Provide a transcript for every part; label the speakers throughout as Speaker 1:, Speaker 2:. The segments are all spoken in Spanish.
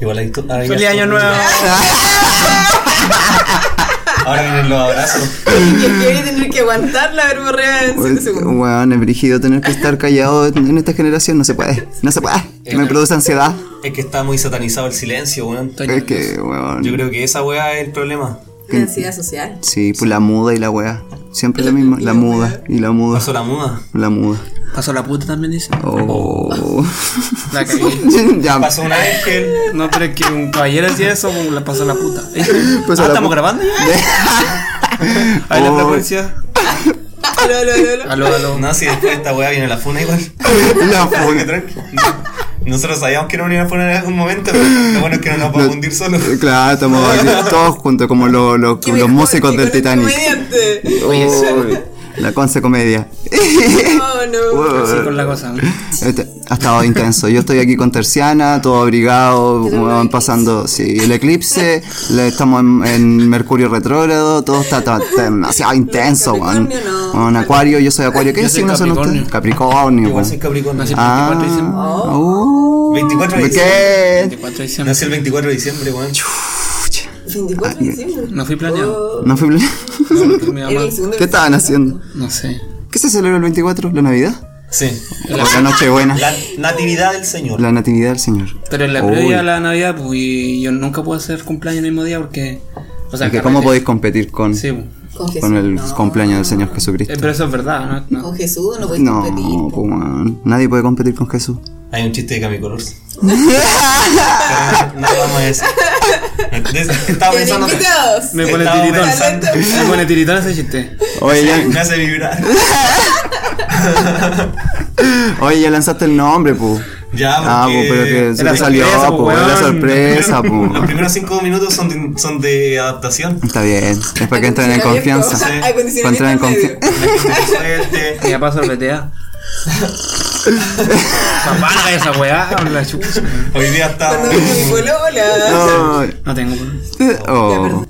Speaker 1: Igual hay, hay
Speaker 2: Feliz año nuevo.
Speaker 1: Ahora vienen los abrazos.
Speaker 3: Y el que viene tener que aguantar la verborrea en
Speaker 4: Pues,
Speaker 3: 5 segundos.
Speaker 4: Weón, es brígido tener que estar callado en en esta generación. No se puede. No se puede. Me produce ansiedad.
Speaker 1: Es que está muy satanizado el silencio, weón.
Speaker 4: Es que, weón.
Speaker 1: Yo creo que esa weá es el problema.
Speaker 3: La ansiedad social.
Speaker 4: Sí, pues la muda y la weá. Siempre la misma. La muda y la muda.
Speaker 1: Pasó la muda.
Speaker 4: La muda.
Speaker 2: Pasó la puta también dice.
Speaker 4: Oh.
Speaker 2: La cagué.
Speaker 4: ya.
Speaker 1: Pasó un ángel.
Speaker 2: No, pero es que un caballero hacía eso, como la pasó la puta.
Speaker 4: Pasó
Speaker 2: ah,
Speaker 4: pues la
Speaker 2: estamos
Speaker 4: puta.
Speaker 2: grabando ya. Ahí la
Speaker 4: Oh.
Speaker 2: frecuencia.
Speaker 3: Aló, aló, aló, aló.
Speaker 2: Aló, aló.
Speaker 1: No, si después de esta weá viene la funa igual.
Speaker 4: La
Speaker 1: Porque
Speaker 4: funa.
Speaker 1: tranqui. Nosotros sabíamos que no venía a poner en algún momento, pero lo bueno es que no nos vamos a hundir solos.
Speaker 4: Eh, Claro, estamos aquí todos juntos como los- los-
Speaker 3: Qué
Speaker 4: los
Speaker 3: mejor
Speaker 4: músicos
Speaker 3: que
Speaker 4: del
Speaker 3: con un
Speaker 4: Titanic. Oh.
Speaker 3: comediante.
Speaker 4: Uy, la conce comedia.
Speaker 3: No, no.
Speaker 2: Así con la cosa.
Speaker 4: Este, ha estado intenso. Yo estoy aquí con Terciana, todo abrigado,
Speaker 3: Yo tengo
Speaker 4: weón,
Speaker 3: un
Speaker 4: pasando sí, el eclipse, le- estamos en, en Mercurio retrógrado, todo está, está- está demasiado intenso, weón.
Speaker 3: Capricornio, no.
Speaker 4: Weón, acuario, yo soy acuario. ¿Qué
Speaker 2: Yo soy
Speaker 4: signo son
Speaker 2: Capricornio.
Speaker 4: ustedes? Capricornio,
Speaker 1: Igual
Speaker 4: weón.
Speaker 1: soy Capricornio.
Speaker 2: Nací el 24 de diciembre.
Speaker 4: Ah, uh,
Speaker 1: 24 de
Speaker 4: ¿de ¿Qué?
Speaker 2: 24 de diciembre.
Speaker 1: Nací el 24 de diciembre, weón.
Speaker 4: Ah,
Speaker 3: 24 de diciembre.
Speaker 2: No fui planeado.
Speaker 4: No fui plan-
Speaker 2: porque mi
Speaker 3: Era
Speaker 2: mamá-
Speaker 3: el segundo
Speaker 4: ¿Qué estaban haciendo?
Speaker 2: No sé.
Speaker 4: ¿Qué se celebra el 24? ¿La Navidad?
Speaker 1: Sí.
Speaker 4: ¿O la Nochebuena?
Speaker 1: La natividad del Señor.
Speaker 4: La Natividad del Señor.
Speaker 2: Pero en la
Speaker 4: Uy.
Speaker 2: previa a la Navidad, pues y yo nunca puedo hacer cumpleaños el mismo día porque. O sea,
Speaker 4: Es que
Speaker 2: carrete.
Speaker 4: ¿Cómo podéis competir con,
Speaker 2: Sí, pues.
Speaker 3: Con Jesús.
Speaker 4: con el
Speaker 3: no.
Speaker 4: cumpleaños del Señor Jesucristo?
Speaker 2: Eh, pero eso es verdad, ¿no?
Speaker 3: Con Jesús no podéis
Speaker 4: No,
Speaker 3: competir.
Speaker 4: pues, weón, nadie puede competir con Jesús.
Speaker 1: Hay un chiste de Camicolors. Pero no lo vamos a decir. Entonces, Estaba
Speaker 3: Bien
Speaker 1: Ah, pensando.
Speaker 3: invitados.
Speaker 2: Me pone
Speaker 1: Estaba
Speaker 2: tiritón.
Speaker 1: pensando-
Speaker 2: Me pone tiritón ese chiste.
Speaker 4: Oye,
Speaker 1: Me
Speaker 4: ya,
Speaker 1: hace vibrar.
Speaker 4: oye, ya lanzaste el nombre, pu.
Speaker 1: Ya,
Speaker 4: Ah,
Speaker 1: porque
Speaker 4: pues, pero que se
Speaker 2: Era
Speaker 4: te salió, pues.
Speaker 2: sorpresa,
Speaker 4: pu,
Speaker 2: po,
Speaker 4: era
Speaker 2: weón.
Speaker 4: sorpresa, pu.
Speaker 1: Los primeros cinco minutos son de, son de adaptación.
Speaker 4: Está bien, es para que entren en
Speaker 3: Acondicionamiento.
Speaker 4: confianza.
Speaker 1: Sí.
Speaker 3: Acondicionamiento
Speaker 4: Para entrar en
Speaker 3: medio.
Speaker 4: confianza.
Speaker 1: La gente que suelte.
Speaker 2: Ya paso el BTA. Papá, no esa weá. La chucha.
Speaker 1: Hoy día está.
Speaker 3: Cuando vengo mi polola.
Speaker 2: No tengo. pues.
Speaker 4: Oh,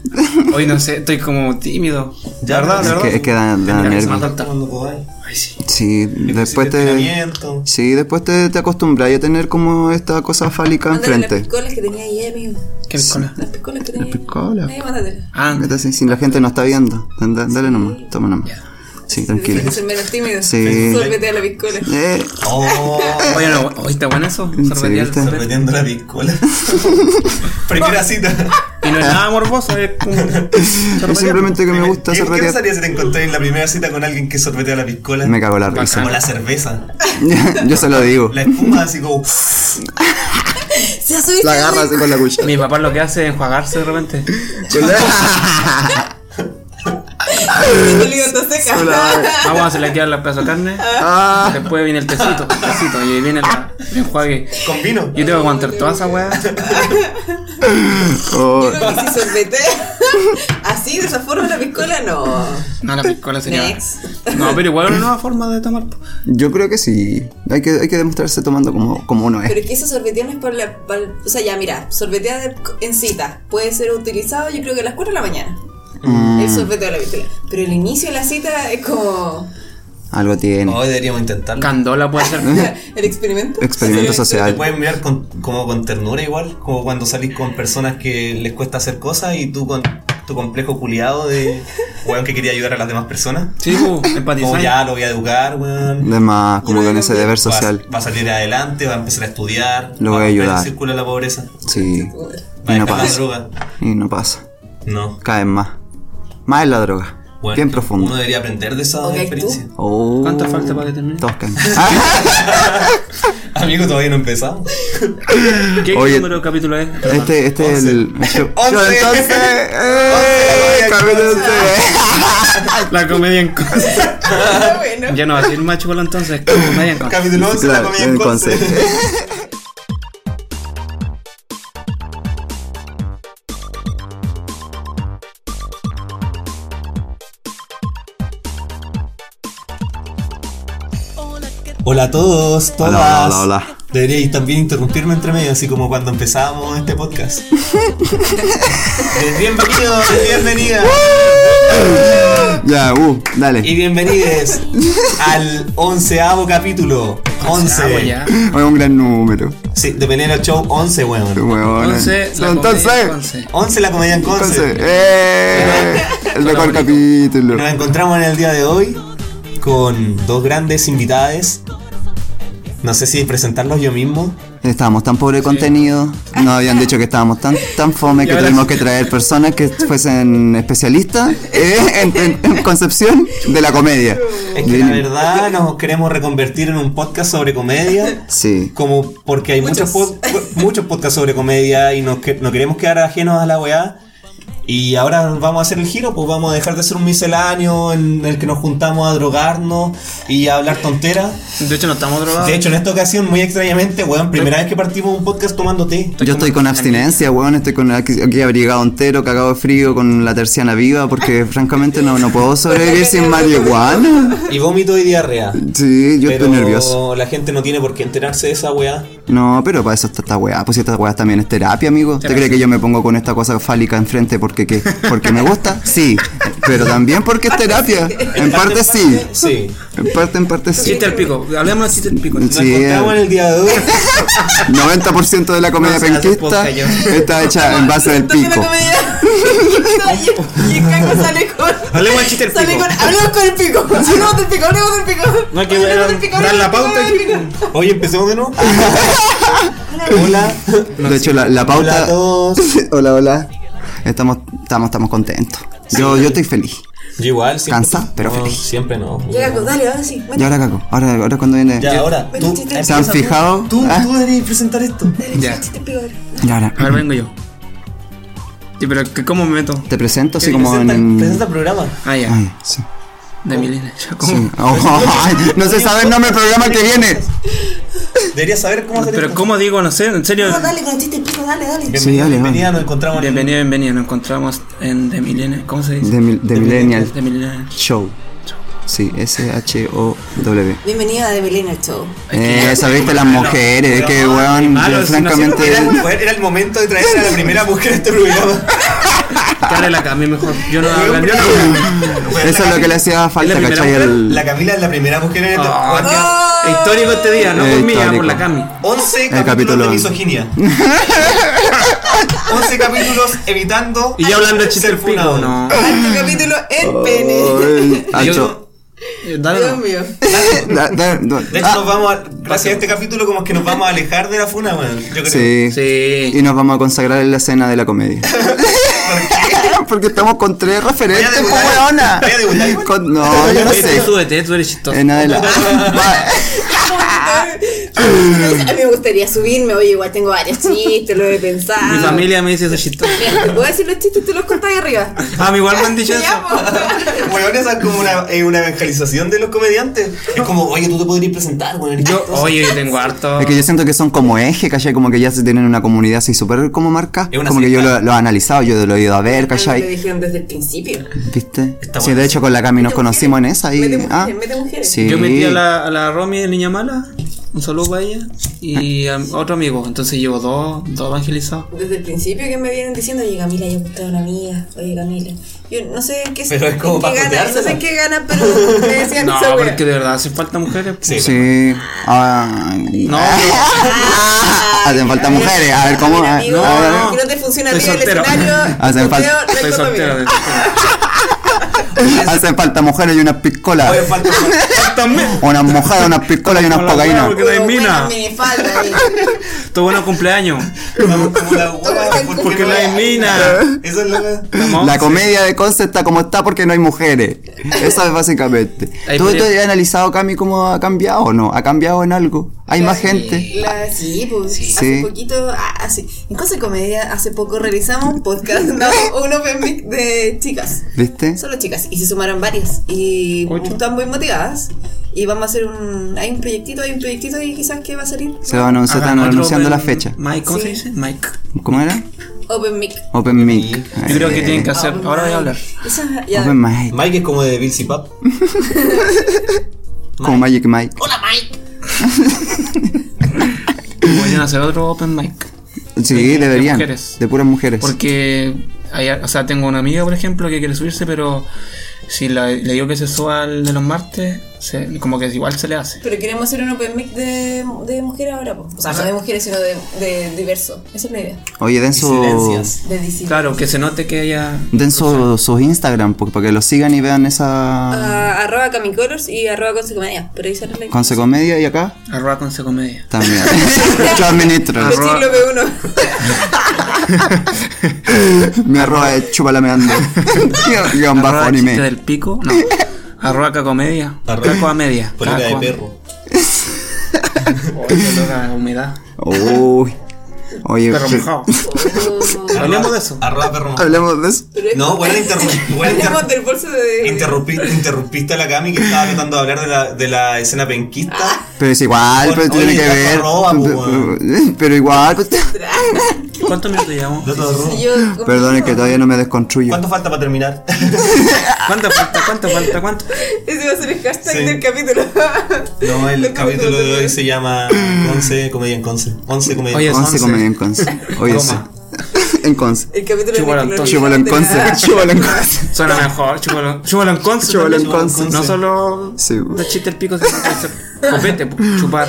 Speaker 2: Hoy no sé, estoy como tímido.
Speaker 1: Ya,
Speaker 2: Ya, ¿verdad?
Speaker 1: pero
Speaker 4: es
Speaker 2: ¿verdad?
Speaker 4: que, es que da, da
Speaker 2: Tendría que ser más
Speaker 4: nervios.
Speaker 2: alta.
Speaker 1: Cuando podáis.
Speaker 2: Ay, sí.
Speaker 4: Sí, después te.
Speaker 1: Entrenamiento.
Speaker 4: Sí, después te, te acostumbras a tener como esta cosa fálica
Speaker 3: Mándale las
Speaker 4: enfrente.
Speaker 3: picolas que tenía ahí, amigo.
Speaker 2: Qué cola.
Speaker 3: Las picolas que tenía ahí.
Speaker 4: Picola.
Speaker 3: Ahí, mándatelas.
Speaker 2: Ah,
Speaker 4: Vete así, si la gente no está viendo. Dan- dan- Dale nomás, toma nomás. Sí, tranquilo.
Speaker 3: Tienes que ser menos tímido.
Speaker 4: Sí.
Speaker 3: Sorbete a la piscola.
Speaker 4: Eh,
Speaker 1: Oh,
Speaker 2: oye, no, oye, está bueno eso.
Speaker 4: Sí,
Speaker 2: Sorbetear.
Speaker 4: ¿viste?
Speaker 2: sorbe-
Speaker 1: metiendo la piscola. Primera cita.
Speaker 2: Y no es nada morboso, es como.
Speaker 4: es simplemente que me gusta
Speaker 1: ¿Qué, qué
Speaker 4: sorbetear.
Speaker 1: pasaría si te encontré en la primera cita con alguien que sorbetea la piscola?
Speaker 4: Me cago la risa.
Speaker 1: Como la cerveza.
Speaker 4: Yo se lo digo.
Speaker 1: La espuma así como.
Speaker 3: Se ha subido.
Speaker 4: La agarra así con la cuchara.
Speaker 2: Mi papá lo que hace es enjuagarse de repente.
Speaker 4: Con la-
Speaker 3: Se oliva está seca.
Speaker 4: Hola.
Speaker 2: Vamos a hacerle aquí a la plaza de carne.
Speaker 4: Ah,
Speaker 2: Después viene el tecito. el tecito y ahí viene la, el enjuague.
Speaker 1: Con vino.
Speaker 2: Yo tengo que aguantar toda esa weá.
Speaker 4: oh,
Speaker 3: Yo creo que si sorbete así, de esa forma, la piscola, no.
Speaker 2: No, la piscola sería.
Speaker 3: Next.
Speaker 2: No, pero igual una nueva forma de tomar. po.
Speaker 4: yo creo que sí. Hay que, hay que demostrarse tomando como, como uno
Speaker 3: Pero
Speaker 4: es.
Speaker 3: es que eso sorbetear no es para la. para- o sea, ya, mira, sorbetea de- en cita. Puede ser utilizado, yo creo que a las 4 de la mañana.
Speaker 2: Mm.
Speaker 3: El sorbeteo de la piscola. Pero el inicio de la cita es como.
Speaker 4: Algo tiene.
Speaker 1: Hoy deberíamos intentarlo.
Speaker 2: Candola puede ser.
Speaker 3: El experimento.
Speaker 4: Experimento
Speaker 1: Te
Speaker 4: social.
Speaker 1: pueden mirar con, como con ternura igual, como cuando salís con personas que les cuesta hacer cosas y tú con tu complejo culiado de weón que quería ayudar a las demás personas.
Speaker 2: Sí, po,
Speaker 4: Oh,
Speaker 1: Como
Speaker 2: empatizar.
Speaker 1: ya lo voy a educar, weón.
Speaker 4: De más, como con ese deber
Speaker 1: Va-
Speaker 4: social.
Speaker 1: Va, a salir adelante, va a empezar a estudiar.
Speaker 4: Lo
Speaker 1: va
Speaker 4: voy
Speaker 1: romper
Speaker 4: a ayudar.
Speaker 1: El círculo de la pobreza.
Speaker 4: Sí.
Speaker 1: Va a
Speaker 4: Y no
Speaker 1: dejar la
Speaker 4: pasa.
Speaker 1: droga.
Speaker 4: Y no pasa.
Speaker 1: No.
Speaker 4: Caen más. Más en la droga.
Speaker 1: Bueno,
Speaker 4: Bien
Speaker 1: Uno
Speaker 4: profundo.
Speaker 1: debería aprender de esa
Speaker 3: Ok,
Speaker 1: experiencia.
Speaker 4: Oh.
Speaker 2: ¿Cuánto falta para que termine?
Speaker 4: Todos caen. Ah,
Speaker 1: Amigo, todavía no empezamos.
Speaker 2: ¿Qué
Speaker 4: Oye.
Speaker 2: número de capítulo es?
Speaker 4: Este, este es el. Yo, yo
Speaker 1: Once.
Speaker 4: entonces. ¡Eh! capítulo once.
Speaker 2: La comedia en concepto.
Speaker 3: Está Ah, bueno.
Speaker 2: Ya no va a ser más chocolate entonces. Comedia en concepto.
Speaker 1: Capítulo 11, la
Speaker 4: Claro,
Speaker 1: comida en
Speaker 4: el
Speaker 1: Conce.
Speaker 4: concepto.
Speaker 1: Hola a todos,
Speaker 4: Hola,
Speaker 1: todas.
Speaker 4: hola, hola.
Speaker 1: Deberíais también interrumpirme entre medio, así como cuando empezábamos este podcast. Bienvenidos, bienvenidas
Speaker 4: Ya, uh,
Speaker 1: y
Speaker 4: dale.
Speaker 1: bienvenides al onceavo capítulo.
Speaker 2: Onceavo
Speaker 1: Once.
Speaker 2: Ah, ya.
Speaker 4: Hoy un gran número.
Speaker 1: Sí, de Pelero Show, once, weón.
Speaker 4: Huevona.
Speaker 2: Entonces, la comedia
Speaker 4: entonces,
Speaker 2: Conce.
Speaker 1: Once la comedia en
Speaker 4: entonces,
Speaker 1: Conce.
Speaker 4: eh, el mejor capítulo.
Speaker 1: Nos encontramos en el día de hoy con dos grandes invitades. No sé si presentarlos yo mismo.
Speaker 4: Estábamos tan pobre de contenido, nos habían dicho que estábamos tan, tan fome
Speaker 2: Y
Speaker 4: que
Speaker 2: ahora
Speaker 4: tuvimos
Speaker 2: sí.
Speaker 4: que traer personas que fuesen especialistas eh, en, en- en concepción de la comedia.
Speaker 1: Es que la verdad nos queremos reconvertir en un podcast sobre comedia.
Speaker 4: Sí.
Speaker 1: Como porque hay muchos,
Speaker 3: Muchos.
Speaker 1: pod- muchos podcasts sobre comedia y nos, que- nos queremos quedar ajenos a la weá. Y ahora vamos a hacer el giro, pues vamos a dejar de ser un misceláneo en el que nos juntamos a drogarnos y a hablar tonteras.
Speaker 2: De hecho, no estamos drogados.
Speaker 1: De hecho, en esta ocasión, muy extrañamente, weón, primera vez que partimos un podcast tomando té.
Speaker 4: Yo estoy con abstinencia, weón, estoy con aquí, aquí abrigado entero, cagado de frío, con la terciana viva, porque francamente no, no puedo sobrevivir sin marihuana.
Speaker 1: Y vómito y diarrea.
Speaker 4: Sí, yo
Speaker 1: Pero
Speaker 4: estoy nervioso.
Speaker 1: la gente no tiene por qué enterarse de esa weá.
Speaker 4: No, pero para eso está esta weá. Pues si esta weá también es terapia, amigo. ¿Te
Speaker 2: Terapia.
Speaker 4: crees que yo me pongo con esta cosa fálica enfrente porque qué? ¿Porque me gusta? Sí. Pero también porque es terapia. En parte sí. Eh.
Speaker 1: Sí.
Speaker 4: En parte, en parte sí.
Speaker 2: Chiste al pico. Hablemos de chiste al pico.
Speaker 1: Nos
Speaker 4: Sí,
Speaker 1: encontramos
Speaker 4: eh.
Speaker 1: en el día de hoy.
Speaker 4: 90% de la comedia
Speaker 2: No se hace
Speaker 4: penquista
Speaker 2: podcast, yo.
Speaker 4: está hecha en base del
Speaker 3: Entonces la
Speaker 4: pico.
Speaker 3: comedia- y- y el caco sale con.
Speaker 2: Hablemos del chiste del
Speaker 3: sale
Speaker 2: pico.
Speaker 3: con- Hablemos con el pico. Hablemos del pico, hablemos del pico.
Speaker 2: No hay que
Speaker 3: Hablemos del
Speaker 2: dar-
Speaker 3: pico,
Speaker 2: dar
Speaker 3: hablemos
Speaker 2: la
Speaker 3: del pico,
Speaker 2: pauta
Speaker 3: hablemos del
Speaker 2: aquí.
Speaker 3: pico.
Speaker 1: Oye, empecemos de nuevo. Hola.
Speaker 4: De hecho, la, la
Speaker 1: Hola a
Speaker 4: pauta.
Speaker 1: todos.
Speaker 4: Hola, hola. Estamos, estamos, estamos contentos. Yo, yo estoy feliz.
Speaker 1: Yo igual, siempre.
Speaker 4: Cansa, pero
Speaker 1: no,
Speaker 4: feliz.
Speaker 1: Siempre no.
Speaker 3: Llega con dale, ahora sí.
Speaker 4: Y
Speaker 3: bueno.
Speaker 4: ahora cago. Ahora, ahora cuando viene.
Speaker 1: Ya, ahora.
Speaker 3: Bueno,
Speaker 1: Tú,
Speaker 3: chiste.
Speaker 4: ¿Se han
Speaker 1: empieza
Speaker 4: fijado?
Speaker 1: Tú, tú,
Speaker 4: Ah.
Speaker 1: tú deberías presentar esto.
Speaker 2: Ya.
Speaker 3: Chiste del pico, ahora.
Speaker 4: Y ahora.
Speaker 2: A ver, vengo yo. Sí, pero ¿qué- ¿cómo me meto?
Speaker 4: Te presento así
Speaker 1: Sí,
Speaker 4: como
Speaker 1: presenta,
Speaker 4: en.
Speaker 1: presenta el programa.
Speaker 2: Ah, ya.
Speaker 4: Ay, sí.
Speaker 2: De Milena. Ya, ¿cómo?
Speaker 4: Mm. Sí. Oh, ay, no se sabe el nombre del programa que viene.
Speaker 1: Deberías saber cómo hacer
Speaker 2: Pero
Speaker 1: esto.
Speaker 2: ¿cómo digo? No sé, en serio.
Speaker 3: No, dale con el chiste del pico, dale, dale.
Speaker 4: Sí,
Speaker 1: Bienvenida,
Speaker 4: dale,
Speaker 1: bienvenida, nos encontramos en el-
Speaker 2: Bienvenido, bienvenido. Nos encontramos en The Millennial. ¿Cómo se dice?
Speaker 4: De, mil- de Millennial
Speaker 2: The Millennial.
Speaker 4: Show. Sí, S-H-O-W.
Speaker 3: Bienvenida de Belén al show.
Speaker 4: Eh, sabiste las mujeres, es que weón,
Speaker 2: malo,
Speaker 4: yo
Speaker 2: si no
Speaker 4: francamente.
Speaker 1: Era, bueno, era el momento de traer a la primera mujer a este programa.
Speaker 2: Dale la cami mejor. Yo no hablo. Yo no hablo.
Speaker 4: Eso es lo que le hacía falta,
Speaker 2: Es la primera
Speaker 4: ¿cachai?
Speaker 2: mujer,
Speaker 4: El-
Speaker 1: La Camila es la primera mujer en este el
Speaker 2: Ah,
Speaker 1: Juan, ya
Speaker 2: qué Histórico este día, no
Speaker 4: Eh,
Speaker 2: por mí, ya
Speaker 4: histórico.
Speaker 2: por la cami.
Speaker 1: 11 capítulos
Speaker 4: capítulo
Speaker 1: de
Speaker 4: once.
Speaker 1: misoginia. 11 capítulos evitando.
Speaker 2: Y yo hablando de chiste
Speaker 1: ser
Speaker 2: del pico.
Speaker 1: funado.
Speaker 2: No.
Speaker 3: Alto capítulo en
Speaker 4: Oh.
Speaker 3: pene.
Speaker 4: Ay, Hacho.
Speaker 2: Eh,
Speaker 4: Ah.
Speaker 2: Dale.
Speaker 3: Dios
Speaker 2: no.
Speaker 3: mío.
Speaker 4: Da- da- da-
Speaker 1: De hecho,
Speaker 4: ah,
Speaker 1: nos vamos a- gracias a este capítulo, como que nos vamos a alejar de la funa, weón. Yo creo.
Speaker 4: Sí.
Speaker 2: Sí.
Speaker 4: Y nos vamos a consagrar en la escena de la comedia. Porque estamos con tres referentes,
Speaker 1: Voy a
Speaker 4: po,
Speaker 1: debutar.
Speaker 4: weona.
Speaker 1: Voy a debutar.
Speaker 4: Con- No, yo no
Speaker 2: Oye,
Speaker 4: Ah, sé.
Speaker 2: tú súbete, tú eres chistoso.
Speaker 4: En adelante. Va.
Speaker 3: A mí me gustaría subirme, oye, igual tengo varios chistes, lo he pensado.
Speaker 2: Mi familia me dice eso chistoso. Ah,
Speaker 3: Mira, voy a decir los chistes, tú los contás ahí arriba.
Speaker 2: A mí igual me han dicho
Speaker 3: Ya, pues.
Speaker 2: eso.
Speaker 3: po.
Speaker 1: Weón, esa es como una, eh, una evangelización de los comediantes. Es como, oye, tú te podrías presentar, weón. eres
Speaker 2: Yo,
Speaker 1: chistoso.
Speaker 2: oye, yo tengo harto.
Speaker 4: Es que yo siento que son como eje, ¿cachai? Como que ya se tienen una comunidad así súper como marca.
Speaker 1: Es una
Speaker 4: Como que yo
Speaker 1: secta.
Speaker 4: lo, lo he analizado, yo lo he ido a ver,
Speaker 3: Lo
Speaker 4: ¿cachai?
Speaker 3: dijeron desde el principio.
Speaker 4: ¿Viste?
Speaker 1: Está
Speaker 4: Sí,
Speaker 1: bueno.
Speaker 4: de hecho con la Cami nos
Speaker 3: Mete
Speaker 4: conocimos en
Speaker 3: mujeres,
Speaker 4: esa y...
Speaker 3: mete mujeres,
Speaker 4: ah,
Speaker 3: mete mujeres.
Speaker 4: sí.
Speaker 2: Yo metí a la, a la Romy de Niña Mala, un saludo para ella, y
Speaker 4: Ah.
Speaker 2: a otro amigo. Entonces llevo dos, dos evangelizados.
Speaker 3: Desde el principio que me vienen diciendo, oye Camila, yo gustaba una amiga, oye Camila. Yo no sé en qué,
Speaker 1: Pero es como
Speaker 3: en
Speaker 1: para
Speaker 3: qué gana, no
Speaker 1: joteársela.
Speaker 3: sé en qué gana, pero me decían
Speaker 2: No,
Speaker 3: esa wea.
Speaker 2: porque de verdad hace falta mujeres.
Speaker 1: Sí.
Speaker 4: Sí. Ay.
Speaker 2: No,
Speaker 3: Ah,
Speaker 4: Hacen falta mujeres, a ver cómo...
Speaker 3: mira,
Speaker 4: a-
Speaker 3: amigo,
Speaker 4: a ver.
Speaker 2: no.
Speaker 3: Si no te funciona
Speaker 2: Estoy
Speaker 3: bien el
Speaker 2: soltero.
Speaker 3: escenario,
Speaker 4: Hacen falta-
Speaker 3: sorteo,
Speaker 2: estoy
Speaker 3: recto
Speaker 2: soltero.
Speaker 3: conmigo.
Speaker 4: Hacen falta mujeres y unas
Speaker 1: Oye,
Speaker 4: piscolas.
Speaker 1: falta.
Speaker 2: También.
Speaker 4: Unas mojadas, unas piscolas y unas
Speaker 2: Como la wea,
Speaker 4: pocainas.
Speaker 2: porque- Que no hay
Speaker 3: Como
Speaker 2: mina.
Speaker 3: buena minifalda, ahí.
Speaker 2: Tu bueno cumpleaños.
Speaker 1: Vamos como la weá,
Speaker 2: Porque
Speaker 1: no
Speaker 2: la
Speaker 1: hay-
Speaker 2: mina.
Speaker 1: Esa es la.
Speaker 2: Vamos.
Speaker 4: La comedia de Conce está como está porque no hay mujeres. Eso es básicamente.
Speaker 2: Ahí
Speaker 4: ¿Tú, tú
Speaker 2: podría-
Speaker 4: has analizado, Cami, cómo ha cambiado o no? ¿Ha cambiado en algo? ¿Hay más gente?
Speaker 3: La- sí, pues
Speaker 4: Sí.
Speaker 3: hace poquito, ah, hace, en Cosa de Comedia, hace poco realizamos un podcast, no, un open mic de chicas.
Speaker 4: ¿Viste?
Speaker 3: Solo chicas, y se sumaron varias. Y
Speaker 2: Ocho.
Speaker 3: están muy motivadas. Y vamos a hacer un. Hay un proyectito, hay un proyectito y quizás que va a salir.
Speaker 4: Se, va a anun- se
Speaker 2: Hagan
Speaker 4: están
Speaker 2: otro
Speaker 4: anunciando la
Speaker 2: open
Speaker 4: fecha.
Speaker 2: Mike, ¿cómo se
Speaker 3: Sí.
Speaker 2: dice? Mike.
Speaker 4: ¿Cómo era?
Speaker 3: Open mic.
Speaker 4: Open Mic.
Speaker 2: Yo creo que
Speaker 4: Eh,
Speaker 2: tienen que hacer.
Speaker 3: Ah, Open
Speaker 2: Ahora voy a
Speaker 3: mic.
Speaker 2: hablar.
Speaker 3: Esa- ya.
Speaker 4: Open Mic.
Speaker 1: Mike es como de Bill Pap.
Speaker 4: Como Magic Mike.
Speaker 3: Hola Mike.
Speaker 2: Deberían hacer otro open mic.
Speaker 4: Sí,
Speaker 2: de- de
Speaker 4: deberían. De,
Speaker 2: mujeres.
Speaker 4: puras mujeres.
Speaker 2: Porque, hay- o sea, tengo una amiga, por ejemplo, que quiere subirse, pero si la- le digo que se suba al de los martes, se- como que igual se le hace.
Speaker 3: Pero queremos hacer un open mic de, de mujeres ahora, po. O sea, no de mujeres, sino de, de diverso. Esa es la idea.
Speaker 4: Oye, den su,
Speaker 1: Disidencias.
Speaker 3: De DC.
Speaker 2: Claro, que se note que haya...
Speaker 4: den su, sus Instagram po- para que los sigan y vean esa
Speaker 3: Ah, arroba Camicolors y arroba Consecomedia. Pero ahí sale la
Speaker 4: Consecomedia y acá
Speaker 2: Arroba con se comedia.
Speaker 4: también. Yo administro.
Speaker 3: Yo
Speaker 2: Arroba-
Speaker 3: siglo B1.
Speaker 4: Mi arroba es chupalameando. Guión bajo
Speaker 2: Arroba chiste
Speaker 4: anime.
Speaker 2: del pico, no. Arroba cacomedia.
Speaker 1: Arroba-
Speaker 2: Cacoamedia.
Speaker 1: Polera de
Speaker 2: Cacoa-
Speaker 1: perro.
Speaker 2: Oh, qué loca la humedad.
Speaker 4: Uy. Oye,
Speaker 2: Perro
Speaker 4: sí.
Speaker 2: mojado.
Speaker 1: Arroba-
Speaker 2: Hablemos de eso.
Speaker 1: Arroba perro mojado.
Speaker 4: hablemos de eso.
Speaker 3: Pero es-
Speaker 1: No, bueno, interrumpí. Bueno, inter-
Speaker 3: Hablemos del bolso de.
Speaker 1: interrumpí- interrumpiste a la Cami que estaba tratando de hablar de la, de la escena
Speaker 2: Ah,
Speaker 1: penquista.
Speaker 4: Pero es igual,
Speaker 1: Bueno,
Speaker 4: pero
Speaker 1: oye,
Speaker 4: tiene que
Speaker 1: ya
Speaker 4: ver.
Speaker 1: roba, po, weón.
Speaker 4: Pero igual, pues,
Speaker 2: ¿Cuántos minutos llevamos?
Speaker 1: Dato de robo.
Speaker 3: Yo-
Speaker 4: Perdón, es que todavía no me desconstruyo.
Speaker 1: ¿Cuánto falta para terminar?
Speaker 2: ¿Cuánto falta? ¿Cuánto falta? ¿Cuánto?
Speaker 3: Ese va a ser el hashtag
Speaker 1: Sí.
Speaker 3: del capítulo.
Speaker 1: No, el
Speaker 3: Del
Speaker 1: capítulo de hoy
Speaker 3: capítulo.
Speaker 1: se llama 11 Comedia en Conce. 11 Comedia
Speaker 2: Oye,
Speaker 1: en Conce.
Speaker 4: 11
Speaker 2: once.
Speaker 4: comedia en Conce. Oye, sí.
Speaker 2: Coma.
Speaker 4: En Conce.
Speaker 3: El capítulo
Speaker 2: Chúbalo,
Speaker 3: de
Speaker 2: entonces,
Speaker 4: Chúbalo en Conce. Chúbalo en Conce.
Speaker 2: Suena mejor. Chúbalo chúbalo en conce.
Speaker 4: Chúbalo en
Speaker 2: también.
Speaker 4: conce.
Speaker 2: No solo
Speaker 4: Sí.
Speaker 2: los chistes del pico, sino que copete, po, chupar.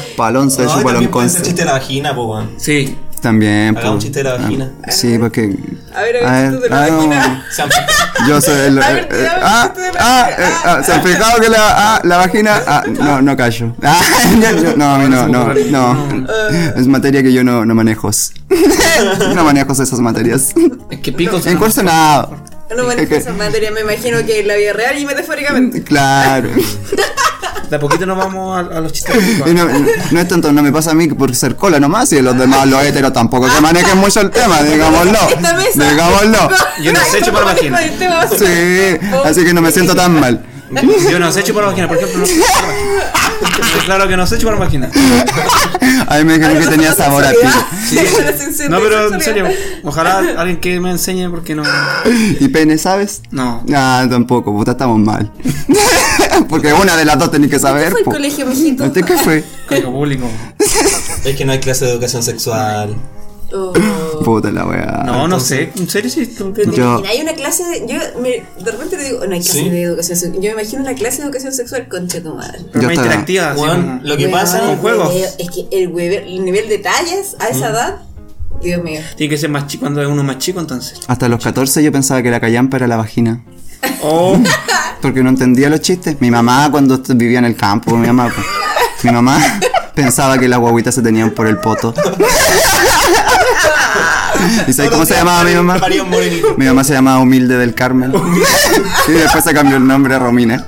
Speaker 1: No,
Speaker 4: Palonce,
Speaker 1: y
Speaker 4: chúbalo en
Speaker 1: también puede ser
Speaker 4: Conce.
Speaker 1: chiste de la vagina, po, weón.
Speaker 2: Sí.
Speaker 4: También.
Speaker 1: Haga
Speaker 4: po.
Speaker 1: un chiste de la
Speaker 4: Ah,
Speaker 1: vagina.
Speaker 4: Sí, porque.
Speaker 3: A ver, a ver, tú de la
Speaker 4: ah, no.
Speaker 3: vagina.
Speaker 1: Sam-
Speaker 4: Yo soy el.
Speaker 3: A ver,
Speaker 4: eh, eh,
Speaker 3: dame un
Speaker 4: ah,
Speaker 3: chiste de la
Speaker 4: ah,
Speaker 3: vagina.
Speaker 4: eh, ah, se han fijado que la, ah, la vagina. Ah, no, no callo. Ah, yo- yo- no, a mí no, no, no. Es materia que yo no, no manejo. No manejo esas materias.
Speaker 2: Es que pico
Speaker 4: En
Speaker 2: suena-
Speaker 4: curso nada.
Speaker 3: No manejo
Speaker 4: que-
Speaker 3: esa materia, me imagino que en la vida real y metafóricamente.
Speaker 4: Claro.
Speaker 2: De a poquito nos vamos a, a los chistes del pico.
Speaker 4: Y no, no es tanto, no me pasa a mí por ser cola nomás y los demás, los heteros tampoco que manejen mucho el tema, digámoslo.
Speaker 3: Esta mesa.
Speaker 4: Digámoslo.
Speaker 2: Yo no sé chupar vagina.
Speaker 3: este
Speaker 4: Sí, así que no me siento tan mal.
Speaker 2: Yo no sé chupar vagina, por ejemplo. No sé chupar vagina. claro que no sé chupar vagina.
Speaker 4: A mí me dijeron que tenía sabor a ti.
Speaker 2: No, pero en serio, ojalá alguien que me enseñe porque no.
Speaker 4: ¿Y pene sabes?
Speaker 2: No.
Speaker 4: Ah, tampoco, puta, estamos mal. Porque una de las dos tenés que saber.
Speaker 3: fue el
Speaker 4: po.
Speaker 3: colegio, mijito?
Speaker 4: ¿Usted qué fue?
Speaker 2: Código público.
Speaker 1: Es que no hay clase de educación sexual.
Speaker 3: Oh.
Speaker 4: Puta la weá.
Speaker 2: No, no sé. En serio, sí. tú-
Speaker 3: Pero te
Speaker 4: Yo-
Speaker 3: imaginas, hay una clase de. Yo me- de repente le digo, no hay clase
Speaker 1: Sí.
Speaker 3: de educación sexual. Yo me imagino una clase de educación sexual, concha tu madre.
Speaker 2: Pero
Speaker 4: Yo
Speaker 2: más
Speaker 4: estaba-
Speaker 2: interactiva. así
Speaker 1: Weón,
Speaker 2: como-
Speaker 1: lo que
Speaker 3: Weón,
Speaker 1: pasa.
Speaker 2: Con juegos. Mm.
Speaker 3: hueveo, Es que el, hueveo- el nivel de tallas a esa edad, Dios mío.
Speaker 2: Tiene que ser más chico cuando es uno más chico, entonces.
Speaker 4: Hasta los 14 yo pensaba que la callampa era la vagina.
Speaker 2: Oh,
Speaker 4: Porque no entendía los chistes. Mi mamá cuando est- vivía en el campo, mi mamá. pues, Mi mamá pensaba que las guaguitas se tenían por el poto. ¿Y sabes cómo se llamaba mi mamá?
Speaker 1: María Morenito.
Speaker 4: Mi mamá se llamaba Humilde del Carmen. Y después se cambió el nombre a Romina.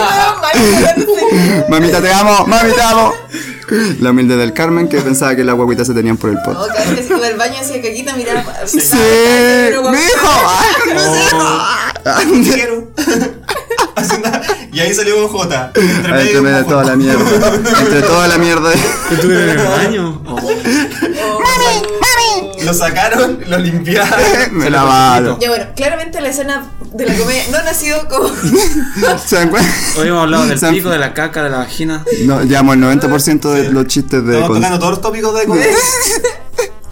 Speaker 3: Oh,
Speaker 4: Mamita, te amo, mami, te amo. La humilde del Carmen que pensaba que las guaguitas se tenían por el poto.
Speaker 3: No, cada vez que se iba al baño hacía caquita, miraba.
Speaker 4: ¡Sí!
Speaker 3: Pero,
Speaker 4: ¡Mi
Speaker 3: guau,
Speaker 4: hijo! ¡Ay, no sé!
Speaker 1: Quiero. Así nada. Y ahí salió un J. Entre
Speaker 4: Ay, Entre medio de
Speaker 1: un
Speaker 4: toda la mierda. Entre toda la mierda.
Speaker 2: tú eres el baño.
Speaker 1: Lo sacaron, lo limpiaron.
Speaker 4: Me lavaron.
Speaker 3: Ya bueno, claramente la escena de la comedia no ha sido como.
Speaker 4: ¿Se dan cuenta?
Speaker 2: Hoy hemos hablado del
Speaker 4: Se han-
Speaker 2: pico, de la caca, de la vagina.
Speaker 4: No, llamo el 90% de los chistes de.
Speaker 1: Estamos
Speaker 4: cons-
Speaker 1: tocando todos los tópicos de comedia.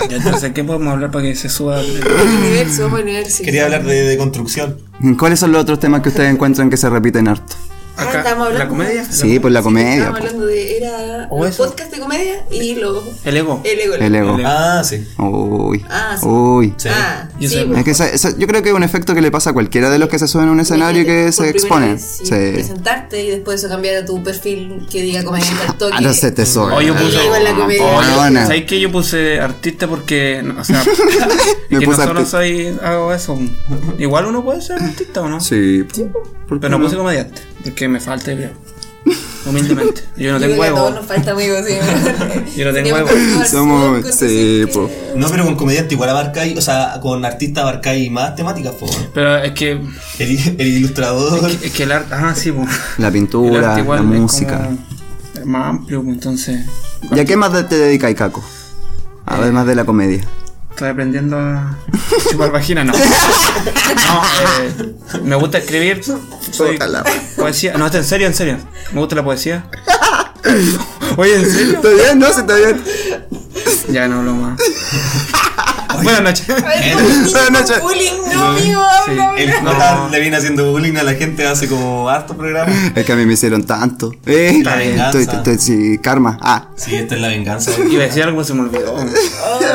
Speaker 2: Ya, entonces, ¿qué podemos hablar para que se suba?
Speaker 3: Universo, vamos a universo.
Speaker 1: Quería hablar de, de construcción.
Speaker 4: ¿Cuáles son los otros temas que ustedes encuentran que se repiten harto?
Speaker 3: Ah, estamos
Speaker 2: Acá,
Speaker 3: hablando.
Speaker 2: la comedia.
Speaker 4: Sí, pues la comedia.
Speaker 3: Estábamos
Speaker 4: po.
Speaker 3: hablando de. Era.
Speaker 2: O
Speaker 3: los
Speaker 2: eso.
Speaker 3: podcast de comedia y luego.
Speaker 2: El ego.
Speaker 3: El ego.
Speaker 4: El ego.
Speaker 1: Ah, sí.
Speaker 4: Uy.
Speaker 3: Ah, sí.
Speaker 4: Uy.
Speaker 1: Sí.
Speaker 3: Ah,
Speaker 2: Yo
Speaker 3: sí,
Speaker 2: sé.
Speaker 3: pues.
Speaker 4: Es que esa- esa- yo creo que es un efecto que le pasa a cualquiera de los que se suben a un escenario y que
Speaker 3: Por
Speaker 4: se
Speaker 3: primera
Speaker 4: exponen.
Speaker 3: vez, sí,
Speaker 4: Sí.
Speaker 3: Presentarte y después eso cambiar a tu perfil que diga comediante al toque.
Speaker 4: Ah, no Ah, se te sube.
Speaker 2: Hoy yo
Speaker 3: El
Speaker 2: puse.
Speaker 3: ego en la comedia.
Speaker 2: Oh, yo-
Speaker 4: Perdona.
Speaker 2: ¿Sabes qué? Yo puse artista porque. no, O sea,
Speaker 4: Me
Speaker 2: que no
Speaker 4: puse
Speaker 2: solo
Speaker 4: artista.
Speaker 2: soy, hago eso. Igual uno puede ser artista o no.
Speaker 4: Sí. ¿Por qué
Speaker 2: Pero no
Speaker 4: no?
Speaker 2: puse comediante. Porque me falta, yo creo. Humildemente. Yo no
Speaker 3: Yo
Speaker 2: tengo
Speaker 3: creo que a todos
Speaker 2: huevo.
Speaker 3: nos falta amigos, sí.
Speaker 2: Yo no tengo
Speaker 3: Teníamos
Speaker 2: huevo.
Speaker 3: que jugar
Speaker 4: Somos-
Speaker 3: con-
Speaker 4: sí,
Speaker 3: que-
Speaker 4: po.
Speaker 1: No, pero con comediante igual abarcáis, o sea, con artista abarcáis más temáticas, po.
Speaker 2: Pero es que.
Speaker 1: El, el ilustrador.
Speaker 2: Es que el arte. Ah, sí, pues.
Speaker 4: La
Speaker 2: El
Speaker 4: pintura,
Speaker 2: arte igual
Speaker 4: la
Speaker 2: es
Speaker 4: música.
Speaker 2: como- es más amplio, pues, entonces.
Speaker 4: ¿Y a qué más de- te dedicas, Caco? Además de la comedia.
Speaker 2: Estoy aprendiendo a chupar vagina, no. No, eh, me gusta escribir. Soy
Speaker 4: Tócala.
Speaker 2: poesía. No, en serio, en serio. Me gusta la poesía. Oye, ¿en serio?
Speaker 4: ¿Está bien? No, sí, está bien.
Speaker 2: Ya no hablo más. Buenas noches.
Speaker 3: Ay, como un niño
Speaker 4: Buenas
Speaker 3: con
Speaker 4: noches.
Speaker 3: bullying, no, amigo, habla,
Speaker 1: El
Speaker 3: habla.
Speaker 1: Jota le viene haciendo bullying a la gente hace como harto programa.
Speaker 4: Es que a mí me hicieron tanto. Eh,
Speaker 1: La venganza.
Speaker 4: estoy, estoy- sí, karma. Ah,
Speaker 1: Sí, esta es la venganza.
Speaker 2: Iba a decir algo, se me olvidó.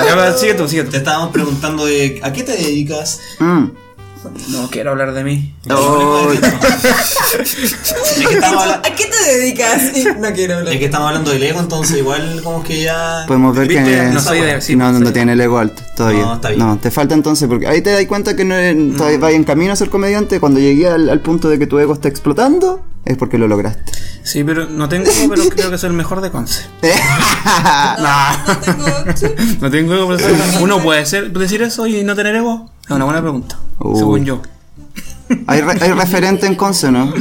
Speaker 2: Ya, va, sigue tú, sigue tú.
Speaker 1: Te estábamos preguntando de a qué te dedicas.
Speaker 4: mm.
Speaker 2: No quiero hablar de mí.
Speaker 4: Oh.
Speaker 1: ¿De qué estamos habla-
Speaker 3: ¿A qué te dedicas? Y No quiero hablar.
Speaker 1: ya que estamos hablando del ego, entonces igual como que ya...
Speaker 4: Podemos ver que
Speaker 1: ¿Viste?
Speaker 2: No
Speaker 1: sé,
Speaker 2: soy
Speaker 1: bueno.
Speaker 2: de- sí,
Speaker 4: no, no,
Speaker 2: sí.
Speaker 4: no tiene el ego alto todavía.
Speaker 1: No,
Speaker 4: No,
Speaker 1: está bien.
Speaker 4: te falta entonces, porque ahí te das cuenta que no eres- todavía vas en camino a ser comediante. Cuando llegué al, al punto de que tu ego está explotando, es porque lo lograste. Eh,
Speaker 2: Sí, pero no tengo, pero creo que soy el mejor de Conce. Ah.
Speaker 3: No tengo. sí.
Speaker 2: No tengo ego, pero soy- uno puede ser, decir eso y no tener ego. Es una buena pregunta,
Speaker 4: Uy.
Speaker 2: según yo.
Speaker 4: hay, re- hay referente en Conce, ¿no?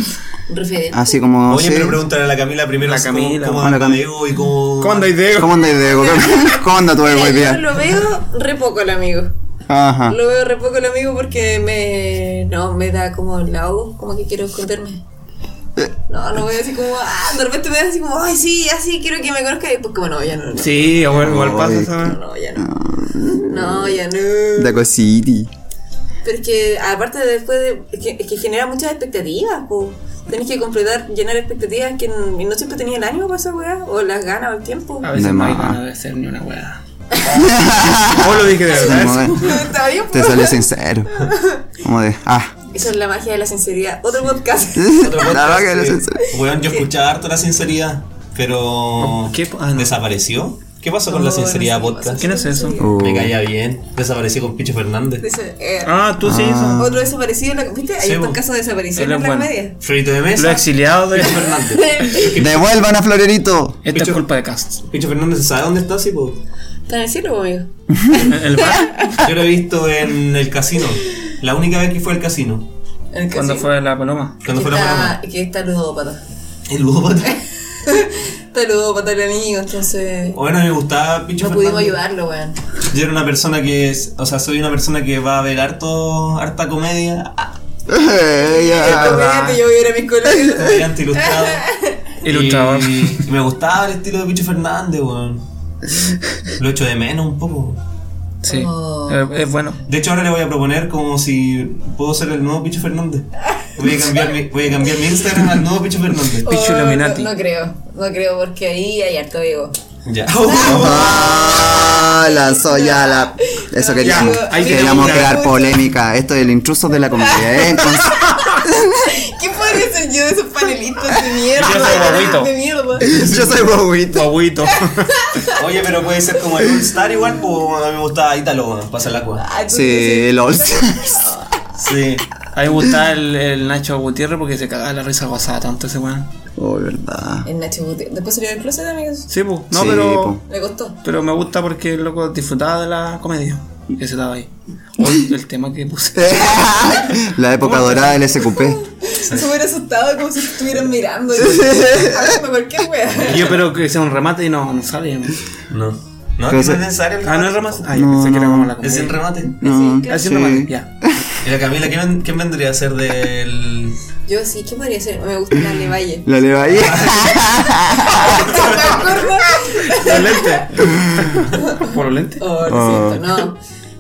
Speaker 3: Referente.
Speaker 4: Así como.
Speaker 1: Oye,
Speaker 4: sí.
Speaker 1: pero pregúntale a la Camila primero
Speaker 2: La
Speaker 1: así como-
Speaker 2: Camila.
Speaker 1: cómo
Speaker 4: Ah, la
Speaker 1: anda
Speaker 4: Cam-
Speaker 1: el ego y cómo...
Speaker 2: de
Speaker 4: ¿Cómo andas de ego? ¿Cómo anda tu ego
Speaker 3: Mira, Yo
Speaker 4: hoy día? Ah.
Speaker 3: lo veo re poco el amigo.
Speaker 4: Ajá.
Speaker 3: Lo veo re poco el amigo porque me. No, me da como la O, como que quiero esconderme.
Speaker 4: Eh.
Speaker 3: No, no veo así como. Ah, de repente me da así como, ay, sí, así quiero que me conozca. Y pues, como no, ya no. no.
Speaker 2: Sí, igual, igual pasa,
Speaker 4: Ay,
Speaker 2: ¿sabes?
Speaker 3: No, ya no. No, ya no.
Speaker 4: Daco City.
Speaker 3: Porque aparte después de, es, que, es que genera muchas expectativas, po. Tenés que completar, llenar expectativas que n- y no siempre tenías el ánimo para esa weá, o las ganas o el tiempo.
Speaker 2: A veces
Speaker 4: De
Speaker 2: no hay
Speaker 4: más.
Speaker 2: ganas de ser ni una weá. Vos lo dije de verdad.
Speaker 4: Como de-
Speaker 3: Está bien, po.
Speaker 4: Te sale sincero. Como de. Ah.
Speaker 3: Esa es la magia de la sinceridad. Otro podcast.
Speaker 1: Otro podcast,
Speaker 4: La vaca era
Speaker 1: eh,
Speaker 4: sincero.
Speaker 1: Weón, yo escuchaba harto la sinceridad, pero...
Speaker 2: ¿Qué? Ah, no.
Speaker 1: ¿Desapareció? ¿Qué pasó con
Speaker 3: No,
Speaker 1: la sinceridad
Speaker 3: no sé qué
Speaker 1: podcast?
Speaker 2: ¿Quién es eso?
Speaker 4: Oh.
Speaker 1: Me caía bien. Desapareció con Picho Fernández.
Speaker 3: Dice, eh,
Speaker 2: Ah, tú sí, eso.
Speaker 3: Otro desaparecido, en la- ¿viste? Hay
Speaker 1: Sí,
Speaker 3: un
Speaker 1: po.
Speaker 3: caso de desaparición
Speaker 2: Él es
Speaker 3: en la
Speaker 2: bueno.
Speaker 3: media.
Speaker 1: Frito de
Speaker 2: Lo
Speaker 1: mesa.
Speaker 2: exiliado de
Speaker 1: Picho Fernández.
Speaker 4: Devuelvan a Florerito.
Speaker 2: Esta es
Speaker 1: Picho-
Speaker 2: culpa de Cast.
Speaker 1: Picho Fernández, ¿sabe dónde está? Sí, po?
Speaker 3: Está en el cielo, po, amigo.
Speaker 2: El bar,
Speaker 1: Yo lo he visto en el casino. La única vez que fue al casino.
Speaker 3: En el
Speaker 2: cuando
Speaker 3: casino.
Speaker 2: fue la paloma.
Speaker 1: Cuando
Speaker 3: que
Speaker 1: fue la
Speaker 3: está,
Speaker 1: broma.
Speaker 3: que está ludópata.
Speaker 1: El ludópata.
Speaker 3: Está ludópata el amigo, entonces.
Speaker 1: Bueno, me gustaba Picho
Speaker 3: No
Speaker 1: Fernández.
Speaker 3: pudimos ayudarlo, weón.
Speaker 1: Yo era una persona que es, o sea, soy una persona que va a ver harto, harta comedia, ah,
Speaker 4: Eh,
Speaker 2: Ah,
Speaker 3: El
Speaker 4: ya.
Speaker 3: comediante, yo voy a ir a mis colegas.
Speaker 1: comediante ilustrado.
Speaker 2: Ilustrador.
Speaker 1: Y, y me gustaba el estilo de Picho Fernández, weón. Lo echo de menos un poco.
Speaker 2: Sí.
Speaker 3: Oh.
Speaker 2: Eh, Es bueno.
Speaker 1: De hecho, ahora le voy a proponer como si puedo ser el nuevo Picho Fernández. Voy a cambiar mi, voy a cambiar mi Instagram al nuevo Picho Fernández.
Speaker 2: Pichu
Speaker 3: Oh,
Speaker 2: Illuminati.
Speaker 3: No, no creo, no creo porque ahí hay harto ego.
Speaker 1: Ya.
Speaker 4: Ah, la soya, la. Eso queríamos.
Speaker 3: Ya, ahí
Speaker 4: Queríamos
Speaker 3: tenemos.
Speaker 4: crear polémica. Esto del intruso de la comedia. ¿eh? Entonces,
Speaker 3: ¿Qué podría ser yo de esos panelistas
Speaker 2: Yo
Speaker 3: de
Speaker 2: soy
Speaker 3: mierda?
Speaker 2: guaguito.
Speaker 3: de mierda.
Speaker 4: yo soy bobito.
Speaker 2: Guaguito.
Speaker 1: Oye, pero puede ser como el All Star igual, pues a mí me gustaba Ítalo, weón, pasa el agua.
Speaker 3: Ah, tú
Speaker 4: Sí,
Speaker 3: dices,
Speaker 4: LOL.
Speaker 1: Sí.
Speaker 2: A mí me gustaba el, el Nacho Gutiérrez porque se cagaba la risa gozada tanto ese weón.
Speaker 4: Oh, verdad.
Speaker 3: El Nacho Gutiérrez. Después salió del closet, amigos.
Speaker 2: Sí, pues. No,
Speaker 4: Sí,
Speaker 2: pero.
Speaker 4: po.
Speaker 3: Le costó.
Speaker 2: Pero me gusta porque el loco disfrutaba de la comedia que se daba ahí. O el el tema que puse.
Speaker 4: La época dorada del SQP.
Speaker 3: Se hubiera asustado como si estuvieran mirando. Hablando cualquier wea.
Speaker 2: Y Yo espero que sea un remate y no, no sale.
Speaker 1: No. No,
Speaker 4: Pero
Speaker 1: es que
Speaker 4: se-
Speaker 1: no es necesario el
Speaker 2: Ah, no es
Speaker 1: remate.
Speaker 2: remate. Ah, yo
Speaker 4: No,
Speaker 2: pensé que era
Speaker 4: no.
Speaker 2: como la
Speaker 1: Es el
Speaker 2: comedia.
Speaker 1: remate.
Speaker 4: No,
Speaker 2: Ah, es
Speaker 4: sí.
Speaker 2: un remate, ya.
Speaker 1: Y la Camila, ¿quién, ven- quién vendría a ser del.
Speaker 3: Yo sí, ¿qué podría ser? Me gusta la Levalle.
Speaker 4: La leo ahí.
Speaker 2: Los lentes. Por los lentes.
Speaker 3: Oh,
Speaker 4: Ah.
Speaker 3: lo siento, no.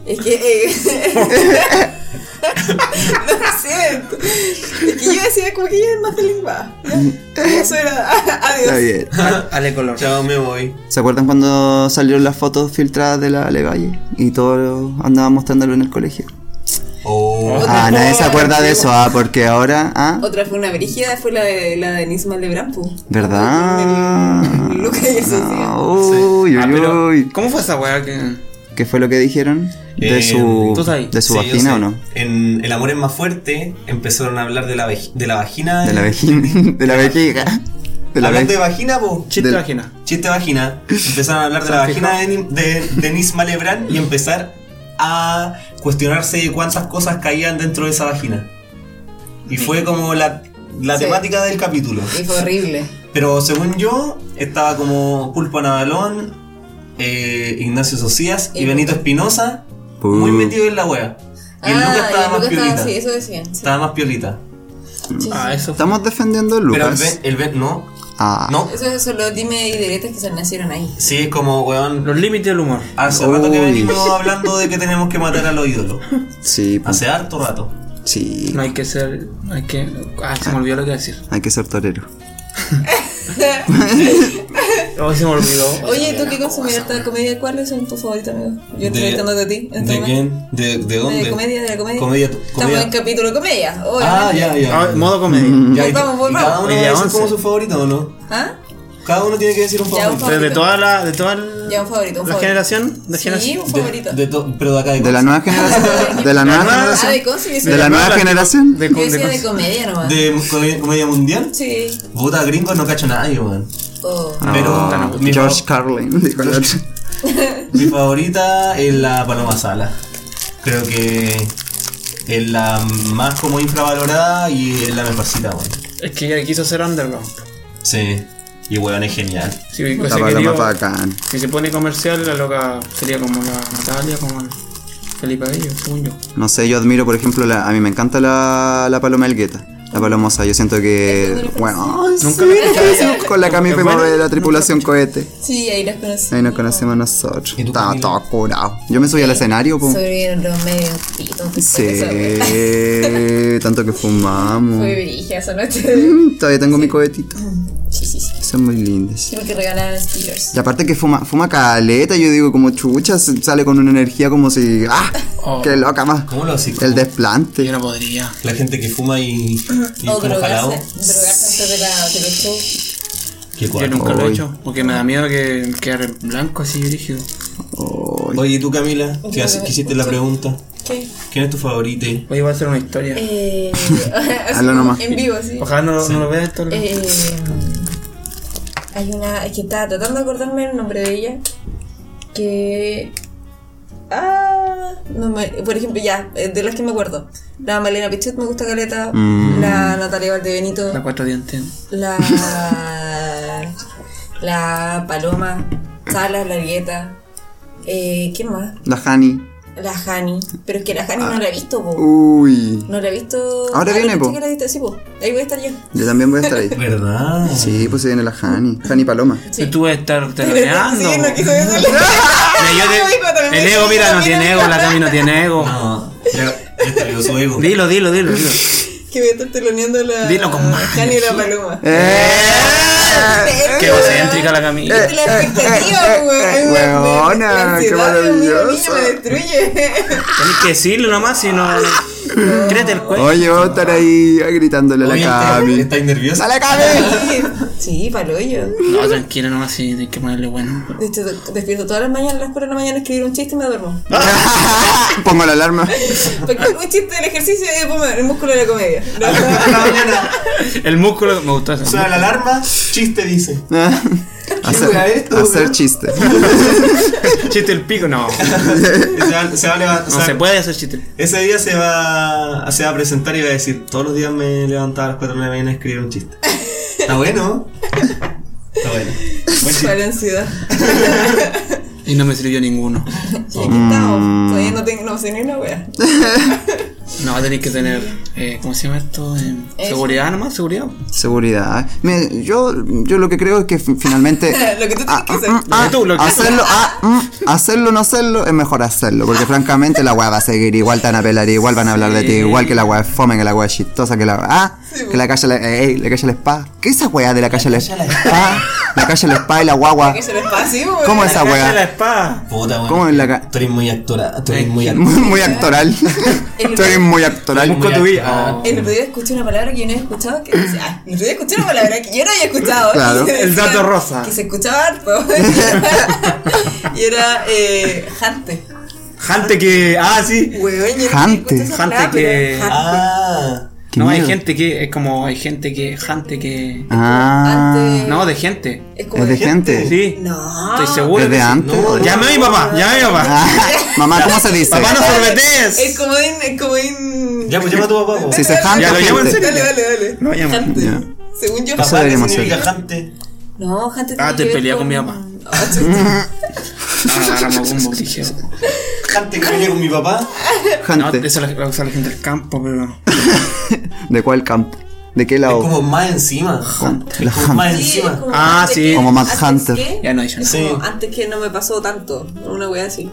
Speaker 3: Es que. eh, no lo siento. Es que yo decía como que ella es más feliz, va. Ya. Y Eso era.
Speaker 4: Está
Speaker 3: Adiós.
Speaker 4: bien.
Speaker 2: Ale color.
Speaker 1: Chao, me voy.
Speaker 4: ¿Se acuerdan cuando salieron las fotos filtradas de la Levalle? Y todos andaban mostrándolo en el colegio.
Speaker 1: Oh.
Speaker 4: Ah, nadie se acuerda de eso, ah, porque ahora, ah,
Speaker 3: Otra fue una brígida, fue la de la de Denise Malebran, pu.
Speaker 4: ¿verdad?
Speaker 3: El- el Luca y el Sofía.
Speaker 4: No, Uy,
Speaker 2: Ah,
Speaker 4: uy,
Speaker 2: pero,
Speaker 4: uy.
Speaker 2: ¿Cómo fue esa weá que.?
Speaker 4: ¿Qué fue lo que dijeron? De
Speaker 1: Eh,
Speaker 4: su,
Speaker 2: ¿tú sabes?
Speaker 4: de su
Speaker 1: Sí, yo sé.
Speaker 4: vagina o no?
Speaker 1: En El amor es más fuerte empezaron a hablar de la, vagi- de la vagina.
Speaker 4: De la vagina, de la vejiga, de la
Speaker 1: Hablando de
Speaker 4: vejiga.
Speaker 1: vagina, po.
Speaker 2: Chiste
Speaker 4: Del-
Speaker 2: vagina.
Speaker 1: Chiste vagina. Empezaron a hablar de la
Speaker 2: ¿Se han
Speaker 1: vagina de, Ni- de Denise Malebran y empezar a cuestionarse cuántas cosas caían dentro de esa vagina. Y fue como la, la
Speaker 3: Sí.
Speaker 1: temática del capítulo.
Speaker 3: Y fue horrible.
Speaker 1: Pero según yo, estaba como Pulpo Nadalón, eh, Ignacio Socias y
Speaker 3: Y-
Speaker 1: Benito Espinosa
Speaker 4: Pu-
Speaker 1: muy metido en la wea. Y el Lucas estaba
Speaker 3: Ah, y
Speaker 1: más
Speaker 3: Lucas
Speaker 1: piolita.
Speaker 3: sí, eso decían. sí.
Speaker 1: Estaba más piolita.
Speaker 3: Sí, sí.
Speaker 2: Ah, eso fue.
Speaker 4: Estamos defendiendo a
Speaker 1: Pero el
Speaker 4: Lucas.
Speaker 1: Ben, el Ben- no.
Speaker 4: Ah.
Speaker 1: No,
Speaker 3: Eso son los dime y diretes que se nacieron ahí.
Speaker 1: sí, es como, weón.
Speaker 2: Los límites del humor.
Speaker 1: Hace rato que
Speaker 4: Uy.
Speaker 1: venimos hablando de que tenemos que matar a los ídolos.
Speaker 4: Sí, po.
Speaker 1: Hace harto rato.
Speaker 4: sí.
Speaker 2: No hay que ser. Hay que. Ah, se me olvidó lo que iba a decir.
Speaker 4: Hay que ser torero.
Speaker 2: Oh, se me olvidó.
Speaker 3: Oye, ¿tú qué consumías harta comedia? ¿Cuáles son tus favoritos, amigo? Yo entrevistándote a ti. en este
Speaker 1: ¿De
Speaker 3: momento.
Speaker 1: quién? ¿De, de dónde?
Speaker 3: De comedia, de la comedia.
Speaker 1: Comedia,
Speaker 3: Estamos
Speaker 1: comedia.
Speaker 3: en capítulo de comedia. Oh,
Speaker 1: Ah,
Speaker 3: obviamente.
Speaker 1: ya,
Speaker 2: Ah,
Speaker 1: ya.
Speaker 2: modo comedia.
Speaker 4: Mm.
Speaker 1: Ya, y-
Speaker 3: Volvamos,
Speaker 1: y
Speaker 3: volvamos.
Speaker 1: cada uno
Speaker 2: Y de
Speaker 1: debe decir
Speaker 2: once.
Speaker 1: como su favorito o no.
Speaker 3: ¿Ah?
Speaker 1: Cada uno tiene que decir un
Speaker 3: Ya, un
Speaker 1: favorito.
Speaker 2: Pero de toda la. De toda
Speaker 3: Ya,
Speaker 2: la, la
Speaker 3: un favorito, un favorito.
Speaker 2: generación. De
Speaker 3: Sí,
Speaker 2: generación.
Speaker 3: un favorito.
Speaker 1: De to- pero de acá de
Speaker 4: De
Speaker 1: Conce.
Speaker 4: la nueva generación. De la nueva
Speaker 3: ah,
Speaker 4: generación.
Speaker 3: de cosas. Yo
Speaker 4: De la
Speaker 3: decía
Speaker 4: nueva generación.
Speaker 2: De,
Speaker 3: yo
Speaker 2: con- de
Speaker 3: decía
Speaker 2: con-
Speaker 3: de comedia nomás.
Speaker 1: De comedia, comedia mundial.
Speaker 3: Sí.
Speaker 1: Puta gringos no cacho nadie, weón.
Speaker 3: Oh.
Speaker 1: Pero
Speaker 4: No,
Speaker 1: mi,
Speaker 4: George
Speaker 1: fa-
Speaker 4: Carlin. dijo el otro.
Speaker 1: mi favorita es la Paloma Sala. Creo que es la más como infravalorada y es la mejorcita, weón.
Speaker 2: Es que ella quiso ser underground.
Speaker 1: Sí. Y weón es genial.
Speaker 2: Sí, cosa
Speaker 4: La
Speaker 2: que
Speaker 4: paloma
Speaker 2: dio-
Speaker 4: bacán.
Speaker 2: Si se pone comercial, la loca sería como la Natalia, como la Felipe Bello, según yo.
Speaker 4: No sé, yo admiro, por ejemplo, la, a mí me encanta la, la paloma Elgueta. La palomosa, yo siento que. Bueno,
Speaker 2: Nunca
Speaker 4: sí,
Speaker 2: la escuché.
Speaker 4: sí, con la que a mí
Speaker 2: Es
Speaker 4: fuimos a
Speaker 2: buena.
Speaker 4: ver la tripulación cohete.
Speaker 3: Sí, ahí nos conocimos.
Speaker 4: Ahí nos conocemos nosotros.
Speaker 1: ¿Y tú,
Speaker 4: Estaba
Speaker 1: Camila?
Speaker 4: todo curado. Yo me subí al escenario, po.
Speaker 3: Sobrevivieron los medios pitos.
Speaker 4: Sí,
Speaker 3: Esa wea.
Speaker 4: tanto que fumamos.
Speaker 3: Fue brilla esa noche.
Speaker 4: Mm, Todavía tengo mi cohetito.
Speaker 3: Sí, sí, sí.
Speaker 4: Son muy lindas.
Speaker 3: Sí, porque regalaron stickers.
Speaker 4: Y aparte que fuma, fuma caleta, yo digo como chucha, se- sale con una energía como si. ¡Ah!
Speaker 2: Oh.
Speaker 4: ¡Qué loca más!
Speaker 1: ¿Cómo lo haces?
Speaker 4: El
Speaker 1: ¿Cómo?
Speaker 4: desplante.
Speaker 2: Yo no podría.
Speaker 1: La gente que fuma y, y
Speaker 3: O
Speaker 1: como jalado.
Speaker 3: drogarse, drogarse antes de la de los shows.
Speaker 1: Qué
Speaker 2: Yo
Speaker 1: cuadro.
Speaker 2: nunca lo he
Speaker 4: Oy.
Speaker 2: hecho, porque me da miedo que quedar blanco así rígido.
Speaker 4: Oh,
Speaker 1: Oye, ¿y tú Camila, que, haces- que hiciste la pregunta.
Speaker 3: ¿Qué?
Speaker 1: ¿Quién es tu favorito?
Speaker 2: Hoy va a ser una historia.
Speaker 3: Eh,
Speaker 4: Hazlo nomás.
Speaker 3: En vivo, sí.
Speaker 2: Ojalá no, no lo veas esto. ¿no?
Speaker 3: Eh, hay una. Es que estaba tratando de acordarme el nombre de ella. Que. Ah, no me- por ejemplo, ya, eh, de las que me acuerdo. La Malena Pichot me gusta caleta.
Speaker 4: Mm.
Speaker 3: La Natalia Valdebenito.
Speaker 2: La cuatro dientes.
Speaker 3: La. la Paloma. Salas, la Grieta. Eh, ¿Quién más?
Speaker 4: la Hani.
Speaker 3: La Hani. Pero es que la Hani no la he visto, po.
Speaker 4: Uy.
Speaker 3: No la he visto.
Speaker 4: Ah. Ahora
Speaker 3: Ah,
Speaker 4: viene,
Speaker 3: ¿caché
Speaker 4: po.
Speaker 3: que la viste? Sí, po. Ahí voy a estar yo.
Speaker 4: Yo también voy a estar ahí.
Speaker 1: ¿Verdad?
Speaker 4: Sí, pues se viene la Hani. Hani Paloma.
Speaker 3: Sí.
Speaker 2: Tú vas a estar terreando.
Speaker 3: Sí, no quiso decirlo.
Speaker 2: Mira, yo te-
Speaker 3: Yo digo también,
Speaker 2: el
Speaker 3: yo
Speaker 2: ego,
Speaker 3: digo
Speaker 2: mira, no
Speaker 3: también.
Speaker 2: tiene ego, la Cami no tiene ego.
Speaker 1: No, yo, yo te digo su ego.
Speaker 2: Dilo, dilo, dilo, dilo.
Speaker 3: Que voy a estar teloneando la.
Speaker 2: Dilo con más
Speaker 3: Jani y la paloma.
Speaker 4: ¡Eh!
Speaker 2: Qué egocéntrica la Cami.
Speaker 3: La expectativa, weón.
Speaker 4: Huevona,
Speaker 3: Me- me- la
Speaker 4: eh, qué
Speaker 3: ansiedad,
Speaker 4: maravilloso.
Speaker 3: mi niño me destruye.
Speaker 2: Tenés que decirlo nomás, si no. Créete el cuello.
Speaker 4: Oye, voy a estar ahí gritándole a la
Speaker 1: Oye,
Speaker 4: Cami.
Speaker 1: ¿Estás nerviosa?
Speaker 4: ¡Sale, Cami!
Speaker 3: Sí, palollo.
Speaker 2: No, tranquilo nomás, si tienes que ponerle bueno.
Speaker 3: De hecho, despierto todas las mañanas, a las 4 de la mañana, a escribir un chiste y me duermo.
Speaker 4: Pongo la alarma.
Speaker 3: Porque un chiste del ejercicio y después me- el músculo de la comedia. No,
Speaker 1: Una mañana
Speaker 2: El músculo me gustó eso.
Speaker 1: suena la alarma, chiste dice. wea es
Speaker 4: hacer,
Speaker 1: esto,
Speaker 4: hacer
Speaker 1: weón?
Speaker 4: chiste.
Speaker 2: Chiste el pico, no.
Speaker 1: Se va, se va a levantar.
Speaker 2: No se puede hacer chiste.
Speaker 1: Ese día se va, se va a presentar y va a decir: Todos los días me levantaba a las 4 de la mañana a escribir un chiste. Está bueno. Está bueno. Buen
Speaker 3: para
Speaker 1: chiste.
Speaker 3: la ansiedad.
Speaker 2: Y no me sirvió ninguno.
Speaker 3: Y aquí
Speaker 4: Mm.
Speaker 3: estamos. Todavía no tengo, no sé ni una wea.
Speaker 2: No, tenéis que tener. Eh, ¿Cómo se llama esto? Eh,
Speaker 3: Eso.
Speaker 2: seguridad nomás, seguridad.
Speaker 4: Seguridad. Mira, yo, yo lo que creo es que fi- finalmente.
Speaker 3: Lo que tú tienes
Speaker 4: ah,
Speaker 3: que hacer.
Speaker 4: mm, ah,
Speaker 2: Lo que tú, lo que tú.
Speaker 4: hacerlo, ah, mm, hacerlo, no hacerlo, es mejor hacerlo. Porque francamente la weá va a seguir. Igual te van a pelar, igual van a hablar de ti,
Speaker 2: Sí.
Speaker 4: igual que la weá es fome, que la weá es chistosa, que la ah, que la calle la, eh, eh, la calle la spa. ¿Qué es esa weá de la calle la spa? La calle la spa y la guagua.
Speaker 3: Que se les pase, weón.
Speaker 4: ¿Cómo esa
Speaker 2: Cállate la
Speaker 4: weá?
Speaker 2: espada.
Speaker 1: Puta, weón.
Speaker 4: ¿Cómo es la ca-
Speaker 1: Tú eres muy actora. Tú eres muy actora.
Speaker 4: Muy, muy actoral. Tú eres muy actoral.
Speaker 2: Busco tu vida.
Speaker 3: El otro día escuché una palabra que yo no había escuchado. Que dice, ah, el otro día escuché una palabra que yo no había escuchado.
Speaker 4: Claro.
Speaker 3: Y decía
Speaker 2: El dato rosa.
Speaker 3: Que se escuchaba harto. y era eh, Jante.
Speaker 2: Jante que. Ah, sí.
Speaker 3: Huevón, yo
Speaker 4: Jante.
Speaker 3: no había escuchado esa
Speaker 2: Jante
Speaker 3: palabra,
Speaker 2: que-
Speaker 3: pero Jante.
Speaker 1: Ah.
Speaker 4: Qué
Speaker 2: no, hay
Speaker 4: miedo.
Speaker 2: gente que. Es como. Hay gente que. Jante que.
Speaker 4: Ah,
Speaker 3: Antes-
Speaker 2: No, de gente.
Speaker 3: Es como.
Speaker 4: es de gente.
Speaker 2: Sí.
Speaker 3: No.
Speaker 2: Estoy seguro. que
Speaker 4: Desde
Speaker 2: sí.
Speaker 4: antes.
Speaker 1: No, no.
Speaker 2: Llame a mi papá, llame a mi papá.
Speaker 4: Ah, mamá, ¿cómo se dice?
Speaker 2: Papá, no
Speaker 3: Es
Speaker 2: sorbetes.
Speaker 3: como en. Es como en...
Speaker 1: Ya, pues llama a tu papá. po.
Speaker 4: Si se janta,
Speaker 2: Ya lo llaman
Speaker 4: gente.
Speaker 2: serio.
Speaker 3: Dale, dale, dale.
Speaker 2: No, llama.
Speaker 3: Jante.
Speaker 4: Ya.
Speaker 3: Según yo.
Speaker 1: Papá, ¿qué
Speaker 4: deberíamos
Speaker 1: significa
Speaker 4: hacer.
Speaker 1: jante?
Speaker 3: No, Jante.
Speaker 2: Ah,
Speaker 3: tiene
Speaker 2: te
Speaker 3: que ver
Speaker 2: peleé con mi papá.
Speaker 3: Ah, chucha.
Speaker 4: ah,
Speaker 2: No, agarramos combo, dije.
Speaker 1: Jante que venía con mi papá.
Speaker 2: No,
Speaker 4: Gente.
Speaker 2: eso la- la usa la gente del campo, pero.
Speaker 4: ¿De cuál campo? ¿De qué
Speaker 1: Es
Speaker 4: lado?
Speaker 1: como más encima. Es como más encima.
Speaker 2: Ah,
Speaker 3: antes
Speaker 2: sí.
Speaker 3: que-
Speaker 4: Como Mad
Speaker 3: antes
Speaker 4: Hunter.
Speaker 3: que-
Speaker 2: Ya no hay ya no.
Speaker 3: es
Speaker 1: Sí.
Speaker 3: como, antes que no me pasó tanto. Una wea así.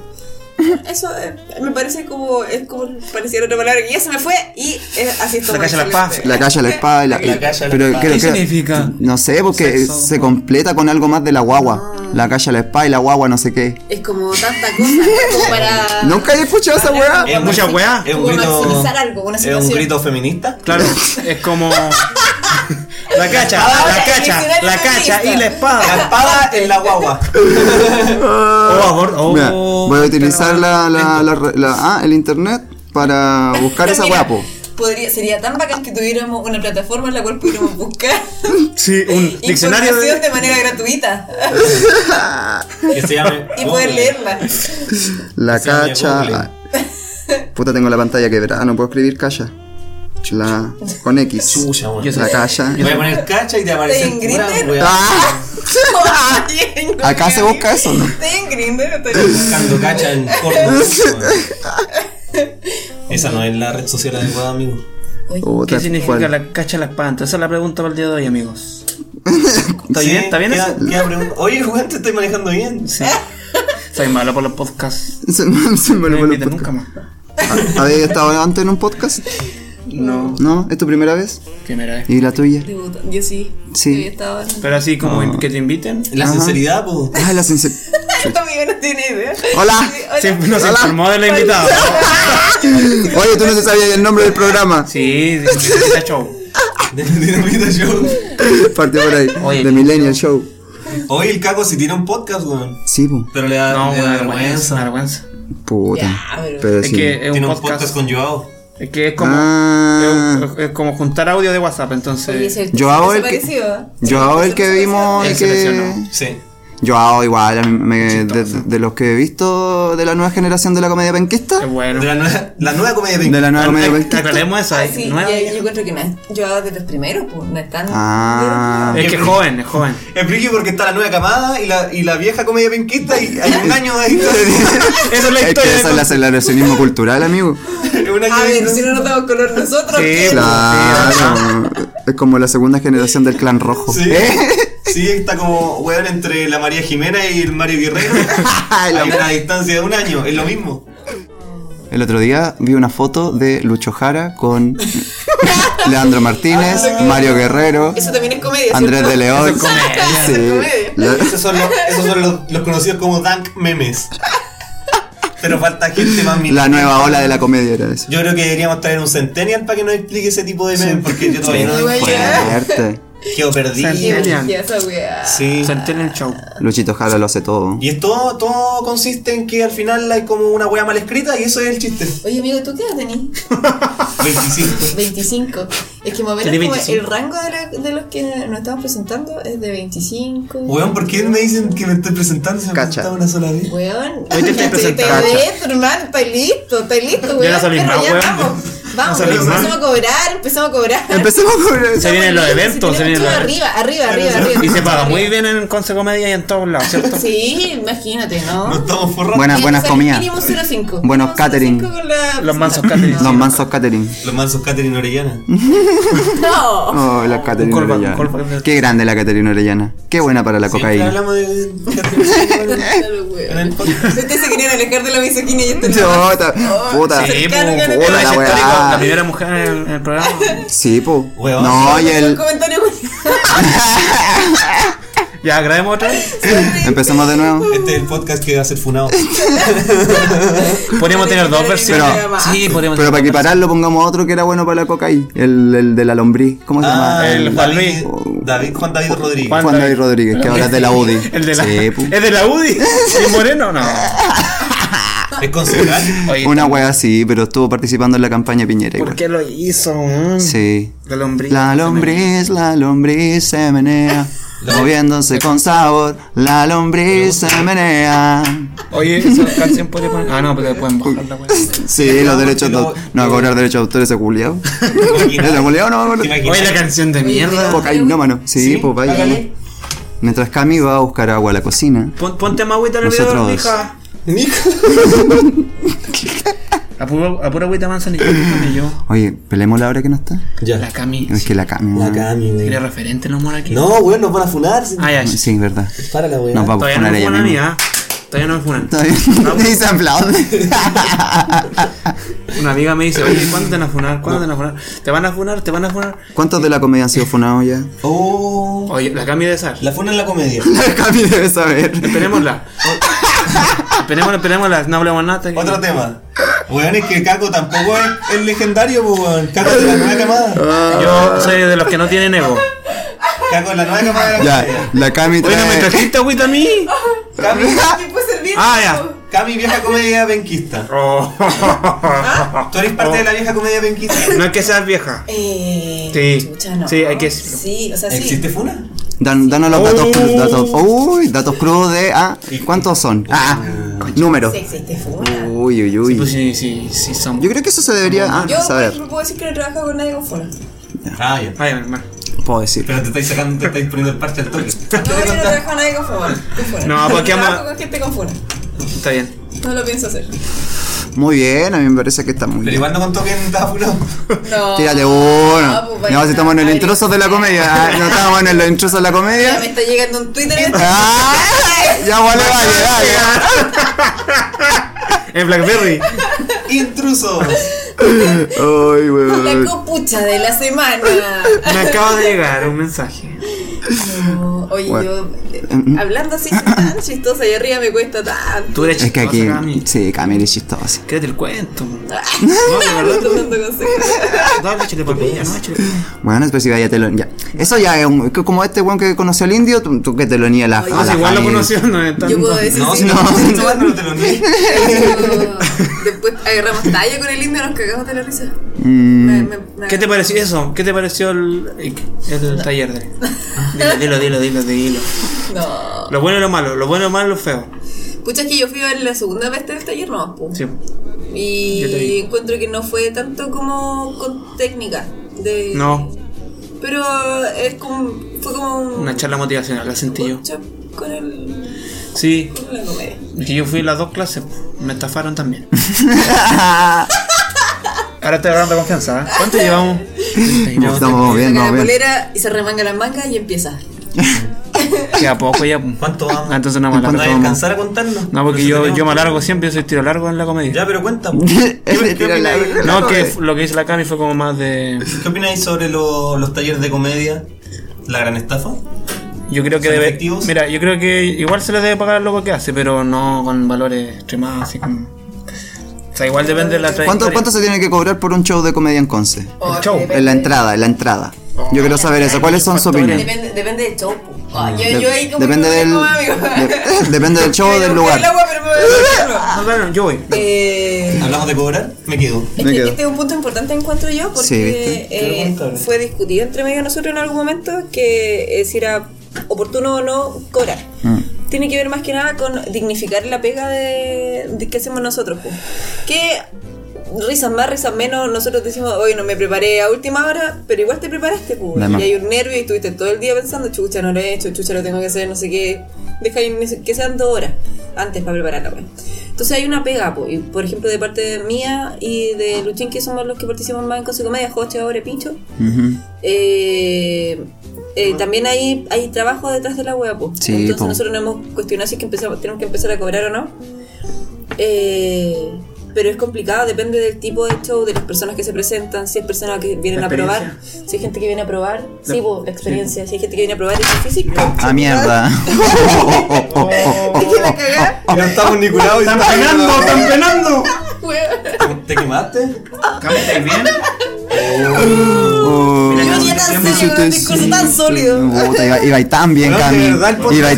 Speaker 3: Eso eh, me parece como. Es como pareciera otra palabra que ya se me fue y eh, así es todo.
Speaker 2: La calle de la
Speaker 3: excelente.
Speaker 2: paz.
Speaker 4: La calle a la espada y la.
Speaker 1: La calle a la
Speaker 4: pero
Speaker 1: espada.
Speaker 4: creo
Speaker 2: ¿Qué
Speaker 4: que-
Speaker 2: significa?
Speaker 4: No sé, porque
Speaker 2: Sexo.
Speaker 4: se completa con algo más de la guagua. La calle a la espada y la guagua, no sé qué.
Speaker 3: Es como tanta cosa como para.
Speaker 4: Nunca he escuchado esa weá.
Speaker 1: Es
Speaker 2: Mucha
Speaker 1: un-
Speaker 2: weá.
Speaker 1: Es un
Speaker 3: Como
Speaker 1: grito.
Speaker 3: maximizar algo, una
Speaker 1: Es un
Speaker 3: situación.
Speaker 1: grito feminista.
Speaker 2: Claro, es como. La cacha,
Speaker 3: Ahora,
Speaker 2: la cacha,
Speaker 3: diccionario
Speaker 2: la cacha y
Speaker 3: feminista.
Speaker 2: la
Speaker 1: La
Speaker 2: espada.
Speaker 1: espada en la guagua.
Speaker 2: Oh, abor- oh,
Speaker 4: Mira, voy a utilizar la, la, la, la- ah, el internet para buscar esa
Speaker 3: Mira,
Speaker 4: weá, po.
Speaker 3: Podría, sería tan bacán que tuviéramos una plataforma en la cual pudiéramos buscar
Speaker 2: Sí, un diccionario de.
Speaker 3: información de manera gratuita
Speaker 1: Que se llame.
Speaker 3: y poder
Speaker 1: Google.
Speaker 3: leerla.
Speaker 4: La
Speaker 1: Se llama
Speaker 4: cacha.
Speaker 1: Google.
Speaker 4: ay. Puta, tengo la pantalla quebrada. No puedo escribir cacha. La. Con X.
Speaker 1: Chucha, weón.
Speaker 4: La cacha.
Speaker 1: Voy a poner cacha y te aparece
Speaker 3: ¿Estoy en
Speaker 1: pura
Speaker 3: Grindr?
Speaker 1: weá.
Speaker 4: ¡Ah! Acá se busca eso, ¿no?
Speaker 3: Estoy en Grindr, estoy
Speaker 1: Buscando cacha en porno. Esa no es la red social adecuada, amigo.
Speaker 4: Puta,
Speaker 2: ¿Qué significa
Speaker 4: ¿cuál?
Speaker 2: la cacha y la espada? Entonces, esa es la pregunta para el día de hoy, amigos. ¿Está bien? ¿Está bien
Speaker 1: queda-
Speaker 2: eso?
Speaker 1: queda pregun- Oye, weón, te estoy manejando bien.
Speaker 2: Sí. Soy malo por los podcasts.
Speaker 4: Se me- se me
Speaker 2: No me
Speaker 4: olvidó el
Speaker 2: inviten
Speaker 4: podcast.
Speaker 2: nunca más.
Speaker 4: ¿Habéis estado antes en un podcast?
Speaker 2: No,
Speaker 4: ¿No? ¿Es tu primera vez?
Speaker 2: primera vez.
Speaker 4: ¿Y la tuya?
Speaker 3: debuta- Yo sí.
Speaker 4: Sí.
Speaker 3: Yo estaba.
Speaker 2: Pero así como
Speaker 4: Ah.
Speaker 2: in- que te inviten.
Speaker 1: La
Speaker 4: Ajá.
Speaker 1: sinceridad, po.
Speaker 4: Ah, la sincer-
Speaker 3: Esta amiga no tiene idea.
Speaker 4: Hola.
Speaker 3: Sí, hola.
Speaker 2: Siempre nos
Speaker 4: Hola.
Speaker 2: informó de la invitada.
Speaker 4: Oye, tú no te sabías el nombre del programa.
Speaker 2: Sí, sí, está show.
Speaker 1: De Dinamita Show.
Speaker 4: Partió por ahí.
Speaker 2: Oye,
Speaker 4: The Millennial Show.
Speaker 1: Oye, el caco si tiene un podcast, weón.
Speaker 4: Sí, po.
Speaker 1: Pero le da,
Speaker 2: No,
Speaker 1: le da
Speaker 2: una vergüenza, una
Speaker 1: Ah, vergüenza.
Speaker 2: vergüenza.
Speaker 4: Puta.
Speaker 3: Ya, pero-
Speaker 4: Pero
Speaker 2: Es
Speaker 4: Pues sí.
Speaker 2: que es un
Speaker 1: Tiene un podcast,
Speaker 2: podcast.
Speaker 1: con Joao.
Speaker 2: Es que es como.
Speaker 4: Ah.
Speaker 2: es- Es como juntar audio de WhatsApp,
Speaker 3: Oye,
Speaker 2: entonces.
Speaker 3: ese-
Speaker 4: Yo hago
Speaker 3: ese
Speaker 4: el que-
Speaker 3: parecido, ¿eh?
Speaker 4: Yo hago el que
Speaker 3: Ese
Speaker 4: vimos
Speaker 2: Él
Speaker 4: el
Speaker 2: se
Speaker 4: que.
Speaker 2: lesionó.
Speaker 1: Sí.
Speaker 4: Yo hago igual, a mí me- de, de los que he visto de la nueva generación de la comedia
Speaker 2: Es
Speaker 4: penquista.
Speaker 1: De
Speaker 2: bueno.
Speaker 1: la nueva, la nueva comedia de
Speaker 4: De la nueva comedia
Speaker 2: Ac-
Speaker 4: penquista.
Speaker 2: Aclaremos eso
Speaker 3: Ah,
Speaker 2: ahí.
Speaker 3: sí,
Speaker 2: no es-
Speaker 3: y- yo encuentro que no es- yo hago de los primeros, pues, no es tan.
Speaker 4: Ah.
Speaker 2: Es que es joven, es joven.
Speaker 1: Explique porque está la nueva camada y la, y la vieja comedia penquista y hay un año de
Speaker 2: Esa es la
Speaker 4: Es
Speaker 2: historia.
Speaker 4: que esa es la aceleracionismo cultural, amigo.
Speaker 1: un año
Speaker 3: A
Speaker 1: de
Speaker 3: ver, si Ah, no nos damos color nosotros.
Speaker 2: Sí,
Speaker 3: ¿qué?
Speaker 2: la-
Speaker 4: Claro. Es como la segunda generación del clan rojo.
Speaker 1: Sí.
Speaker 4: ¿Eh?
Speaker 1: Sí, está como, weón, entre la María Jimena y el Mario Guerrero.
Speaker 4: La-
Speaker 1: Hay una distancia de un año, es lo mismo.
Speaker 4: El otro día vi una foto de Lucho Jara con Leandro Martínez,
Speaker 2: Ah.
Speaker 4: Mario Guerrero,
Speaker 3: Eso también es comedia.
Speaker 4: Andrés
Speaker 3: ¿cierto?
Speaker 4: de León.
Speaker 2: Eso es comedia.
Speaker 4: Sí.
Speaker 3: Eso es comedia.
Speaker 4: La-
Speaker 1: Esos son los, esos son los, los conocidos como dank memes. Pero falta gente más
Speaker 4: La
Speaker 1: millennial.
Speaker 4: nueva ola de la comedia era eso.
Speaker 1: Yo creo que deberíamos traer un centennial para que nos explique ese tipo de memes, porque yo todavía no
Speaker 3: Igual
Speaker 1: encuentro.
Speaker 3: ya.
Speaker 4: Fuerte.
Speaker 1: Quedo perdido.
Speaker 3: Qué
Speaker 2: Genial.
Speaker 3: brígida esa wea.
Speaker 1: Sí.
Speaker 2: Sentir el show.
Speaker 4: Luchito Jara lo hace todo.
Speaker 1: Y es todo, todo consiste en que al final hay como una wea mal escrita y eso es el chiste.
Speaker 3: Oye, amigo, ¿tú qué edad tenés?
Speaker 1: 25.
Speaker 3: 25. Es que más o menos
Speaker 2: Tenés
Speaker 3: como
Speaker 2: 25.
Speaker 3: el rango de, la- de los que nos estamos presentando es de 25.
Speaker 1: Weón, ¿por qué me dicen que me estoy presentando si me he
Speaker 4: Cacha.
Speaker 1: presentado una sola vez?
Speaker 3: Weón,
Speaker 2: Hoy te estoy presentando.
Speaker 3: dentro, hermano, está listo, está listo, weón.
Speaker 2: no salís
Speaker 3: perro,
Speaker 2: más,
Speaker 3: ya
Speaker 2: weón.
Speaker 3: Vamos, vamos,
Speaker 2: salís
Speaker 3: empezamos
Speaker 2: más.
Speaker 3: a cobrar, empezamos a cobrar.
Speaker 4: Empecemos con
Speaker 2: Se vienen los eventos, se vienen los eventos.
Speaker 3: Arriba, arriba, arriba, arriba.
Speaker 2: Y se paga muy bien en Conce Comedia y en todos lados, ¿cierto?
Speaker 3: Sí, imagínate,
Speaker 1: No
Speaker 3: ¿no?
Speaker 1: estamos forrados.
Speaker 4: Buenas,
Speaker 3: Eh,
Speaker 4: buenas
Speaker 3: o sea,
Speaker 4: comidas.
Speaker 3: Mínimo 0,5.
Speaker 4: Buenos
Speaker 3: Mínimo
Speaker 4: catering.
Speaker 3: 0,5 con la-
Speaker 2: Los mansos catering.
Speaker 4: Los mansos catering.
Speaker 1: Los mansos Catherine Orellana.
Speaker 3: No.
Speaker 4: Oh, la Caterina
Speaker 2: callback, un
Speaker 4: Orellana.
Speaker 2: callback.
Speaker 4: Qué grande la Caterina Orellana. Qué buena para la
Speaker 1: Siempre
Speaker 4: cocaína.
Speaker 1: hablamos de Catherine Orellana
Speaker 3: Claro,
Speaker 1: en
Speaker 3: weón.
Speaker 1: el podcast.
Speaker 3: Ustedes se querían alejar de la misoginia y esto no.
Speaker 4: Yo, ta-
Speaker 3: Oh,
Speaker 4: puta.
Speaker 2: Sí, po,
Speaker 3: Claro, claro,
Speaker 2: po,
Speaker 4: claro.
Speaker 2: la
Speaker 4: La
Speaker 2: histórica,
Speaker 4: weá.
Speaker 2: la primera mujer en el, en el programa.
Speaker 4: Sí, po.
Speaker 1: Weón.
Speaker 4: No, y
Speaker 3: Un
Speaker 4: el.
Speaker 3: comentario
Speaker 2: Ya, agradecemos otra vez.
Speaker 4: Empecemos de nuevo.
Speaker 1: Este es el podcast que va a ser funado.
Speaker 2: Podríamos tener dos versiones.
Speaker 3: Pero-
Speaker 2: sí, podríamos
Speaker 4: Pero
Speaker 2: tener
Speaker 4: para
Speaker 2: dos
Speaker 4: equipararlo, pongamos otro que era bueno para la cocaína. El, el de la lombriz. ¿Cómo se
Speaker 1: Ah,
Speaker 4: llama?
Speaker 2: el Juan
Speaker 1: David,
Speaker 4: Luis.
Speaker 1: David- Juan David Rodríguez.
Speaker 2: Juan-
Speaker 4: Juan David Rodríguez, que ahora es de la UDI.
Speaker 2: versiones. El de la,
Speaker 4: Sí, po.
Speaker 2: ¿Es de la UDI? ¿Y Moreno? No.
Speaker 1: Es concejal.
Speaker 2: Oye,
Speaker 4: Una wea así, pero estuvo participando en la campaña de Piñera
Speaker 2: ¿Por
Speaker 4: igual.
Speaker 2: qué lo hizo? weón?
Speaker 4: Sí.
Speaker 2: La lombriz.
Speaker 4: La lombriz, la lombriz se menea, moviéndose con sabor. La lombriz se menea.
Speaker 2: Oye, esa canción puede poner. Ah, no, pero pueden bajarla, weón.
Speaker 4: Sí, los derechos.
Speaker 1: lo-
Speaker 4: No, no va a cobrar derechos de autor ese culiao. ¿Ese culiao no va
Speaker 1: ¿Te
Speaker 4: a cobrar?
Speaker 1: imaginas?
Speaker 2: Oye, la canción de mierda.
Speaker 4: Cocainómano. Sí, pues vaya.
Speaker 1: hágale.
Speaker 4: Mientras Cami va a buscar agua a la cocina.
Speaker 2: Pon- ponte más agüita en el
Speaker 4: Nosotros.
Speaker 2: video, hija.
Speaker 1: Nico.
Speaker 2: A puro- a pura agüita manzanilla. Déjame yo.
Speaker 4: Oye, peleemos la hora que no está.
Speaker 2: La
Speaker 1: Ya.
Speaker 2: Cami.
Speaker 4: Es que la cami.
Speaker 1: La
Speaker 4: weón.
Speaker 1: Cami,
Speaker 2: Tiene
Speaker 1: weón.
Speaker 2: referente el humor aquí.
Speaker 1: No, weón, nos van a funar.
Speaker 2: Ah, ya.
Speaker 4: Sí, verdad.
Speaker 1: Para la weá.
Speaker 4: Nos va a
Speaker 2: Todavía no
Speaker 4: poner
Speaker 2: me
Speaker 4: ella
Speaker 2: funan a mí,
Speaker 4: misma.
Speaker 2: ¿ah? Todavía no me funan.
Speaker 4: Está bien. Y se aplaude.
Speaker 2: Una amiga me dice, oye, ¿cuándo te van a funar? ¿Cuándo te van a funar? ¿Te van a funar? ¿Te van a funar?
Speaker 4: ¿Cuántos de la comedia han sido funados ya?
Speaker 1: Oh.
Speaker 2: Oye, la Cami de Sar.
Speaker 1: La funa en la comedia.
Speaker 4: La Cami debe saber.
Speaker 2: Esperémosla. esperémosla, esperémosla. No hablemos nada.
Speaker 1: Otro tema. Weón, es que Caco tampoco es el legendario, pues, weón. Caco es de la nueva camada.
Speaker 2: Yo soy de los que no tienen ego.
Speaker 1: Caco es la nueva camada de la
Speaker 4: Ya,
Speaker 1: comedia.
Speaker 4: la Cami
Speaker 2: Oye, ¿no me
Speaker 4: trae.
Speaker 2: trajiste agüita a mí?
Speaker 1: Cami,
Speaker 3: Tiempo servir.
Speaker 2: Ah, ya.
Speaker 1: Cami, vieja comedia penquista. ¿Tú eres parte de la vieja comedia penquista?
Speaker 2: No es que seas vieja.
Speaker 3: Eh,
Speaker 2: Sí.
Speaker 3: chucha, no.
Speaker 2: Sí, hay que decirlo.
Speaker 3: Sí, o sea, sí.
Speaker 1: ¿Existe funa?
Speaker 4: Dan, danos los datos
Speaker 2: Oh.
Speaker 4: crudos. Datos, uy, datos crudos de. Ah, ¿Cuántos son? Ah, números.
Speaker 3: Sí, existe Funa.
Speaker 4: Uy, uy, uy.
Speaker 2: Pues sí, sí, sí, somos.
Speaker 4: Yo creo que eso se debería ah,
Speaker 3: Yo por
Speaker 4: saber.
Speaker 3: ejemplo, puedo decir que no trabajo con nadie con Funa. No,
Speaker 1: Ah, ya.
Speaker 2: Ay, mi hermano.
Speaker 4: Puedo decir.
Speaker 1: Pero te estáis sacando, te estáis poniendo el parte al toque.
Speaker 3: yo no trabajo con nadie con Funa. con Funa.
Speaker 2: No, porque ama-
Speaker 3: Trabajo con gente con Funa.
Speaker 2: Está bien.
Speaker 3: No lo pienso hacer.
Speaker 4: Muy bien, a mí me parece que está muy
Speaker 1: Pero
Speaker 4: bien.
Speaker 1: igual no contó que estaba funado.
Speaker 3: No.
Speaker 4: Tírale
Speaker 3: No,
Speaker 4: uno.
Speaker 3: pues,
Speaker 4: No, si estamos en el
Speaker 3: vaya,
Speaker 4: intrusos de la comedia. Ah, No estamos en el intrusos de la
Speaker 3: Ya me
Speaker 4: comedia.
Speaker 3: está llegando un Twitter. este
Speaker 4: Ah, ya vale, vale, vale.
Speaker 2: En Blackberry.
Speaker 1: ¡Intrusos!
Speaker 4: Ay,
Speaker 3: La
Speaker 4: weón.
Speaker 3: copucha de la semana.
Speaker 2: Me acaba de llegar un mensaje.
Speaker 3: No, Oye,
Speaker 4: Bueno.
Speaker 3: yo eh, hablando así tan chistosa y arriba me cuesta tanto.
Speaker 2: Tú eres
Speaker 4: Es que aquí.
Speaker 2: chistosa, Cami.
Speaker 4: Sí, Camila es chistosa.
Speaker 2: Créete el cuento. No, de verdad.
Speaker 3: Estoy dando consejos.
Speaker 2: Dale, échale papilla, no, échale papilla.
Speaker 4: Bueno, pero si ya te lo. ya. Eso ya es un- que como este weón que conoció al indio, tú, tú que te lo niegas la.
Speaker 3: Ay,
Speaker 4: a
Speaker 2: Ah,
Speaker 4: la
Speaker 2: si igual lo
Speaker 4: Cami.
Speaker 2: conoció, no es tanto.
Speaker 3: Yo puedo decir
Speaker 1: No,
Speaker 3: sí.
Speaker 1: si no, no, no te lo niegues.
Speaker 3: Después agarramos talla con el indio, nos cagamos de la risa.
Speaker 4: Mm,
Speaker 3: Me- me- me-
Speaker 2: ¿Qué te pareció eso? ¿Qué te pareció el, el taller de? Dilo, dilo, dilo, dilo, dilo.
Speaker 3: No.
Speaker 2: Lo bueno y lo malo, lo bueno y lo malo y lo feo.
Speaker 3: Escuchas que yo fui a la segunda vez del taller, no, po.
Speaker 2: Sí. Yo te vi.
Speaker 3: Y encuentro que no fue tanto como con técnica. De,
Speaker 2: No,
Speaker 3: Pero es como, fue como un-
Speaker 2: una charla motivacional, la sentí yo.
Speaker 3: Chap, Con, el,
Speaker 2: Sí,
Speaker 3: con la comedia.
Speaker 2: es que yo fui a las dos clases, me estafaron también. Ahora estoy agarrando confianza, ¿eh? ¿Cuánto llevamos?
Speaker 4: ya estamos bien,
Speaker 3: Saca la
Speaker 4: vamos bien.
Speaker 3: polera y se remanga las mangas y empieza.
Speaker 2: Ya poco, ya.
Speaker 1: ¿Cuánto vamos?
Speaker 2: Ah, entonces no me
Speaker 1: ¿Cuándo
Speaker 2: alargo.
Speaker 1: vais a alcanzar a contarlo?
Speaker 2: No,
Speaker 1: Pero
Speaker 2: porque
Speaker 1: si
Speaker 2: yo,
Speaker 1: tenemos
Speaker 2: yo me
Speaker 1: que-
Speaker 2: alargo siempre, yo soy tiro largo en la comedia.
Speaker 1: Ya, pero cuenta.
Speaker 4: Tira la-
Speaker 1: ¿Qué
Speaker 2: No, que lo que hizo la Cami fue como más de.
Speaker 1: opináis sobre lo- los talleres de comedia? ¿La gran estafa?
Speaker 2: Yo creo que
Speaker 1: ¿Son
Speaker 2: debe.
Speaker 1: efectivos?
Speaker 2: Mira, yo creo que igual se le debe pagar al loco que hace, pero no con valores extremados, así como. O sea, igual depende de la
Speaker 4: ¿Cuánto,
Speaker 2: trayectoria.
Speaker 4: cuánto se tiene que cobrar por un show de comedia en Conce?
Speaker 3: O
Speaker 2: show,
Speaker 3: Oh, depende-
Speaker 4: En la entrada, en la entrada. Yo quiero saber eso. ¿Cuáles son sus opiniones?
Speaker 3: Depende, depende del show. po. Ah, yo,
Speaker 4: De-
Speaker 3: yo ahí como
Speaker 4: Mm. depende
Speaker 3: que
Speaker 4: del,
Speaker 3: no tengo amigos.
Speaker 4: de- depende del show
Speaker 3: Me
Speaker 4: o del
Speaker 3: voy a buscar
Speaker 4: lugar.
Speaker 3: el agua, pero me voy a buscarlo.
Speaker 2: No, claro, yo voy.
Speaker 3: Eh,
Speaker 1: ¿Hablamos de cobrar? Me quedo.
Speaker 3: es
Speaker 4: Me
Speaker 3: que
Speaker 4: quedo.
Speaker 3: este es un punto importante encuentro yo porque
Speaker 4: Sí, ¿viste?
Speaker 1: Pero
Speaker 3: eh,
Speaker 1: cuéntame.
Speaker 3: fue discutido entre medio de nosotros en algún momento que eh, si era oportuno o no cobrar.
Speaker 4: Mm.
Speaker 3: Tiene que ver más que nada con dignificar la pega de, de que hacemos nosotros. pues. Que risas más, risas menos, nosotros decimos, oye, no me preparé a última hora, pero igual te preparaste. pues.
Speaker 4: De más.
Speaker 3: Y hay un nervio y estuviste todo el día pensando, chucha, no lo he hecho, chucha, lo tengo que hacer, no sé qué. Deja que que sean dos horas antes para preparar la wea. Entonces hay una pega, po, y, por ejemplo, de parte de mía y de Luchín, que somos los que participan más en Cosa y Comedia, Joche, Aure, Pincho.
Speaker 4: Mm. Ujú.
Speaker 3: Eh, eh, también hay, hay trabajo detrás de la web. po.
Speaker 4: Sí,
Speaker 3: Entonces
Speaker 4: po.
Speaker 3: nosotros nos hemos cuestionado si es que empezamos, tenemos que empezar a cobrar o no. Eh, pero es complicado, depende del tipo de show, de las personas que se presentan, si es personas que vienen
Speaker 2: La
Speaker 3: a probar,
Speaker 2: experiencia.
Speaker 3: si hay gente que viene a probar,
Speaker 2: La-
Speaker 3: sí, po, la experiencia, si hay gente que viene a probar y es difícil.
Speaker 4: Ah, mierda. Oh,
Speaker 3: Es que la cagá,
Speaker 1: No estamos ni curados. ¡Están penando! ¡Están penando!
Speaker 3: weón.
Speaker 1: ¿Te quemaste?
Speaker 2: Cami, ¿estáis bien?
Speaker 4: Oh.
Speaker 3: Yo no tenía tan serio, un discurso tan sólido.
Speaker 4: Puta, iba, iba ahí tan bien,
Speaker 1: Bueno, de
Speaker 4: Cami.
Speaker 1: verdad, el podcast
Speaker 4: Iba ahí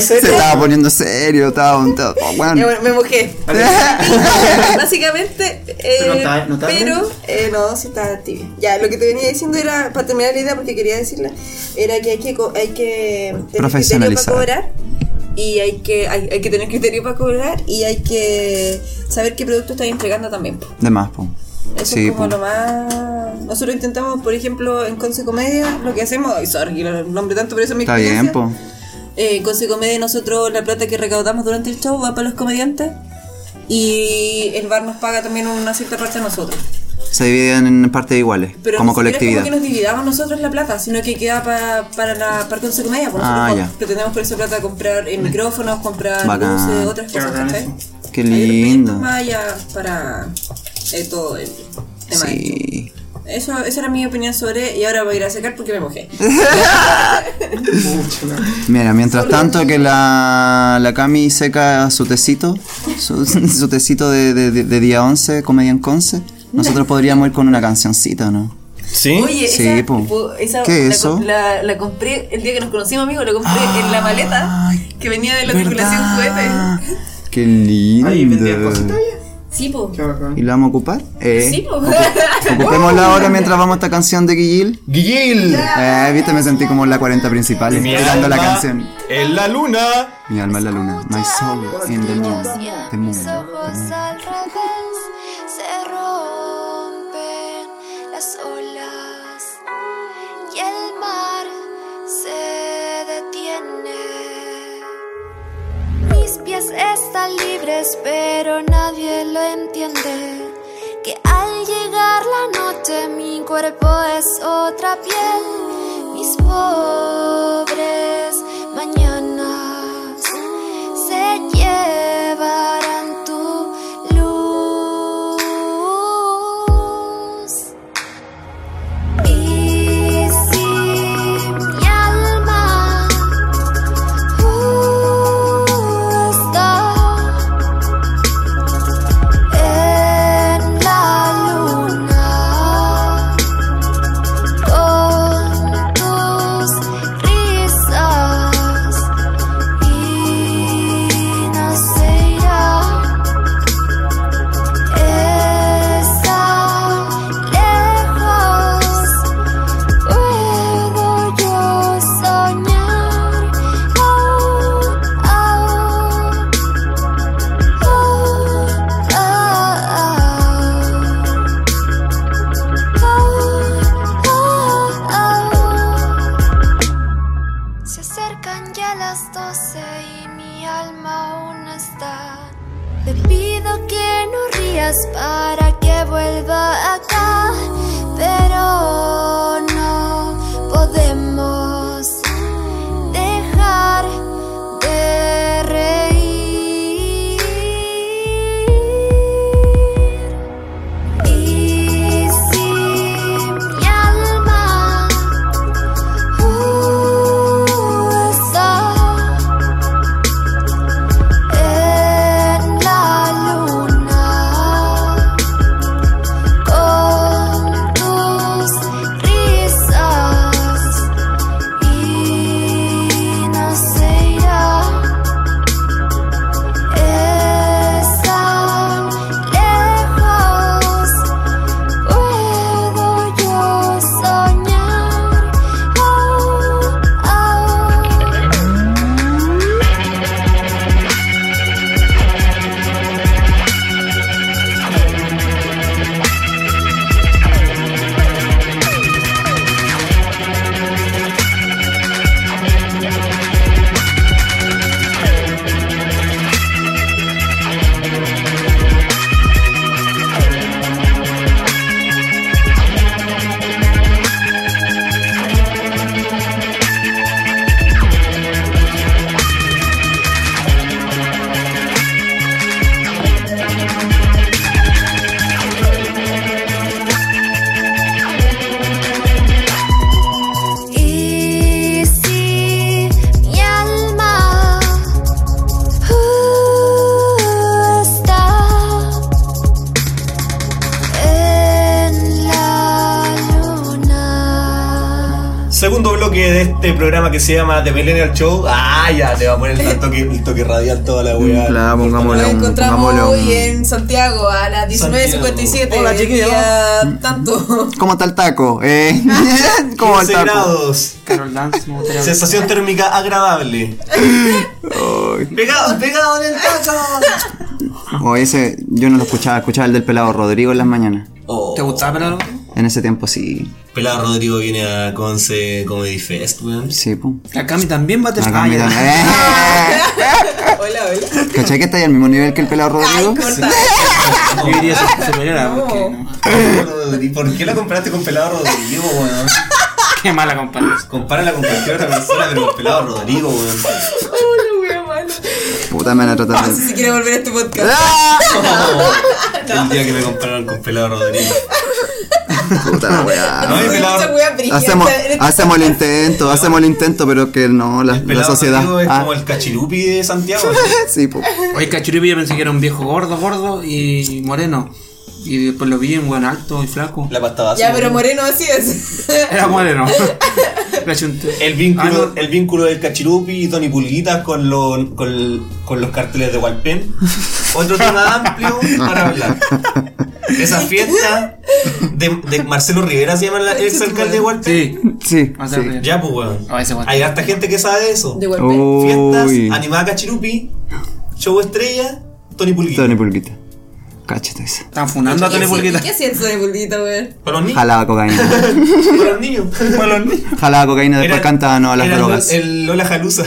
Speaker 1: se
Speaker 4: tan
Speaker 1: estaba
Speaker 4: bien.
Speaker 1: poniendo
Speaker 4: Se
Speaker 1: serio.
Speaker 4: estaba poniendo serio, estaba. estaba- oh,
Speaker 3: Ya,
Speaker 4: bueno.
Speaker 3: bueno, me mojé. Básicamente, eh,
Speaker 2: Pero
Speaker 3: pero,
Speaker 2: no está- no está
Speaker 3: eh, no, sí está tibia. Ya, lo que te venía diciendo era, para terminar la idea, porque quería decirla, era que hay que, co- hay que tener criterio para
Speaker 4: Profesionalizar.
Speaker 3: cobrar. Y hay que, hay, hay que tener criterio para cobrar y hay que saber qué producto estás entregando también. po.
Speaker 4: De más, po.
Speaker 3: Eso
Speaker 4: Sí,
Speaker 3: es como
Speaker 4: po.
Speaker 3: lo más. Nosotros intentamos, por ejemplo, en Conce Comedia, lo que hacemos, y sorry, no nombre tanto, pero eso es mi
Speaker 4: Está bien,
Speaker 3: experiencia.
Speaker 4: po.
Speaker 3: Eh, con Comedia nosotros la plata que recaudamos durante el show va para los comediantes Y el bar nos paga también una cierta parte a nosotros.
Speaker 4: Se dividen en partes iguales,
Speaker 3: Pero
Speaker 4: como
Speaker 3: ni siquiera es
Speaker 4: colectividad.
Speaker 3: como que nos dividamos nosotros la plata, sino que queda pa- para la para Conce Comedia. Porque
Speaker 4: Ah,
Speaker 3: nosotros
Speaker 4: ya.
Speaker 3: pretendemos por esa plata comprar eh, micrófonos, comprar
Speaker 4: Bacán.
Speaker 3: luces, otras
Speaker 2: Qué
Speaker 3: cosas,
Speaker 2: bacán
Speaker 3: ¿cachai?
Speaker 2: eso.
Speaker 4: Qué
Speaker 3: Hay otros proyectos
Speaker 4: lindo.
Speaker 3: más allá para eh, todo el tema.
Speaker 4: Sí.
Speaker 3: Eso, esa era mi opinión sobre. Y ahora voy a ir a secar porque me mojé.
Speaker 2: Pucha, la-
Speaker 4: Mira, mientras tanto que la, la Cami seca su tecito, su, su tecito de, de- de- de día 11, Comedian Conce, nosotros podríamos ir con una cancioncita, ¿no?
Speaker 1: ¿Sí?
Speaker 3: Oye,
Speaker 4: Sí,
Speaker 3: esa,
Speaker 4: po.
Speaker 3: po, esa
Speaker 4: ¿Qué
Speaker 3: la,
Speaker 4: es eso?
Speaker 3: La, la compré el día que nos conocimos, amigo, la compré
Speaker 4: Ah,
Speaker 3: en la maleta
Speaker 4: ay,
Speaker 3: que venía de la tripulación
Speaker 4: ¿Verdad?
Speaker 3: cohete.
Speaker 4: Qué lindo.
Speaker 2: Ahí vendían cositas ya.
Speaker 3: Sí, po.
Speaker 2: Qué bacán.
Speaker 4: ¿Y la vamos a ocupar? Eh,
Speaker 3: Sí, po. Uh.
Speaker 4: Ocupémosla ahora mientras vamos a esta canción de Guillil.
Speaker 1: Guillil.
Speaker 4: Eh, viste, me sentí como en la 40 principal, escuchando la canción.
Speaker 1: En la luna.
Speaker 4: Mi alma es la luna, my soul in the moon, the moon,
Speaker 5: Mis
Speaker 4: the moon.
Speaker 5: ojos al revés se rompen las olas y el mar se detiene. Mis pies están libres, pero nadie lo entiende. Que al llegar la noche mi cuerpo es otra piel. Mis pobres mañanas se llevarán tu luz. Y si mi alma está en la luna con tus risas y no se irá está lejos Puedo yo soñar, oh, oh, oh, oh, Se acercan ya las doce y mi alma aún está. Te pido que no rías para que vuelva acá, pero no podemos dejar de reír. Y si mi alma uh, está en la luna con tus risas y no se irá está lejos puedo yo soñar oh, oh. Y si mi alma uh, está en la luna,
Speaker 1: Segundo bloque de este programa que se llama The Millennial Show. Ah, ya, te va a poner el toque, el toque radial toda la weá.
Speaker 4: Claro, pongámosle
Speaker 3: Nos
Speaker 4: un.
Speaker 3: encontramos
Speaker 4: pongámosle un-
Speaker 3: hoy en Santiago a las 19.57.
Speaker 1: Santiago. Hola, chiquillos.
Speaker 3: día Tanto.
Speaker 4: ¿Cómo está el taco? Eh, ¿Cómo está
Speaker 1: 15
Speaker 4: el taco?
Speaker 1: grados.
Speaker 2: Carol Dance, me gustaría-
Speaker 1: Sensación térmica agradable. Pegado, pegado en el tacho.
Speaker 4: O ese, yo no lo escuchaba, escuchaba el del pelado Rodrigo en las mañanas.
Speaker 1: Oh.
Speaker 2: ¿Te gustaba Pelado?
Speaker 4: En ese tiempo sí,
Speaker 1: Pelado Rodrigo viene a Conce Comedy Fest, weón.
Speaker 4: sí, pum.
Speaker 2: La Cami también va a te-
Speaker 4: Acá me
Speaker 2: Ah, ya.
Speaker 4: dan-
Speaker 3: hola, hola.
Speaker 4: ¿Cachai que está ahí al mismo nivel que el pelado
Speaker 3: Ay,
Speaker 4: Rodrigo?
Speaker 3: corta.
Speaker 2: Yo diría su- superior a
Speaker 3: No.
Speaker 2: porque no.
Speaker 1: ¿Y por qué la compraste con pelado Rodrigo, weón?
Speaker 2: Qué mala comparación.
Speaker 1: Compárala con cualquier otra persona, pero con pelado Rodrigo, weón.
Speaker 3: Oh, la wea mala.
Speaker 4: Puta, me van a tratar
Speaker 3: No sé
Speaker 4: de...
Speaker 3: si quiere volver a este podcast.
Speaker 4: ¡Ah!
Speaker 1: El día que me compararon con pelado Rodrigo.
Speaker 4: Puta la weá.
Speaker 1: No, y
Speaker 3: Uy,
Speaker 1: pelado-
Speaker 3: mucha wea brígida.
Speaker 4: Ah, Hacemos,
Speaker 3: Este-
Speaker 4: hacemos el intento, hacemos el intento, pero que no, la, la
Speaker 1: Pelado
Speaker 4: sociedad.
Speaker 1: Rodrigo es
Speaker 4: Ah,
Speaker 1: como el cachirupi de Santiago.
Speaker 4: sí, po.
Speaker 2: Oye, Cachurupi yo pensé que era un viejo gordo, gordo y moreno. Y después lo vi en buen alto y flaco.
Speaker 1: La pasta base.
Speaker 3: Ya, pero Moreno así es.
Speaker 2: Era moreno. Le achunté.
Speaker 1: El vínculo,
Speaker 2: Ah, no.
Speaker 1: el vínculo del cachirupi y Tony Pulguitas con, lo- con, con los carteles de Walpen. Otro tema amplio para hablar. Esa fiesta de, de Marcelo Rivera se llama la- el alcalde de Walpen.
Speaker 2: Sí.
Speaker 4: Sí,
Speaker 2: O sea,
Speaker 4: sí.
Speaker 1: Ya, pues, weón.
Speaker 2: Ah, ese weón.
Speaker 1: Hay harta gente que sabe de eso.
Speaker 3: De golpe.
Speaker 4: Oh.
Speaker 1: Fiestas,
Speaker 4: Uy,
Speaker 1: animada cachirupi, show estrella, Tony Pulguita.
Speaker 4: Tony Pulguita. Cáchate eso.
Speaker 2: Están funando a
Speaker 3: ¿Y
Speaker 2: Tony
Speaker 3: qué-
Speaker 2: Pulguita.
Speaker 3: ¿y ¿Qué hacía el Tony Pulguita, weón?
Speaker 1: Para los niños.
Speaker 4: Jalaba cocaína.
Speaker 1: Para los niños. Para los niños.
Speaker 4: Jalaba cocaína, después
Speaker 1: Era-
Speaker 4: cantaba no a las
Speaker 1: era
Speaker 4: drogas.
Speaker 1: El, el Lola Jalusa.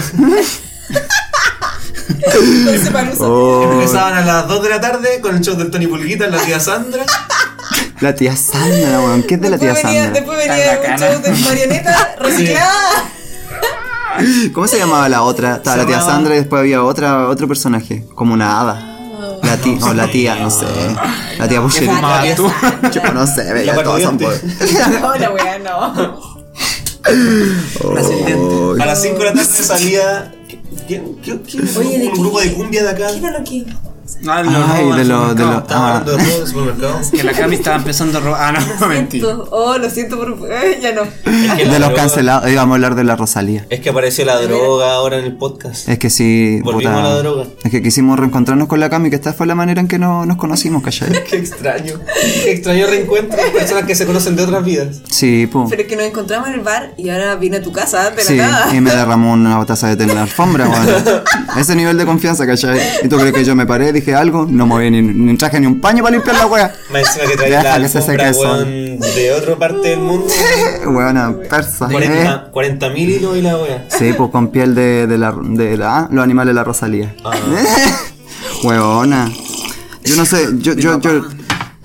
Speaker 3: Entonces, Palusa.
Speaker 4: Oh,
Speaker 1: Empezaban a las 2 de la tarde con el show del Tony Pulguita en la tía Sandra.
Speaker 4: la tía Sandra, weón. ¿Qué es de la tía
Speaker 3: Después venía,
Speaker 4: Sandra?
Speaker 3: después venía
Speaker 2: Tan
Speaker 3: un
Speaker 2: bacana.
Speaker 3: show de marioneta reciclada.
Speaker 4: ¿Cómo se llamaba la otra? Estaba
Speaker 1: Se
Speaker 4: la tía
Speaker 1: llamaba-
Speaker 4: Sandra y después había otra, otro personaje, como una hada. La tía, o la tía, no sé. La tía Bucherita.
Speaker 2: fumaba tú?
Speaker 4: Yo no sé,
Speaker 1: La
Speaker 4: veía todos son
Speaker 1: parodiante.
Speaker 4: pobres.
Speaker 3: No, la wea, no.
Speaker 4: Oh,
Speaker 1: A las 5 de la tarde salía. ¿Quién? ¿Quién? quién?
Speaker 3: Oye, ¿de
Speaker 1: un
Speaker 3: qué?
Speaker 1: grupo de cumbia de acá.
Speaker 3: ¿Qué era lo que?
Speaker 2: Ah, lo
Speaker 4: Ay,
Speaker 2: roban
Speaker 4: de
Speaker 2: al
Speaker 4: lo- de lo- ah.
Speaker 1: Estaba hablando
Speaker 2: supermercado.
Speaker 1: de robo de supermercado.
Speaker 2: Que la Cami estaba empezando a robar. Ah, no, mentira.
Speaker 3: Oh, lo siento por. Ay, ya no.
Speaker 1: Es que la
Speaker 4: De los
Speaker 1: droga-
Speaker 4: cancelados, íbamos a hablar de la Rosalía.
Speaker 1: Es que apareció la droga ahora en el podcast.
Speaker 4: Es que sí,
Speaker 1: Volvimos a la droga.
Speaker 4: Es que quisimos reencontrarnos con la Cami, que esta fue la manera en que no, nos conocimos, ¿cachai?
Speaker 1: Qué extraño. Qué extraño reencuentro con personas que se conocen de otras vidas.
Speaker 4: Sí, pum.
Speaker 3: Pero es que nos encontramos en el bar y ahora vine a tu casa de
Speaker 4: Sí,
Speaker 3: la nada.
Speaker 4: y me derramó una taza de té en la alfombra, weón. Ese nivel de confianza, ¿cachai? ¿Y tú crees que yo me paré, dije algo? No moví ni, ni traje ni un paño para limpiar la wea.
Speaker 1: Más encima que traía
Speaker 4: Deja
Speaker 1: la
Speaker 4: que se seque
Speaker 1: alfombra,
Speaker 4: el sol.
Speaker 1: weón, de otra parte del mundo.
Speaker 4: Weona, persa. eh.
Speaker 1: 40 40.000 hilos y la wea.
Speaker 4: Sí, pues con piel de, de la, de la- ah, los animales de la Rosalía.
Speaker 1: Ah.
Speaker 4: Huevona. Yo no sé, yo, yo, yo,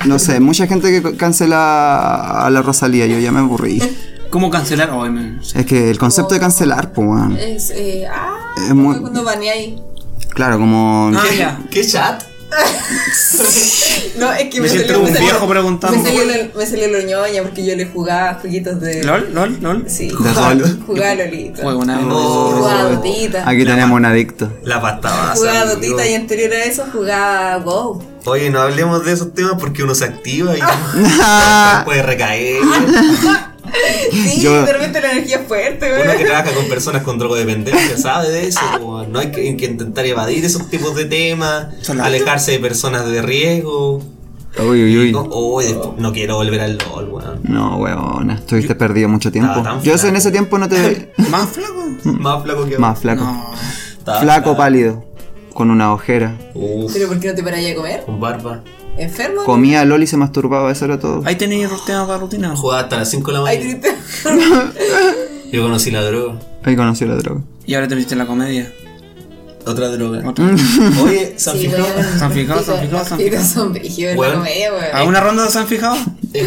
Speaker 4: no sé, mucha gente que cancela a la Rosalía, yo ya me aburrí.
Speaker 2: ¿Cómo cancelar? Oh, Ay, me-
Speaker 4: Es que el concepto de cancelar, pues, weón.
Speaker 3: Es, eh, ah,
Speaker 4: Es muy-
Speaker 3: cuando baneé ahí.
Speaker 4: Claro, como...
Speaker 2: Ah, ya.
Speaker 1: ¿Qué chat?
Speaker 3: No, es que
Speaker 2: Me
Speaker 3: me,
Speaker 2: siento
Speaker 3: salió,
Speaker 2: un
Speaker 3: me salió-
Speaker 2: viejo preguntando.
Speaker 3: Me salió, lo- me salió lo ñoña porque yo le jugaba jueguitos de.
Speaker 2: ¿Lol? ¿Lol? ¿Lol?
Speaker 3: Sí.
Speaker 4: De rol.
Speaker 3: Jugaba Lolito.
Speaker 2: Fue una
Speaker 3: Jugaba Dotita.
Speaker 1: Ah,
Speaker 4: Aquí tenemos un adicto.
Speaker 1: La pasta base,
Speaker 3: Jugaba
Speaker 1: amigo.
Speaker 3: Dotita y anterior a eso jugaba Go.
Speaker 1: Oye, no hablemos de esos temas porque uno se activa y puede recaer.
Speaker 3: Sí,
Speaker 4: Yo-
Speaker 3: de repente la energía es fuerte,
Speaker 1: Uno que
Speaker 3: güey.
Speaker 1: trabaja con personas con drogodependencia sabe de eso. po. No hay que, hay que intentar evadir esos tipos de temas,
Speaker 2: Son las-
Speaker 1: alejarse de personas de riesgo.
Speaker 4: Uy, uy,
Speaker 1: No,
Speaker 4: uy.
Speaker 1: oh, después- no quiero volver al LOL, weón.
Speaker 4: No, huevona, estuviste perdido mucho tiempo.
Speaker 1: Estaba tan
Speaker 4: Yo
Speaker 1: flaco.
Speaker 4: en ese tiempo no te...
Speaker 2: ¿Más flaco?
Speaker 1: Más flaco que
Speaker 4: Más flaco.
Speaker 2: No.
Speaker 1: Estaba
Speaker 4: Flaco, pálido. Con una ojera.
Speaker 1: Uf,
Speaker 3: Pero ¿por qué no te paráis a comer?
Speaker 1: con barba.
Speaker 3: ¿Enfermo?
Speaker 4: Comía LOL y se masturbaba, eso era todo.
Speaker 2: Ahí tenéis los temas para rutina.
Speaker 1: Jugaba hasta las 5 de la
Speaker 3: Ay,
Speaker 1: mañana.
Speaker 3: triste.
Speaker 1: Yo conocí la droga.
Speaker 4: Ahí conocí la droga.
Speaker 2: Y ahora te viste la comedia.
Speaker 1: Otra droga.
Speaker 2: Otra.
Speaker 1: Oye, ¿se han
Speaker 3: Sí,
Speaker 1: fijado?
Speaker 3: güey.
Speaker 2: ¿Se han fijado? ¿Se han fijado? ¿Se han
Speaker 3: Los
Speaker 2: fijado?
Speaker 3: pitos son brígidos en
Speaker 1: Güey.
Speaker 3: la comedia,
Speaker 2: ¿A
Speaker 3: güey.
Speaker 2: una ronda se han fijado?
Speaker 3: Ya.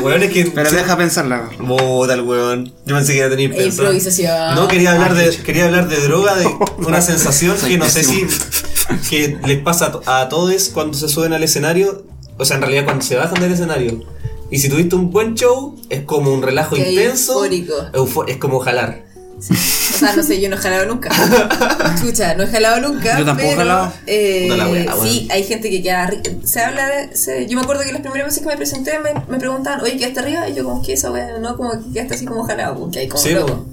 Speaker 1: Weón, es que.
Speaker 2: Pero deja pensarla.
Speaker 1: Bota el weón. Yo pensé que iba a tener pensado.
Speaker 3: Improvisación.
Speaker 1: No, quería hablar de, quería hablar de droga, de una sensación que no sé si que les pasa a to- a, todos cuando se suben al escenario, o sea, en realidad cuando se bajan del escenario. Y si tuviste un buen show, es como un relajo
Speaker 3: Qué
Speaker 1: intenso.
Speaker 3: eufórico.
Speaker 1: eufo- es como jalar.
Speaker 3: O sea, no sé, yo no he jalado nunca. Chucha, no he jalado nunca.
Speaker 2: Yo tampoco he
Speaker 3: pero,
Speaker 2: jalado.
Speaker 3: eh,
Speaker 1: Puta la wea,
Speaker 3: sí,
Speaker 1: weón.
Speaker 3: hay gente que queda arriba. Se habla de. se- yo me acuerdo que las primeras veces que me presenté me, me preguntaban, oye, ¿quedaste arriba? Y yo, como que esa wea, no, como que quedaste así como jalado, como que hay como
Speaker 1: Sí,
Speaker 3: loco.
Speaker 1: po.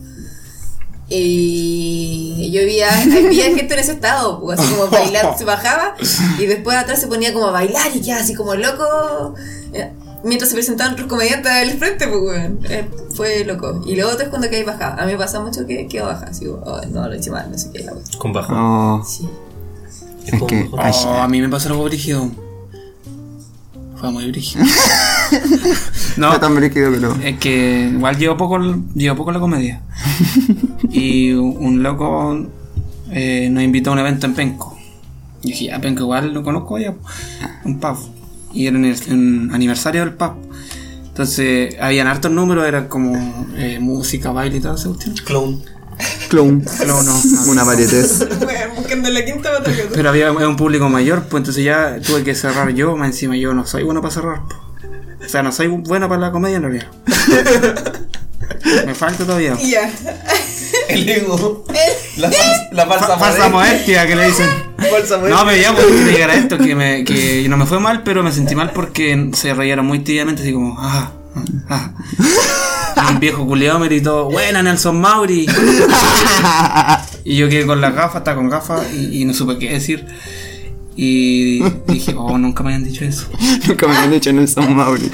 Speaker 3: Y yo vi a, vi a gente en ese estado, pues, así como bailando, se bajaba y después atrás se ponía como a bailar y quedaba así como loco. eh, Mientras se presentaban otros comediantes del frente, pues, weón. Eh, fue loco. Y lo otro es cuando caí baja. A mí me pasa mucho que quedo baja. Así, como, "Ay, no, lo hice mal, no sé qué. La wea".
Speaker 1: Con bajo.
Speaker 4: Oh.
Speaker 3: sí.
Speaker 1: Es
Speaker 4: es
Speaker 1: como
Speaker 4: que-
Speaker 1: bajo.
Speaker 4: Ay,
Speaker 2: Oh, a mí me pasó algo brígido. Fue muy brígido. no,
Speaker 4: Está tan brígido que no.
Speaker 2: Es que igual llevo poco, llevo poco la comedia. Y un loco eh, nos invitó a un evento en Penco. Y dije, ya, Penco igual lo conozco ya, un pub. Y era en el en aniversario del pub. Entonces, habían hartos números, eran como eh, música, baile y todo ese cuestión.
Speaker 1: Clown.
Speaker 4: Clown.
Speaker 2: No, no, no.
Speaker 4: Una varietez.
Speaker 3: Weón, buscando la quinta batalla.
Speaker 2: Pero había un público mayor, pues entonces ya tuve que cerrar yo, más encima yo no soy bueno para cerrar. po. O sea, no soy bueno para la comedia en realidad. Me falta todavía.
Speaker 3: Ya.
Speaker 1: El ego. La, fal- la falsa
Speaker 2: Fa-
Speaker 1: modestia.
Speaker 2: Falsa modestia que le dicen.
Speaker 1: Falsa modestia.
Speaker 2: No, pero ya pues de llegar a esto que, me, que no me fue mal, pero me sentí mal porque se reyeron muy tibiamente, así como, ah, ah. Y Un viejo culiado me gritó, buena Nelson Mauri. Y yo quedé con las gafas, estaba con gafas y, y no supe qué decir. Y dije, oh, nunca me habían dicho eso.
Speaker 4: Nunca me han dicho Nelson Mauri.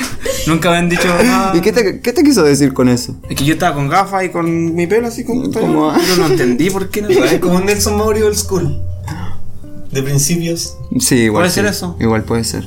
Speaker 2: Nunca me habían dicho nada.
Speaker 4: ¿Y qué te, qué te quiso decir con eso?
Speaker 2: Es que yo estaba con gafas y con mi pelo así con
Speaker 4: ¿Cómo?
Speaker 2: Yo no entendí por qué no.
Speaker 1: Es como un Nelson Mauri old school. De principios.
Speaker 4: Sí, igual.
Speaker 2: Puede ser
Speaker 4: sí.
Speaker 2: eso.
Speaker 4: Igual puede ser.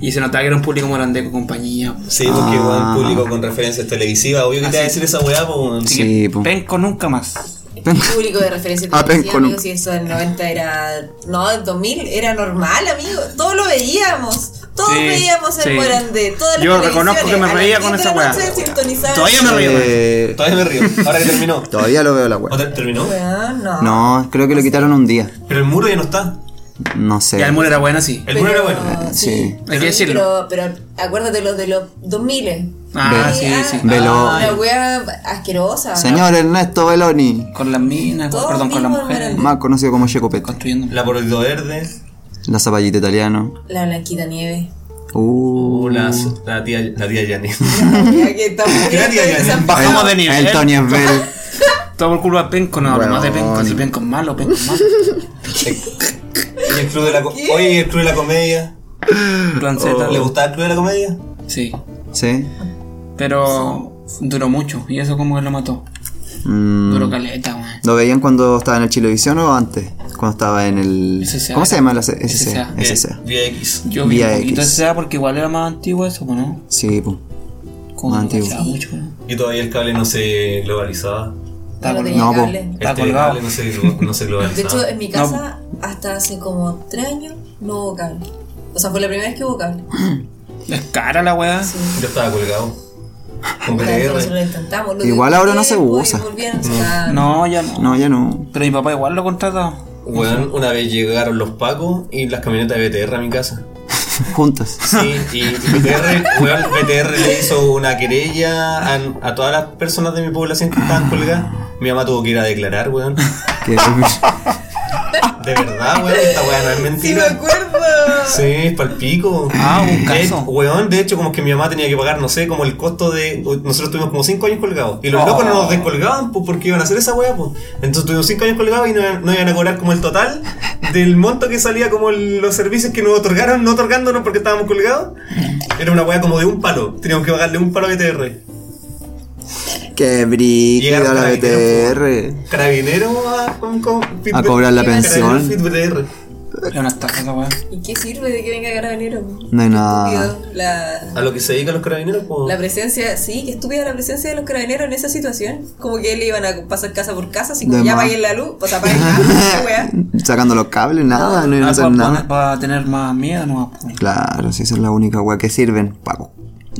Speaker 2: Y se notaba que era un público morandeco compañía.
Speaker 1: Sí, porque
Speaker 4: Ah.
Speaker 1: igual público con referencias televisivas. Obvio que te va a decir esa weá, po, weón.
Speaker 2: Así
Speaker 4: Sí,
Speaker 2: que
Speaker 4: po.
Speaker 2: penco nunca más.
Speaker 3: Público de referencia.
Speaker 4: Ah,
Speaker 3: televisiva,
Speaker 4: penco,
Speaker 3: amigo,
Speaker 4: no.
Speaker 3: si eso del 90 era. No, del 2000 era normal, amigo. Todos lo veíamos. Todos
Speaker 2: Sí,
Speaker 3: veíamos el
Speaker 2: sí.
Speaker 3: Morandé. Todas las
Speaker 2: Yo reconozco que me
Speaker 3: televisiones, a las
Speaker 2: reía
Speaker 3: 10
Speaker 2: con
Speaker 3: de
Speaker 2: esa
Speaker 3: la
Speaker 2: weá.
Speaker 3: noche sintonizaban-
Speaker 2: Todavía me río.
Speaker 4: Eh,
Speaker 1: Todavía me río. Ahora que terminó.
Speaker 4: todavía lo veo la web.
Speaker 1: ¿Otra- ¿Terminó?
Speaker 3: Weón, no.
Speaker 4: No, creo que lo quitaron un día.
Speaker 1: Pero el muro ya no está.
Speaker 4: No
Speaker 2: Y
Speaker 4: sé.
Speaker 2: el muro era bueno, sí.
Speaker 1: El muro era bueno.
Speaker 3: Pero-
Speaker 4: Sí.
Speaker 2: Hay que decirlo.
Speaker 3: Pero, pero acuérdate los de los 2000.
Speaker 2: Ah,
Speaker 4: Ve-
Speaker 2: sí,
Speaker 3: ah,
Speaker 2: sí.
Speaker 4: Velo.
Speaker 3: La wea asquerosa.
Speaker 4: Señor Ernesto Beloni,
Speaker 2: Con las minas, con-
Speaker 3: Todos
Speaker 2: perdón, con las
Speaker 3: vivimos en
Speaker 2: mujeres.
Speaker 3: Morandé.
Speaker 4: más conocido como Checo Peco.
Speaker 2: Construyendo.
Speaker 1: La Porrito Verde.
Speaker 4: La zapallita italiano.
Speaker 3: La blanquita nieve.
Speaker 4: Uh,
Speaker 1: La, la tía la tía Janis.
Speaker 3: Ya que estamos
Speaker 1: Tía Janis.
Speaker 3: San-
Speaker 2: Bajamos
Speaker 4: el,
Speaker 2: de nivel.
Speaker 4: El Tony Esbel.
Speaker 2: Todo por culpa de penco, no, hablo
Speaker 4: Bueno.
Speaker 2: más de penco. Si penco es malo, penco es malo.
Speaker 1: Y el club de la co- Oye, ¿y el club de la comedia. Oh.
Speaker 4: Oh.
Speaker 2: Planceta.
Speaker 1: ¿Le gustaba el club de la comedia?
Speaker 2: Sí.
Speaker 4: ¿Sí?
Speaker 2: Pero duró mucho y eso como que lo mató.
Speaker 4: Mm,
Speaker 2: Duró caleta, weón.
Speaker 4: ¿Lo veían cuando estaba en el Chilevisión o antes? Cuando estaba en el...
Speaker 2: SCA.
Speaker 4: ¿Cómo se llama la C- SCA?
Speaker 2: SCA.
Speaker 1: Eh,
Speaker 4: SCA.
Speaker 1: Vía X.
Speaker 2: Yo vi
Speaker 4: Vía
Speaker 2: un poquito
Speaker 4: X.
Speaker 2: esa porque igual era más antiguo eso, pues, ¿no?
Speaker 4: Sí, pu.
Speaker 2: Como
Speaker 4: Más
Speaker 2: que
Speaker 4: antiguo.
Speaker 2: cachaba mucho, ¿no?
Speaker 1: Y todavía el cable no se globalizaba.
Speaker 2: Estaba colgado.
Speaker 3: No tenía
Speaker 4: No, po.
Speaker 3: cable.
Speaker 2: Está
Speaker 1: este
Speaker 2: colgado.
Speaker 1: cable no se, no se
Speaker 3: De
Speaker 1: globalizaba.
Speaker 3: hecho, en mi casa, hasta hace como 3 años, no hubo cable. O sea, fue la primera vez que hubo cable.
Speaker 2: Es cara la weá.
Speaker 1: Yo estaba colgado. Con
Speaker 3: Nosotros lo
Speaker 1: PTR.
Speaker 3: intentamos. lo
Speaker 4: Igual ahora no se
Speaker 3: después,
Speaker 4: usa.
Speaker 3: volvieron, o sea,
Speaker 2: No, ya no.
Speaker 4: No, ya no.
Speaker 2: Pero mi papá igual lo contrata.
Speaker 1: Weón, una vez llegaron los pacos y las camionetas de BTR a mi casa.
Speaker 4: Juntas.
Speaker 1: Sí, y BTR, weón, BTR le hizo una querella a, a todas las personas de mi población que estaban colgadas. Mi mamá tuvo que ir a declarar, weón.
Speaker 4: Que-
Speaker 1: De verdad, weón, esta weá no es
Speaker 3: Sí, me
Speaker 1: mentira.
Speaker 3: acuerdo.
Speaker 1: Sí, es palpico.
Speaker 2: Ah,
Speaker 1: De-
Speaker 2: un caso.
Speaker 1: weón, de hecho, como que mi mamá tenía que pagar, no sé, como el costo de. Nosotros tuvimos como 5 años colgados. Y los
Speaker 2: Oh.
Speaker 1: locos no nos descolgaban, pues, porque iban a hacer esa weá, pues. Entonces tuvimos 5 años colgados y no, iban- no iban a cobrar como el total del monto que salía como el- los servicios que nos otorgaron, no otorgándonos porque estábamos colgados. Era una weá como de un palo. Teníamos que pagarle un palo a BTR.
Speaker 4: Qué brígida
Speaker 1: Llegaron
Speaker 4: la
Speaker 1: carabineros,
Speaker 4: BTR.
Speaker 1: Carabinero a, con- con-
Speaker 4: A cobrar la
Speaker 1: Carabinero
Speaker 4: pensión.
Speaker 1: fit BTR.
Speaker 2: Es una estafa esa weá.
Speaker 3: ¿Y qué sirve de que venga Carabinero? po?
Speaker 4: No hay
Speaker 3: Qué
Speaker 4: nada.
Speaker 3: estúpido. La,
Speaker 1: A lo que se dedican los carabineros, pues.
Speaker 3: la presencia, sí, qué estúpida la presencia de los carabineros en esa situación. Como que le iban a pasar casa por casa, así como
Speaker 4: De
Speaker 3: ya
Speaker 4: más.
Speaker 3: paguen la luz, pues apaguen la luz, qué weá.
Speaker 4: Sacando los cables, nada, no iban a
Speaker 2: Ah,
Speaker 4: hacer
Speaker 2: pa-
Speaker 4: nada.
Speaker 2: pa- Para tener más miedo, no más. pues.
Speaker 4: Claro, si esa es la única weá que sirven, pago.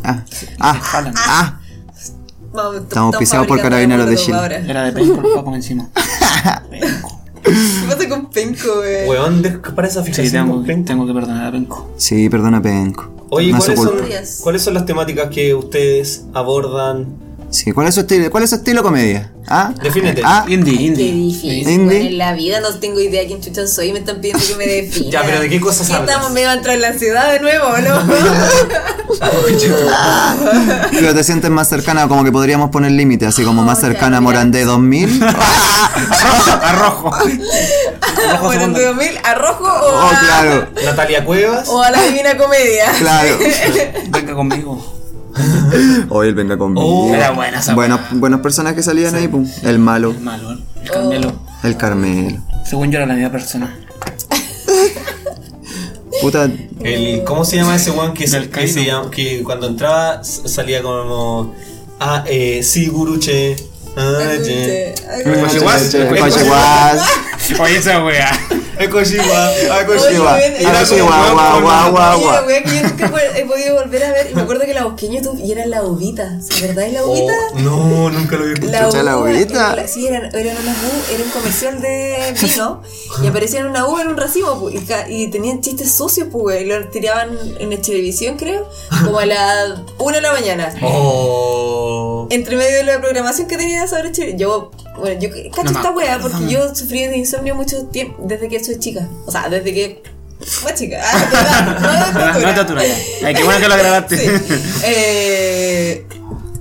Speaker 4: Ah, ah,
Speaker 2: Jalan.
Speaker 4: ah.
Speaker 3: Vamos, t-
Speaker 4: Estamos pisados por
Speaker 3: fabricando
Speaker 4: carabineros de
Speaker 3: molotov
Speaker 4: Chile.
Speaker 3: ahora.
Speaker 2: Era de penco el papo encima.
Speaker 3: ¿Qué pasa con Penco, weón?
Speaker 1: Weón, de- para esa fijación
Speaker 2: Sí, tengo,
Speaker 1: con penca.
Speaker 2: tengo que perdonar a penco.
Speaker 4: Sí, perdona, penco.
Speaker 1: Oye,
Speaker 4: no es su
Speaker 1: ¿cuáles, son,
Speaker 4: culpa.
Speaker 3: Días.
Speaker 1: ¿cuáles son las temáticas que ustedes abordan?
Speaker 4: Sí, ¿cuál es su estilo? ¿Cuál es su estilo comedia? Ah,
Speaker 1: Defínete.
Speaker 4: ah,
Speaker 2: Indie, indie.
Speaker 3: Qué difícil.
Speaker 4: Indie.
Speaker 3: weón, en la vida no tengo idea quién chucha soy y me están pidiendo que me defina.
Speaker 1: Ya, pero ¿de qué cosas
Speaker 3: ¿Qué
Speaker 1: hablas?
Speaker 3: Estamos medio dentro de la ciudad de nuevo, ¿o ¿no?
Speaker 4: pero te sientes más cercana, como que podríamos poner límite, así como más
Speaker 3: Oh, ya,
Speaker 4: cercana a
Speaker 3: ya.
Speaker 4: Morandé 2000
Speaker 2: Arrojo. Arrojo
Speaker 3: bueno, en
Speaker 2: segundo.
Speaker 3: 2000, ¿a rojo o,
Speaker 4: Oh,
Speaker 3: a,
Speaker 4: claro,
Speaker 1: Natalia Cuevas.
Speaker 3: o a la divina comedia?
Speaker 4: claro.
Speaker 2: Venga conmigo.
Speaker 4: Hoy él venga conmigo.
Speaker 1: Oh,
Speaker 2: era buena esa
Speaker 4: Buenos, buenos personas que salían ahí, pum. El malo,
Speaker 2: Es malo, ¿eh?
Speaker 3: Oh.
Speaker 2: Cámbialo.
Speaker 4: el Carmelo.
Speaker 2: Según yo era la misma persona.
Speaker 4: Puta,
Speaker 1: El, ¿Cómo se llama ese weón que, se-
Speaker 2: Del
Speaker 1: que
Speaker 2: Caíno.
Speaker 1: se llama- que cuando entraba s- salía como. Ah, eh, sí, guruche. Ah,
Speaker 3: Ay,
Speaker 1: che.
Speaker 3: ay,
Speaker 1: Coche
Speaker 3: ay,
Speaker 1: guas.
Speaker 4: Coche guas.
Speaker 2: Oye, esa wea.
Speaker 1: Ekoshiwa,
Speaker 2: Ah,
Speaker 3: Oye,
Speaker 1: Ekoshiwa.
Speaker 3: ven,
Speaker 1: Era
Speaker 3: Ekoshiwa,
Speaker 1: como un
Speaker 4: guau,
Speaker 1: huevo
Speaker 4: guau,
Speaker 1: con
Speaker 4: guau.
Speaker 3: Oye, la wea que yo nunca he he podido volver a ver. Y me acuerdo que la busqué en YouTube y era la uvita. ¿Se acordáis la
Speaker 1: una-
Speaker 3: uvita?
Speaker 1: Oh, No, nunca lo había escuchado.
Speaker 4: Chucha, la
Speaker 3: uva,
Speaker 4: uvita.
Speaker 3: era la- sí, eran, eran unas u- era un comercial de vino y aparecían una uva en un racimo pu, y, ca- y tenían chistes sucios, pues, y lo tiraban en la televisión, creo, como a las 1 de la mañana.
Speaker 1: Oh.
Speaker 3: Entre medio de la programación que tenía sobre Chile, yo, bueno, yo cacho
Speaker 2: No me
Speaker 3: esta wea
Speaker 2: acuerdo,
Speaker 3: porque
Speaker 2: man.
Speaker 3: yo sufrí de insomnio mucho tiempo, desde que soy chica, o sea, desde que más chica. Ah, no, no, no,
Speaker 2: No te atures. Ay, qué bueno que lo grabaste.
Speaker 3: Sí. Eh,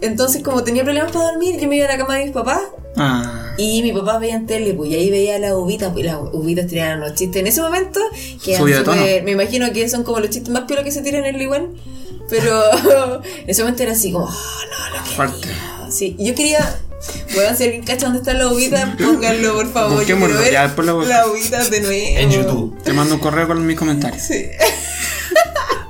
Speaker 3: entonces, como tenía problemas para dormir, yo me iba a la cama de mis papás
Speaker 2: Ah.
Speaker 3: y mi papá veía en tele, pues, y ahí veía las uvitas, pues, y las uvitas tiraban los chistes en ese momento, que eran
Speaker 2: Subió de tono.
Speaker 3: súper- me imagino que son como los chistes más piolos que se tiran en el Liwen, pero en ese momento era así como, "Ah,
Speaker 2: Fuerte.
Speaker 3: no". sí, y yo quería, bueno, si alguien cacha dónde están las uvitas, pónganlo, por favor, yo
Speaker 2: Busquémoslo,
Speaker 3: quiero ver
Speaker 2: ya, después lo busco.
Speaker 3: las uvitas de nuevo.
Speaker 1: En YouTube.
Speaker 2: Te mando un correo con mis comentarios.
Speaker 3: Sí.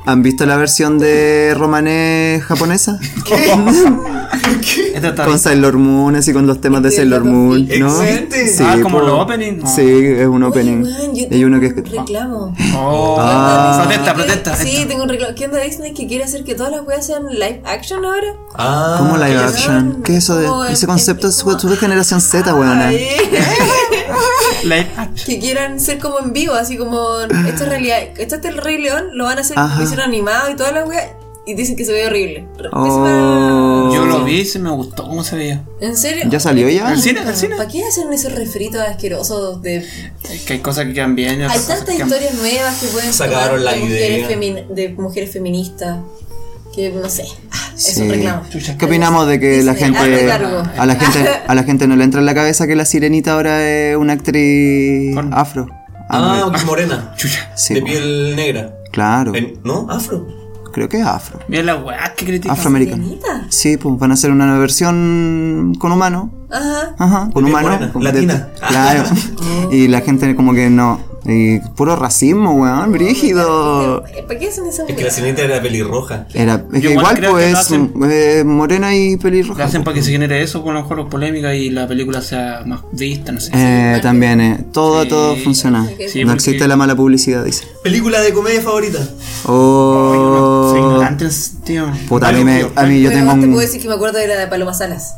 Speaker 4: ¿Han visto la versión de romané japonesa?
Speaker 2: Esta Este está
Speaker 4: Con Sailor Moon, así con los temas de
Speaker 3: Entiendo,
Speaker 4: Sailor Moon,
Speaker 3: sí.
Speaker 4: ¿no?
Speaker 1: ¿Existe?
Speaker 2: Ah, como los opening, ¿no?
Speaker 4: Sí, es un opening.
Speaker 3: Oye, weón, yo
Speaker 4: Hay
Speaker 3: tengo
Speaker 4: uno que
Speaker 3: un reclamo.
Speaker 2: Oh.
Speaker 4: Ah.
Speaker 2: Protesta,
Speaker 3: ¿Qué?
Speaker 2: protesta.
Speaker 3: Sí,
Speaker 2: esta.
Speaker 3: tengo un reclamo. ¿Qué onda Disney que quiere hacer que todas las weas sean live action ahora?
Speaker 1: Ah.
Speaker 4: ¿Cómo live
Speaker 1: qué-
Speaker 4: action? ¿Qué es eso
Speaker 3: Como
Speaker 4: de
Speaker 3: en-
Speaker 4: ese concepto?
Speaker 3: en-
Speaker 4: Es su de generación Z, weona.
Speaker 3: Ay,
Speaker 2: Live action.
Speaker 3: que quieran ser como en vivo, así como esta es realidad. Esta es el Rey León, lo van a hacer
Speaker 4: Ajá.
Speaker 3: como hicieron animado y todas las weas. Y dicen que se ve horrible.
Speaker 4: Oh.
Speaker 2: Yo lo vi y se me gustó cómo se veía.
Speaker 3: Pésima. ¿En serio?
Speaker 4: ¿Ya salió ya?
Speaker 2: ¿El cine? ¿El cine?
Speaker 3: ¿Para qué hacen esos refritos asquerosos de
Speaker 2: Es que hay cosas que quedan bien. y otras
Speaker 3: Hay
Speaker 2: cosas
Speaker 3: tantas
Speaker 2: que quedan-
Speaker 3: historias nuevas que pueden
Speaker 1: Sacaron
Speaker 3: tomar
Speaker 1: la
Speaker 3: de, mujeres
Speaker 1: idea.
Speaker 3: femi- de mujeres feministas. Que no sé. Ah, Es
Speaker 4: Sí.
Speaker 3: un reclamo.
Speaker 4: ¿Qué opinamos de que la
Speaker 3: Disney, hazte
Speaker 4: gente
Speaker 3: cargo.
Speaker 4: a la gente a la gente no le entra en la cabeza que la sirenita ahora es una actriz
Speaker 2: Porno.
Speaker 4: afro?
Speaker 1: Ah,
Speaker 4: Ah,
Speaker 1: morena.
Speaker 2: Chucha.
Speaker 4: Sí,
Speaker 1: de
Speaker 4: po.
Speaker 1: piel negra.
Speaker 4: claro.
Speaker 1: En- ¿No? Afro.
Speaker 4: Creo que es afro.
Speaker 2: Mira la weá que critican.
Speaker 4: Afroamericano.
Speaker 3: ¿Sirenita?
Speaker 4: Sí, pues van a hacer una nueva versión con humano.
Speaker 3: Ajá.
Speaker 4: Ajá, con
Speaker 1: Muy bien,
Speaker 4: humano.
Speaker 1: buena.
Speaker 4: con-
Speaker 1: Latina.
Speaker 4: de- claro. y la gente como que no. Y puro racismo, weón, brígido.
Speaker 3: ¿Para qué hacen esas
Speaker 1: Es que la
Speaker 3: weas?
Speaker 1: sirenita era pelirroja.
Speaker 4: Era, es que
Speaker 2: Yo igual
Speaker 4: igual
Speaker 2: creo que lo
Speaker 4: pues
Speaker 2: hacen-
Speaker 4: eh, morena y
Speaker 2: Lo
Speaker 4: pelirroja.
Speaker 2: hacen para que se genere eso, con los juegos polémica y la película sea más vista, no sé.
Speaker 4: Eh, también, eh, todo,
Speaker 2: Sí.
Speaker 4: todo funciona.
Speaker 2: Sí,
Speaker 4: no
Speaker 2: porque-
Speaker 4: existe la mala publicidad, dice.
Speaker 1: Película de comedia favorita.
Speaker 4: Oh,
Speaker 2: Soy ignorante, en ese sentido.
Speaker 4: puta, a mí, me, a mí yo
Speaker 3: Pero
Speaker 4: tengo
Speaker 3: te puedo
Speaker 4: un.
Speaker 3: decir que me acuerdo de la de Paloma Salas.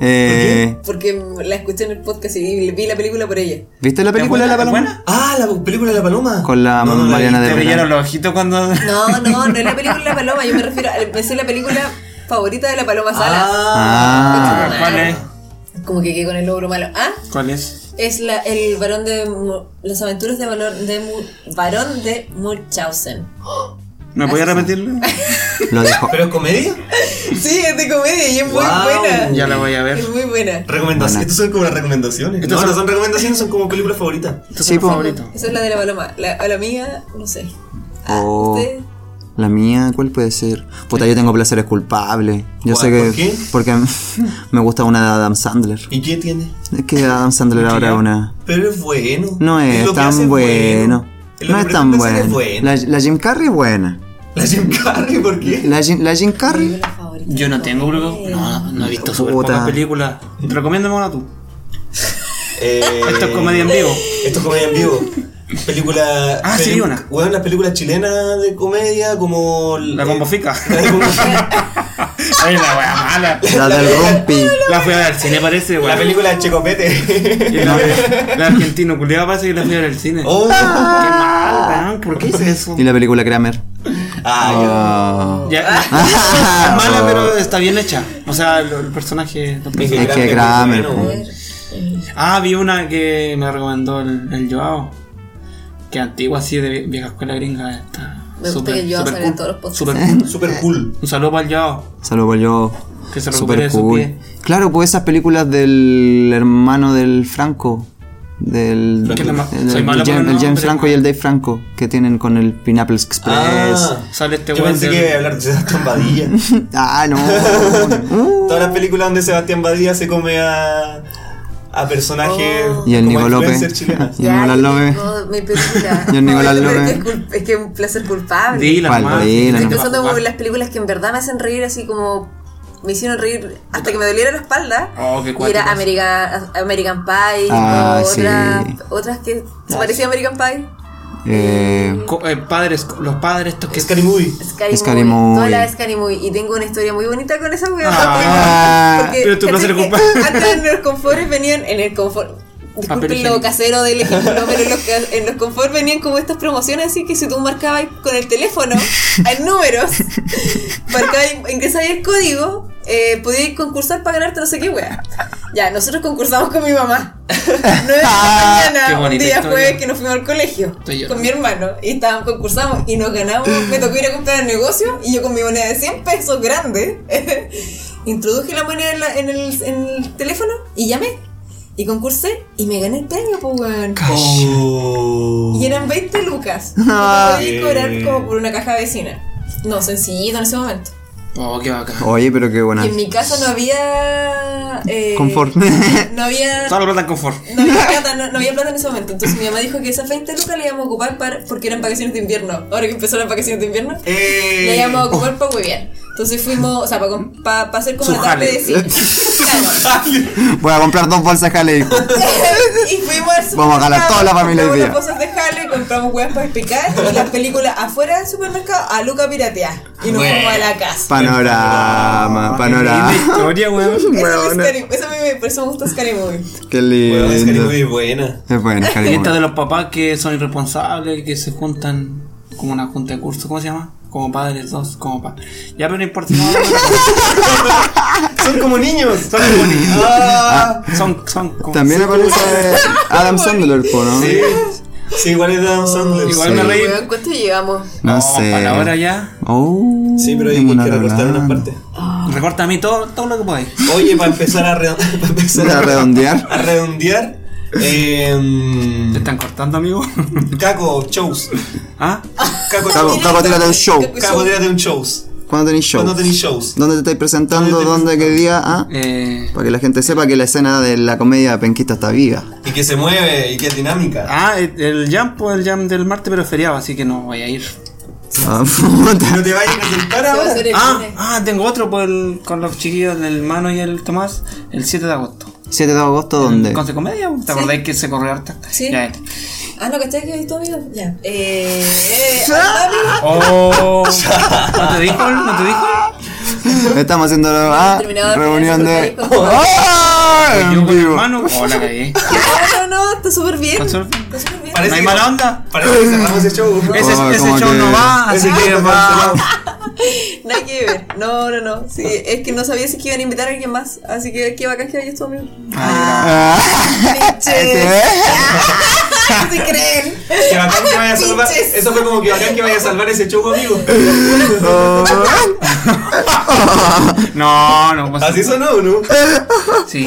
Speaker 4: Eh,
Speaker 3: Porque la escuché en el podcast y vi la película por ella.
Speaker 4: ¿Viste la película de la
Speaker 2: buena?
Speaker 4: paloma?
Speaker 2: ¿Buena?
Speaker 1: Ah, la película de la paloma.
Speaker 4: Con la
Speaker 1: No, no
Speaker 4: Mariana
Speaker 1: vi.
Speaker 2: Te
Speaker 4: de
Speaker 2: brillaron
Speaker 4: Verano.
Speaker 2: los ojitos cuando.
Speaker 3: No, no, no es la película de la Paloma. Yo me refiero a pensé en la película favorita de la Paloma Salas.
Speaker 1: Ah.
Speaker 4: Ah.
Speaker 2: ¿Cuál es?
Speaker 3: Como que quedé con el logro malo. Ah,
Speaker 2: ¿Cuál es?
Speaker 3: es la, el varón de. Mu- Las aventuras de, valor, de Mu- varón de Munchausen.
Speaker 2: ¿Me voy a repetirlo?
Speaker 4: Lo dejó.
Speaker 1: ¿Pero es comedia?
Speaker 3: Sí, es de comedia y es muy
Speaker 1: Wow.
Speaker 3: buena.
Speaker 2: Ya la voy a ver. ¿Este
Speaker 3: Es muy buena.
Speaker 1: Recomendaciones.
Speaker 4: Buena.
Speaker 1: Estos son como las recomendaciones.
Speaker 2: Estos
Speaker 1: no,
Speaker 2: son-
Speaker 1: no son recomendaciones, son como películas favoritas.
Speaker 2: Este es
Speaker 4: Sí,
Speaker 2: mi
Speaker 4: po.
Speaker 2: favorito.
Speaker 3: Esa es la de la Paloma. La, a la mía, no sé. Ah,
Speaker 4: Oh.
Speaker 3: ¿ustedes?
Speaker 4: La mía, ¿cuál puede ser? Puta, yo tengo placeres culpables. Yo sé
Speaker 1: ¿Cuál?
Speaker 4: que.
Speaker 1: ¿Por qué?
Speaker 4: Porque me gusta una de Adam Sandler.
Speaker 1: ¿Y qué tiene?
Speaker 4: Es que Adam Sandler ahora es una.
Speaker 1: Pero es bueno.
Speaker 4: No
Speaker 1: Lo
Speaker 4: es
Speaker 1: que hace
Speaker 4: tan bueno.
Speaker 1: Lo
Speaker 4: No
Speaker 1: que
Speaker 4: es tan
Speaker 1: pretende hacer
Speaker 4: bueno.
Speaker 1: es
Speaker 4: La, la Jim Carrey es buena.
Speaker 1: La Jim Carrey, ¿por qué?
Speaker 4: La, Jim- la Jim Carrey.
Speaker 3: La favorita.
Speaker 2: Yo no tengo, creo. que- No, no he visto súper
Speaker 4: Puta.
Speaker 2: pocas películas. Recomiéndame una tú.
Speaker 1: Eh,
Speaker 2: Esto es comedia en vivo.
Speaker 1: Esto es comedia en vivo. Película.
Speaker 2: Ah, sí,
Speaker 1: peli-
Speaker 2: una.
Speaker 1: Weón, las películas chilenas de comedia como.
Speaker 2: La combofica.
Speaker 1: La de Combofica.
Speaker 2: Ay, la wea mala.
Speaker 4: La del Rumpi.
Speaker 2: La fui a ver al cine, parece,
Speaker 1: la
Speaker 2: wea.
Speaker 1: película de Checopete.
Speaker 2: Y la, la argentino culiado parece que la fui a ver al cine.
Speaker 1: Oh.
Speaker 4: Ah.
Speaker 2: Qué mal, weón, ¿Por qué hice eso?
Speaker 4: Y la película Kramer.
Speaker 1: Ah,
Speaker 4: Oh.
Speaker 2: Ya,
Speaker 3: Ah.
Speaker 2: es
Speaker 4: Ah.
Speaker 2: mala, pero está bien hecha. O sea, el, el personaje. los
Speaker 1: ya.
Speaker 2: personajes.
Speaker 4: Es que Kramer,
Speaker 1: bueno,
Speaker 4: po.
Speaker 1: weón.
Speaker 2: Ah, vi una que me recomendó el, el Joao. Que antigua, así de vie- vieja escuela gringa. Está
Speaker 3: Me gusta que el Joao sale en todos los podcasts.
Speaker 2: super cool.
Speaker 1: Super cool.
Speaker 2: Un saludo para el Joao.
Speaker 4: Saludos yo.
Speaker 2: Que se recupere de
Speaker 4: Super
Speaker 2: su
Speaker 4: cool.
Speaker 2: pie.
Speaker 4: Claro, pues esas películas del hermano del Franco. Del.
Speaker 2: Que la ma-
Speaker 4: el-
Speaker 2: soy
Speaker 4: el
Speaker 2: malo para
Speaker 4: Jam-
Speaker 2: los
Speaker 4: el James
Speaker 2: nombres,
Speaker 4: Franco y el Dave Franco. Que tienen con el Pineapple Express.
Speaker 1: Ah,
Speaker 2: Sale este
Speaker 1: Yo
Speaker 2: weón
Speaker 1: pensé
Speaker 2: del-
Speaker 1: que iba a hablar de Sebastián Badilla.
Speaker 4: Ah, no.
Speaker 1: Todas las películas donde Sebastián Badilla se come a. a personajes.
Speaker 4: Oh. Y el
Speaker 1: como
Speaker 4: Nico
Speaker 1: influencer
Speaker 4: López.
Speaker 1: chilenas.
Speaker 4: Y el Nicolás López.
Speaker 3: No, mi película.
Speaker 4: Y el Nicolás
Speaker 3: Pero
Speaker 4: López.
Speaker 3: Es, cul- es que es un placer culpable.
Speaker 2: Dila,
Speaker 4: ¿Cuál?
Speaker 2: nomás.
Speaker 4: Dila,
Speaker 2: Te
Speaker 3: Estoy
Speaker 4: nomás.
Speaker 2: va a
Speaker 3: pensando como
Speaker 2: jugar.
Speaker 3: en las películas que en verdad me hacen reír así como me hicieron reír hasta que me doliera la espalda.
Speaker 2: Oh, qué
Speaker 3: y
Speaker 2: cuáticos.
Speaker 3: era American, American Pie,
Speaker 4: Ah,
Speaker 3: o otra-
Speaker 4: sí.
Speaker 3: otras que se parecían a American Pie.
Speaker 4: Eh,
Speaker 2: Co- eh, padres, los padres estos que
Speaker 1: Es Carimuy.
Speaker 3: Scary, Movie.
Speaker 4: Scary Movie.
Speaker 3: Toda la de Scary Movie. Y tengo una historia muy bonita con esa wea.
Speaker 2: Ah,
Speaker 3: Porque-
Speaker 2: pero tu placer
Speaker 3: ¿cachai que
Speaker 2: culpable.
Speaker 3: Antes en los conformes venían en el confort. Disculpen
Speaker 2: Papel
Speaker 3: lo casero del ejemplo, pero en los, ca- en los confort venían como estas promociones así que si tú marcabas con el teléfono en números, marcabas, ingresabas el código, eh, podías concursar para ganarte no sé qué wea. Ya, nosotros concursamos con mi mamá. 9 de la
Speaker 2: Qué
Speaker 3: mañana, un
Speaker 2: bonita
Speaker 3: día
Speaker 2: historia.
Speaker 3: jueves que nos fuimos al colegio
Speaker 2: Estoy llorando.
Speaker 3: con mi hermano y estábamos concursamos y nos ganamos. Me tocó ir a comprar el negocio y yo con mi moneda de 100 pesos grande introduje la moneda en, la- en el, en el teléfono y llamé y concursé y me gané el premio, pues weón.
Speaker 4: Uh.
Speaker 1: Oh.
Speaker 3: Y eran 20 lucas. Y podía cobrar como por una caja vecina. No, sencillito en ese momento.
Speaker 2: Oh, qué bacán.
Speaker 4: oye, pero qué buena.
Speaker 3: Y en mi casa no había. eh,
Speaker 4: Confort.
Speaker 3: No había.
Speaker 2: Toda la plata en confort.
Speaker 3: No había, plata, no, no había plata en ese momento. Entonces mi mamá dijo que esas 20 lucas las íbamos a ocupar para, porque eran vacaciones de invierno. Ahora que empezaron las vacaciones de invierno,
Speaker 4: Eh.
Speaker 3: las íbamos a ocupar para huevear. Entonces fuimos, o sea, para hacer como
Speaker 2: Su
Speaker 3: una tarde de
Speaker 2: jale.
Speaker 3: cine. Claro.
Speaker 4: Voy a comprar dos bolsas jale, hijo.
Speaker 3: y fuimos al
Speaker 4: Vamos a jalar toda la familia hoy
Speaker 3: compramos
Speaker 4: día.
Speaker 3: las cosas de jale, compramos huevas para picar y las películas afuera del supermercado a Luca piratea. Y nos fuimos a la casa.
Speaker 2: Qué
Speaker 4: Panorama,
Speaker 2: linda
Speaker 4: panorama.
Speaker 2: historia, weón.
Speaker 4: Bueno,
Speaker 3: Eso es Scary- eso a mí me, por eso me gusta Scary Movie.
Speaker 4: Qué
Speaker 1: Weón, es
Speaker 4: lindo.
Speaker 1: Carimuy buena.
Speaker 4: Es buena,
Speaker 2: Y
Speaker 4: Scary
Speaker 2: esta
Speaker 4: Movie.
Speaker 2: de los papás que son irresponsables, que se juntan como una junta de curso, ¿cómo se llama? Como padres dos, como pa Ya, pero no importa. no, no, no.
Speaker 1: Son como niños. Ah,
Speaker 2: son como niños. Son, son como-
Speaker 4: También aparece Adam Sandler, po, ¿no?
Speaker 1: Sí. Sí, igual es de Adam Sandler.
Speaker 2: Igual
Speaker 4: Sí.
Speaker 2: me reí.
Speaker 3: Weón, ¿cuánto llevamos?
Speaker 4: No
Speaker 2: No,
Speaker 4: sé.
Speaker 2: para ahora ya.
Speaker 4: Oh,
Speaker 1: Sí, pero hay que
Speaker 4: una
Speaker 1: recortar
Speaker 4: redonda.
Speaker 1: unas partes.
Speaker 2: Recorta a mí todo, todo lo que podáis.
Speaker 1: Oye, para empezar a, redon- para empezar
Speaker 4: A redondear.
Speaker 1: A redondear.
Speaker 2: Te
Speaker 1: Eh,
Speaker 2: están cortando, amigo.
Speaker 1: Caco, shows.
Speaker 2: ¿Ah?
Speaker 1: Caco,
Speaker 4: Caco,
Speaker 1: shows.
Speaker 4: Caco, tírate un show.
Speaker 1: Caco, tírate un shows.
Speaker 4: ¿Cuándo tenéis show?
Speaker 1: ¿Cuándo tenéis shows?
Speaker 4: ¿Dónde te estáis presentando? ¿Dónde? ¿Qué día? Ah,
Speaker 2: Eh,
Speaker 4: para que la gente sepa que la escena de la comedia de Penquista está viva.
Speaker 1: Y que se mueve y que es dinámica.
Speaker 2: ah, el el jam, pues el jam del martes, pero es feriado, así que no voy a ir.
Speaker 4: Ah, puta.
Speaker 1: No te vayas a presentar
Speaker 3: Se va a
Speaker 1: ahora.
Speaker 3: hacer el
Speaker 2: Ah,
Speaker 3: lunes.
Speaker 2: ah, tengo otro pues, el- con los chiquillos del hermano y el Tomás el 7 de agosto.
Speaker 4: 7 de agosto, ¿dónde?
Speaker 2: ¿Con Comedia? ¿Te acordáis que se corrió harta?
Speaker 3: Sí.
Speaker 2: Ya, eh.
Speaker 3: Ah, no, ¿cachai que hay tu amigo? Ya. Eh. eh Antonio,
Speaker 2: Oh, ¿No te dijo? ¿No te dijo?
Speaker 4: Estamos haciendo la ah,
Speaker 3: Terminado de
Speaker 4: reunión de.
Speaker 3: hacer con-
Speaker 4: ¡Ah!
Speaker 2: Yo con
Speaker 4: En
Speaker 2: mi
Speaker 4: vivo.
Speaker 2: hermano. Oh, la cagué.
Speaker 3: No, no, no, está súper bien.
Speaker 2: Con
Speaker 3: Está
Speaker 2: sol-
Speaker 3: súper bien.
Speaker 2: ¿No
Speaker 1: Parece
Speaker 2: hay
Speaker 1: que-
Speaker 2: mala onda?
Speaker 1: Parece que cerramos el show. ¿no?
Speaker 2: Ese,
Speaker 4: Oh,
Speaker 2: ese
Speaker 4: como
Speaker 2: show
Speaker 4: que-
Speaker 2: no va, así
Speaker 1: Ese
Speaker 2: que
Speaker 1: queda
Speaker 2: va.
Speaker 1: cancelado.
Speaker 3: Nada que ver. No, no, no. Sí, es que no sabía si que iban a invitar a alguien más. Así que qué bacán que vayas tu amigo.
Speaker 4: Ah, ¿te
Speaker 3: Pinches.
Speaker 4: ves?
Speaker 3: ¿Qué se Ah, creen?
Speaker 1: Que bacán que vaya a salvar.
Speaker 3: Pinches.
Speaker 1: Eso fue como que bacán que vaya a salvar ese show conmigo.
Speaker 4: Oh.
Speaker 2: No, no. pues-
Speaker 1: Así sonó, ¿no?
Speaker 2: Sí.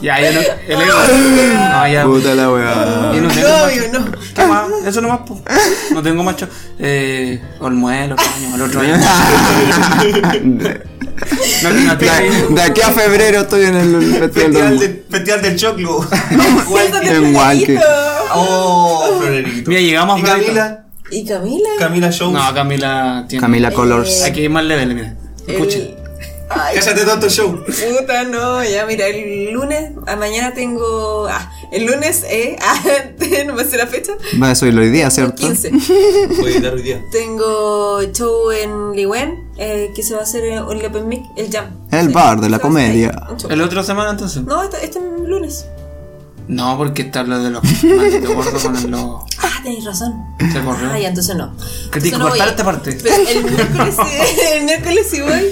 Speaker 2: Ya, yo no. El ego. No, ya.
Speaker 4: Puta la weá.
Speaker 2: Yo no tengo
Speaker 3: No,
Speaker 2: más.
Speaker 3: amigo, no.
Speaker 2: ¿Qué más? Eso nomás, po. No tengo macho. Eh. Olmuelo, coño, el otro año. No, que no
Speaker 4: De,
Speaker 2: tiene-
Speaker 4: de aquí a febrero estoy en el festival
Speaker 1: Festival,
Speaker 4: del.
Speaker 1: de- festival del Choclo.
Speaker 3: Siéntate,
Speaker 4: en Hualque.
Speaker 3: Florenito.
Speaker 1: Oh, Florerito.
Speaker 2: Mira, llegamos
Speaker 1: ¿Y
Speaker 2: a
Speaker 1: Camila?
Speaker 3: ¿Y Camila?
Speaker 1: Camila Shows.
Speaker 2: No, Camila tiene.
Speaker 4: Camila Colors.
Speaker 3: Eh.
Speaker 2: Hay que ir más level, mira. Escuchen.
Speaker 3: El- Ay,
Speaker 1: Cállate tonto show.
Speaker 3: puta, no. Ya, mira, el lunes, a mañana tengo. Ah, el lunes, eh. Ah, no me sé la fecha.
Speaker 4: Va a subirlo hoy día, ¿cierto?
Speaker 3: 15.
Speaker 1: Voy a editar hoy día.
Speaker 3: Tengo show en Liwen, eh, que se va a hacer en el Open Mic, el Jam.
Speaker 4: El bar de la
Speaker 3: Se va a hacer
Speaker 4: comedia.
Speaker 3: ahí, un show.
Speaker 2: ¿El otro semana entonces?
Speaker 3: No, este, este lunes.
Speaker 2: No, porque está lo de los malditos gordos con el logo.
Speaker 3: Ah, tenéis razón.
Speaker 2: Se corrió.
Speaker 3: Ah, ya, entonces no.
Speaker 2: Que tienes que
Speaker 3: Entonces no voy
Speaker 2: cortar
Speaker 3: a ir.
Speaker 2: esta parte.
Speaker 3: Pero el miércoles, sí- el miércoles sí voy.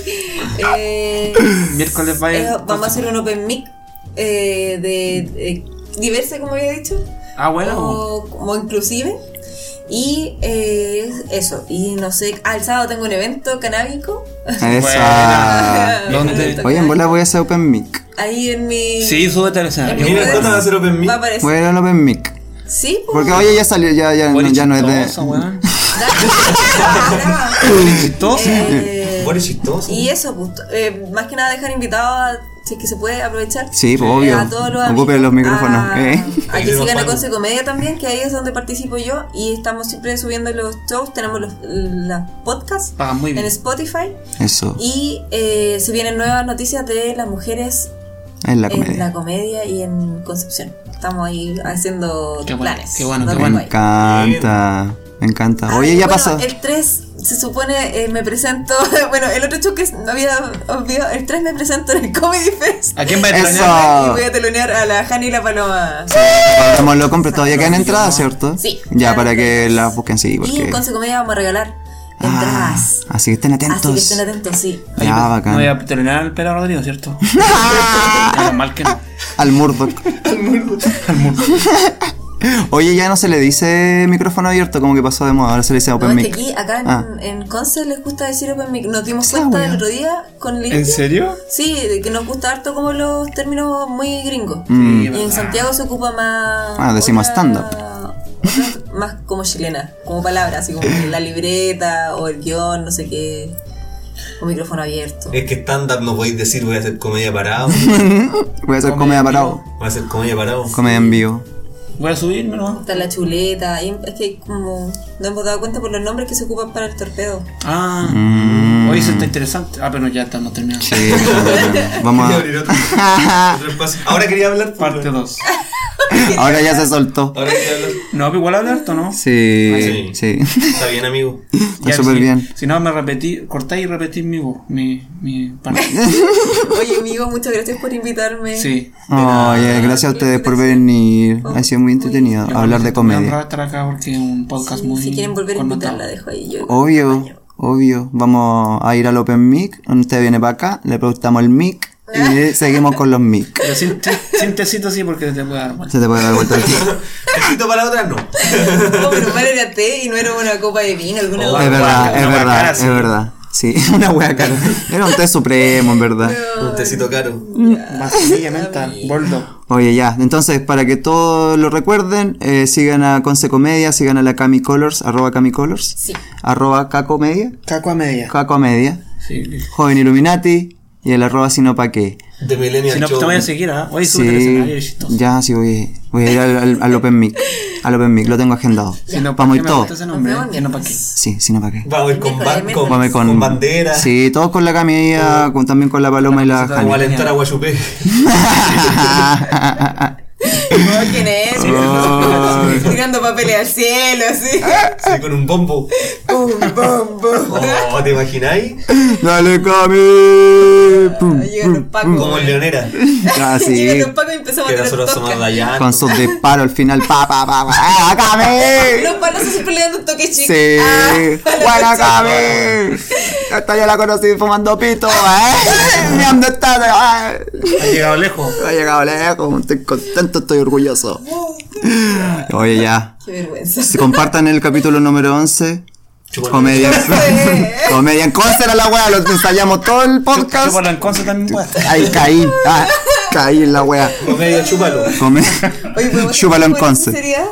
Speaker 3: Eh,
Speaker 2: Miércoles vaya.
Speaker 3: eh, vamos a hacer un Open Mic eh, de, de diversa, como había dicho.
Speaker 2: Ah, bueno.
Speaker 3: O como inclusive. Y eh, eso. Y no sé. Ah, el sábado tengo un evento canábico.
Speaker 4: Ah, Esa.
Speaker 2: ¿Dónde?
Speaker 4: Oye, en bola voy a hacer open mic.
Speaker 3: Ahí en mi.
Speaker 2: Sí, súbete al
Speaker 3: en
Speaker 2: escenario.
Speaker 3: mi
Speaker 1: Mira,
Speaker 3: web
Speaker 1: ¿cuándo va a ser Open Mic?
Speaker 3: Va a aparecer.
Speaker 4: Voy a ir al open mic.
Speaker 3: Sí, pues.
Speaker 4: Porque oye, ya salió, ya, ya, no, Mm.
Speaker 2: Huele
Speaker 4: ya no
Speaker 2: chistoso,
Speaker 4: es de.
Speaker 2: weón.
Speaker 3: Dale.
Speaker 2: Chistoso.
Speaker 3: Eh,
Speaker 1: Bueno, es chistoso.
Speaker 3: Y eso, pues, eh, más que nada dejar invitados, a- si es que se puede aprovechar.
Speaker 4: Sí, pues, obvio.
Speaker 3: A todos los
Speaker 4: Ocupen
Speaker 3: amigos,
Speaker 4: los micrófonos,
Speaker 3: A,
Speaker 4: ¿eh?
Speaker 3: a
Speaker 1: Y
Speaker 3: que
Speaker 1: de
Speaker 3: sigan
Speaker 1: los
Speaker 3: a
Speaker 1: palos.
Speaker 3: Conce Comedia también, que ahí es donde participo yo. Y estamos siempre subiendo los shows, tenemos los, las podcasts
Speaker 2: Ah, muy bien.
Speaker 3: en Spotify.
Speaker 4: Eso.
Speaker 3: Y eh, se vienen nuevas noticias de las mujeres
Speaker 4: En la
Speaker 3: en la
Speaker 4: comedia.
Speaker 3: comedia y en Concepción. Estamos ahí haciendo
Speaker 2: Qué bueno,
Speaker 3: planes.
Speaker 2: qué bueno, qué
Speaker 3: Donde
Speaker 4: Me
Speaker 2: bueno.
Speaker 3: vaya.
Speaker 4: encanta. Me encanta. Oye,
Speaker 3: Ay,
Speaker 4: ya
Speaker 3: Ah, bueno,
Speaker 4: pasó.
Speaker 3: El 3 se supone eh, me presento. Bueno, el otro show que no había olvidado. El 3 me presento en el Comedy Fest.
Speaker 2: ¿A quién va a
Speaker 4: Eso.
Speaker 2: extrañar?
Speaker 4: Ah.
Speaker 3: Y voy a telonear a la Jani y la Paloma.
Speaker 4: Vamos, lo compré. Todavía quedan entradas, ¿cierto?
Speaker 3: Sí.
Speaker 4: Ya, para que las busquen, sí.
Speaker 3: Y en
Speaker 4: Porque...
Speaker 3: Conce Comedia vamos a regalar
Speaker 4: Ah,
Speaker 3: entradas.
Speaker 4: así que estén atentos.
Speaker 3: Así que estén atentos, sí.
Speaker 2: Oye,
Speaker 4: Ya,
Speaker 2: pero
Speaker 4: bacán.
Speaker 2: No voy a terminar al Pedro Rodrigo, ¿cierto? Menos mal que no.
Speaker 4: Al Murdoch. Oye, ya no se le dice micrófono abierto, como que pasó de moda. Ahora se le dice
Speaker 3: No,
Speaker 4: open
Speaker 3: es que
Speaker 4: mic.
Speaker 3: aquí, acá en,
Speaker 4: Ah.
Speaker 3: en Conce les gusta decir Open Mic. Nos dimos
Speaker 4: Esa
Speaker 3: cuenta
Speaker 4: wea.
Speaker 3: el otro día con Lidia.
Speaker 2: serio?
Speaker 3: Sí, de que nos gusta harto como los términos muy gringos.
Speaker 2: Sí,
Speaker 3: Y en Santiago se ocupa más.
Speaker 4: Mm. Ah, decimos
Speaker 3: otra-
Speaker 4: stand-up.
Speaker 3: otra- Más como chilena, como palabra, así como la libreta o el guión, no sé qué. O micrófono abierto.
Speaker 1: Es que estándar no podéis decir voy a hacer comedia parado.
Speaker 4: Voy a hacer
Speaker 2: Comedia
Speaker 4: comedia
Speaker 2: en
Speaker 4: parado.
Speaker 2: vivo.
Speaker 1: Voy a hacer comedia parado.
Speaker 4: Comedia en vivo.
Speaker 2: Voy a subirme, ¿no?
Speaker 3: Está la chuleta. y es que como no hemos dado cuenta por los nombres que se ocupan para el torpedo.
Speaker 2: Ah. Oye, eso está interesante. Ah, pero ya estamos terminando.
Speaker 4: Mm. Sí, vamos
Speaker 1: Voy a abrir otro-
Speaker 4: a...
Speaker 1: otro espacio. Ahora quería hablar.
Speaker 2: Parte 2.
Speaker 4: Ahora ya se soltó.
Speaker 1: Ahora quería hablar.
Speaker 2: No, pero igual habla harto, ¿no?
Speaker 4: Sí, sí.
Speaker 1: Está bien, amigo.
Speaker 4: Está
Speaker 2: Ya,
Speaker 4: súper
Speaker 2: si-
Speaker 4: bien.
Speaker 2: Si no, me repetí, cortáis y repetís mi voz, mi, mi parte.
Speaker 3: Oye, amigo, muchas gracias por invitarme.
Speaker 2: Sí.
Speaker 4: Oye, gracias a ustedes por venir. Ha sido muy entretenido hablar de
Speaker 2: Me
Speaker 4: comedia.
Speaker 2: honra estar acá porque es un podcast muy.
Speaker 3: Si quieren volver a invitar,
Speaker 2: connotado.
Speaker 3: la dejo ahí. Yo
Speaker 4: Obvio, obvio. Vamos a ir al Open Mic. Usted viene para acá, le preguntamos el mic y seguimos con los mic.
Speaker 2: Pero sin, te- sin tecito sí, porque te puede dar vuelta.
Speaker 4: Se te puede dar vuelta el tiempo.
Speaker 1: Tecito para la otra, no.
Speaker 3: Oh, pero mal era té y no era una copa de vino, alguna
Speaker 2: Oh,
Speaker 4: Es verdad,
Speaker 2: Una
Speaker 4: es
Speaker 2: guacara,
Speaker 4: verdad,
Speaker 2: sí.
Speaker 4: es verdad. Sí, una wea cara. Era un té supremo, en verdad.
Speaker 1: Un tecito caro.
Speaker 2: Vacía mental, boldo.
Speaker 4: Oye, ya. Entonces, para que todos lo recuerden, eh, sigan a Conce Comedia, sigan a la Cami Colors, arroba Cami Colors,
Speaker 3: Sí.
Speaker 4: arroba Cacomedia,
Speaker 2: Caco a media.
Speaker 4: Cacomedia,
Speaker 2: Sí.
Speaker 4: Joven Illuminati y el arroba Sino Pa' qué.
Speaker 1: De Millennial
Speaker 2: Si no, pues
Speaker 1: Show.
Speaker 2: te voy a seguir, ¿ah? Oye, súbete al
Speaker 4: Sí,
Speaker 2: escenario, eres chistoso.
Speaker 4: ya, sí, voy, voy a ir al, al- al Open Mic. Al Open Mic, lo tengo agendado.
Speaker 2: Si no, ¿para
Speaker 4: Vamos a
Speaker 2: qué
Speaker 4: ir
Speaker 2: me
Speaker 4: todos.
Speaker 2: gusta ese nombre?
Speaker 3: Nos vemos
Speaker 2: Si no, ¿para qué?
Speaker 3: miércoles.
Speaker 4: Sí, Sino Pa' qué.
Speaker 1: Vamos a ir con,
Speaker 3: Miércoles,
Speaker 1: ban- con,
Speaker 3: miércoles.
Speaker 4: Vamos a ir con-
Speaker 1: con bandera.
Speaker 4: Sí, todos con la camilla, con, también con la paloma y la
Speaker 2: camiseta
Speaker 1: Como
Speaker 4: Jani.
Speaker 1: alentar a Guachupé.
Speaker 3: Oh, ¿Quién es?
Speaker 4: Ay.
Speaker 3: Tirando papeles al cielo, así.
Speaker 1: Sí, con un bombo.
Speaker 3: Pum, pum, pum.
Speaker 1: Oh, ¿te imagináis?
Speaker 4: Dale, Cami. Pum,
Speaker 3: Llegan los
Speaker 4: pum.
Speaker 3: pacos.
Speaker 1: Como en Leonera.
Speaker 3: Llegan
Speaker 4: Ah, sí.
Speaker 3: los pacos y empezamos
Speaker 1: Que
Speaker 3: a
Speaker 1: era
Speaker 3: tener
Speaker 1: solo asomar de
Speaker 3: tosca.
Speaker 1: allá.
Speaker 4: Con sus disparos al final. Pa, pa, pa, pa. ¡Ah,
Speaker 3: Los
Speaker 4: Cami!
Speaker 3: palos se siempre le dan un toque chico.
Speaker 4: Sí.
Speaker 3: la
Speaker 4: Buena, Cami. Ah. Esta yo la conocí fumando pito, ¿eh? Mirando esta. ¡ay!
Speaker 2: Ha llegado lejos.
Speaker 4: ¿eh? Ha llegado lejos. Estoy contento, estoy orgulloso. Oye, ya.
Speaker 3: Qué vergüenza.
Speaker 4: Si compartan el capítulo número 11.
Speaker 1: Chúpalo.
Speaker 4: Comedia. Comedia en concert a la wea. Los ensayamos todo el podcast.
Speaker 2: Chupa la enconza también, pues.
Speaker 4: Ahí caí. Ah, caí en la wea.
Speaker 1: Comedia, chúpalo.
Speaker 4: Comedia.
Speaker 3: Oye, ¿podemos hacer
Speaker 4: Chúpalo en
Speaker 3: una
Speaker 4: concert.
Speaker 3: sinceridad?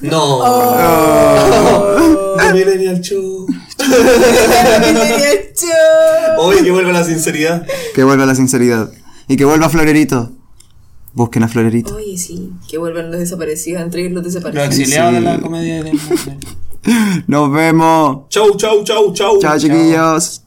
Speaker 1: No.
Speaker 4: Oh.
Speaker 1: De Millennial Show.
Speaker 3: Bienvenida, chao.
Speaker 1: Oye, que vuelva la sinceridad.
Speaker 4: Que vuelva la sinceridad. Y que vuelva Florerito. Busquen a Florerito.
Speaker 3: Oye, sí, que vuelvan los desaparecidos, entreguen los
Speaker 2: Los
Speaker 3: desaparecidos.
Speaker 2: exiliados de
Speaker 4: Sí.
Speaker 2: la comedia del mundo.
Speaker 4: Nos vemos.
Speaker 1: Chau, chau, chau, chau.
Speaker 4: Chao, chiquillos.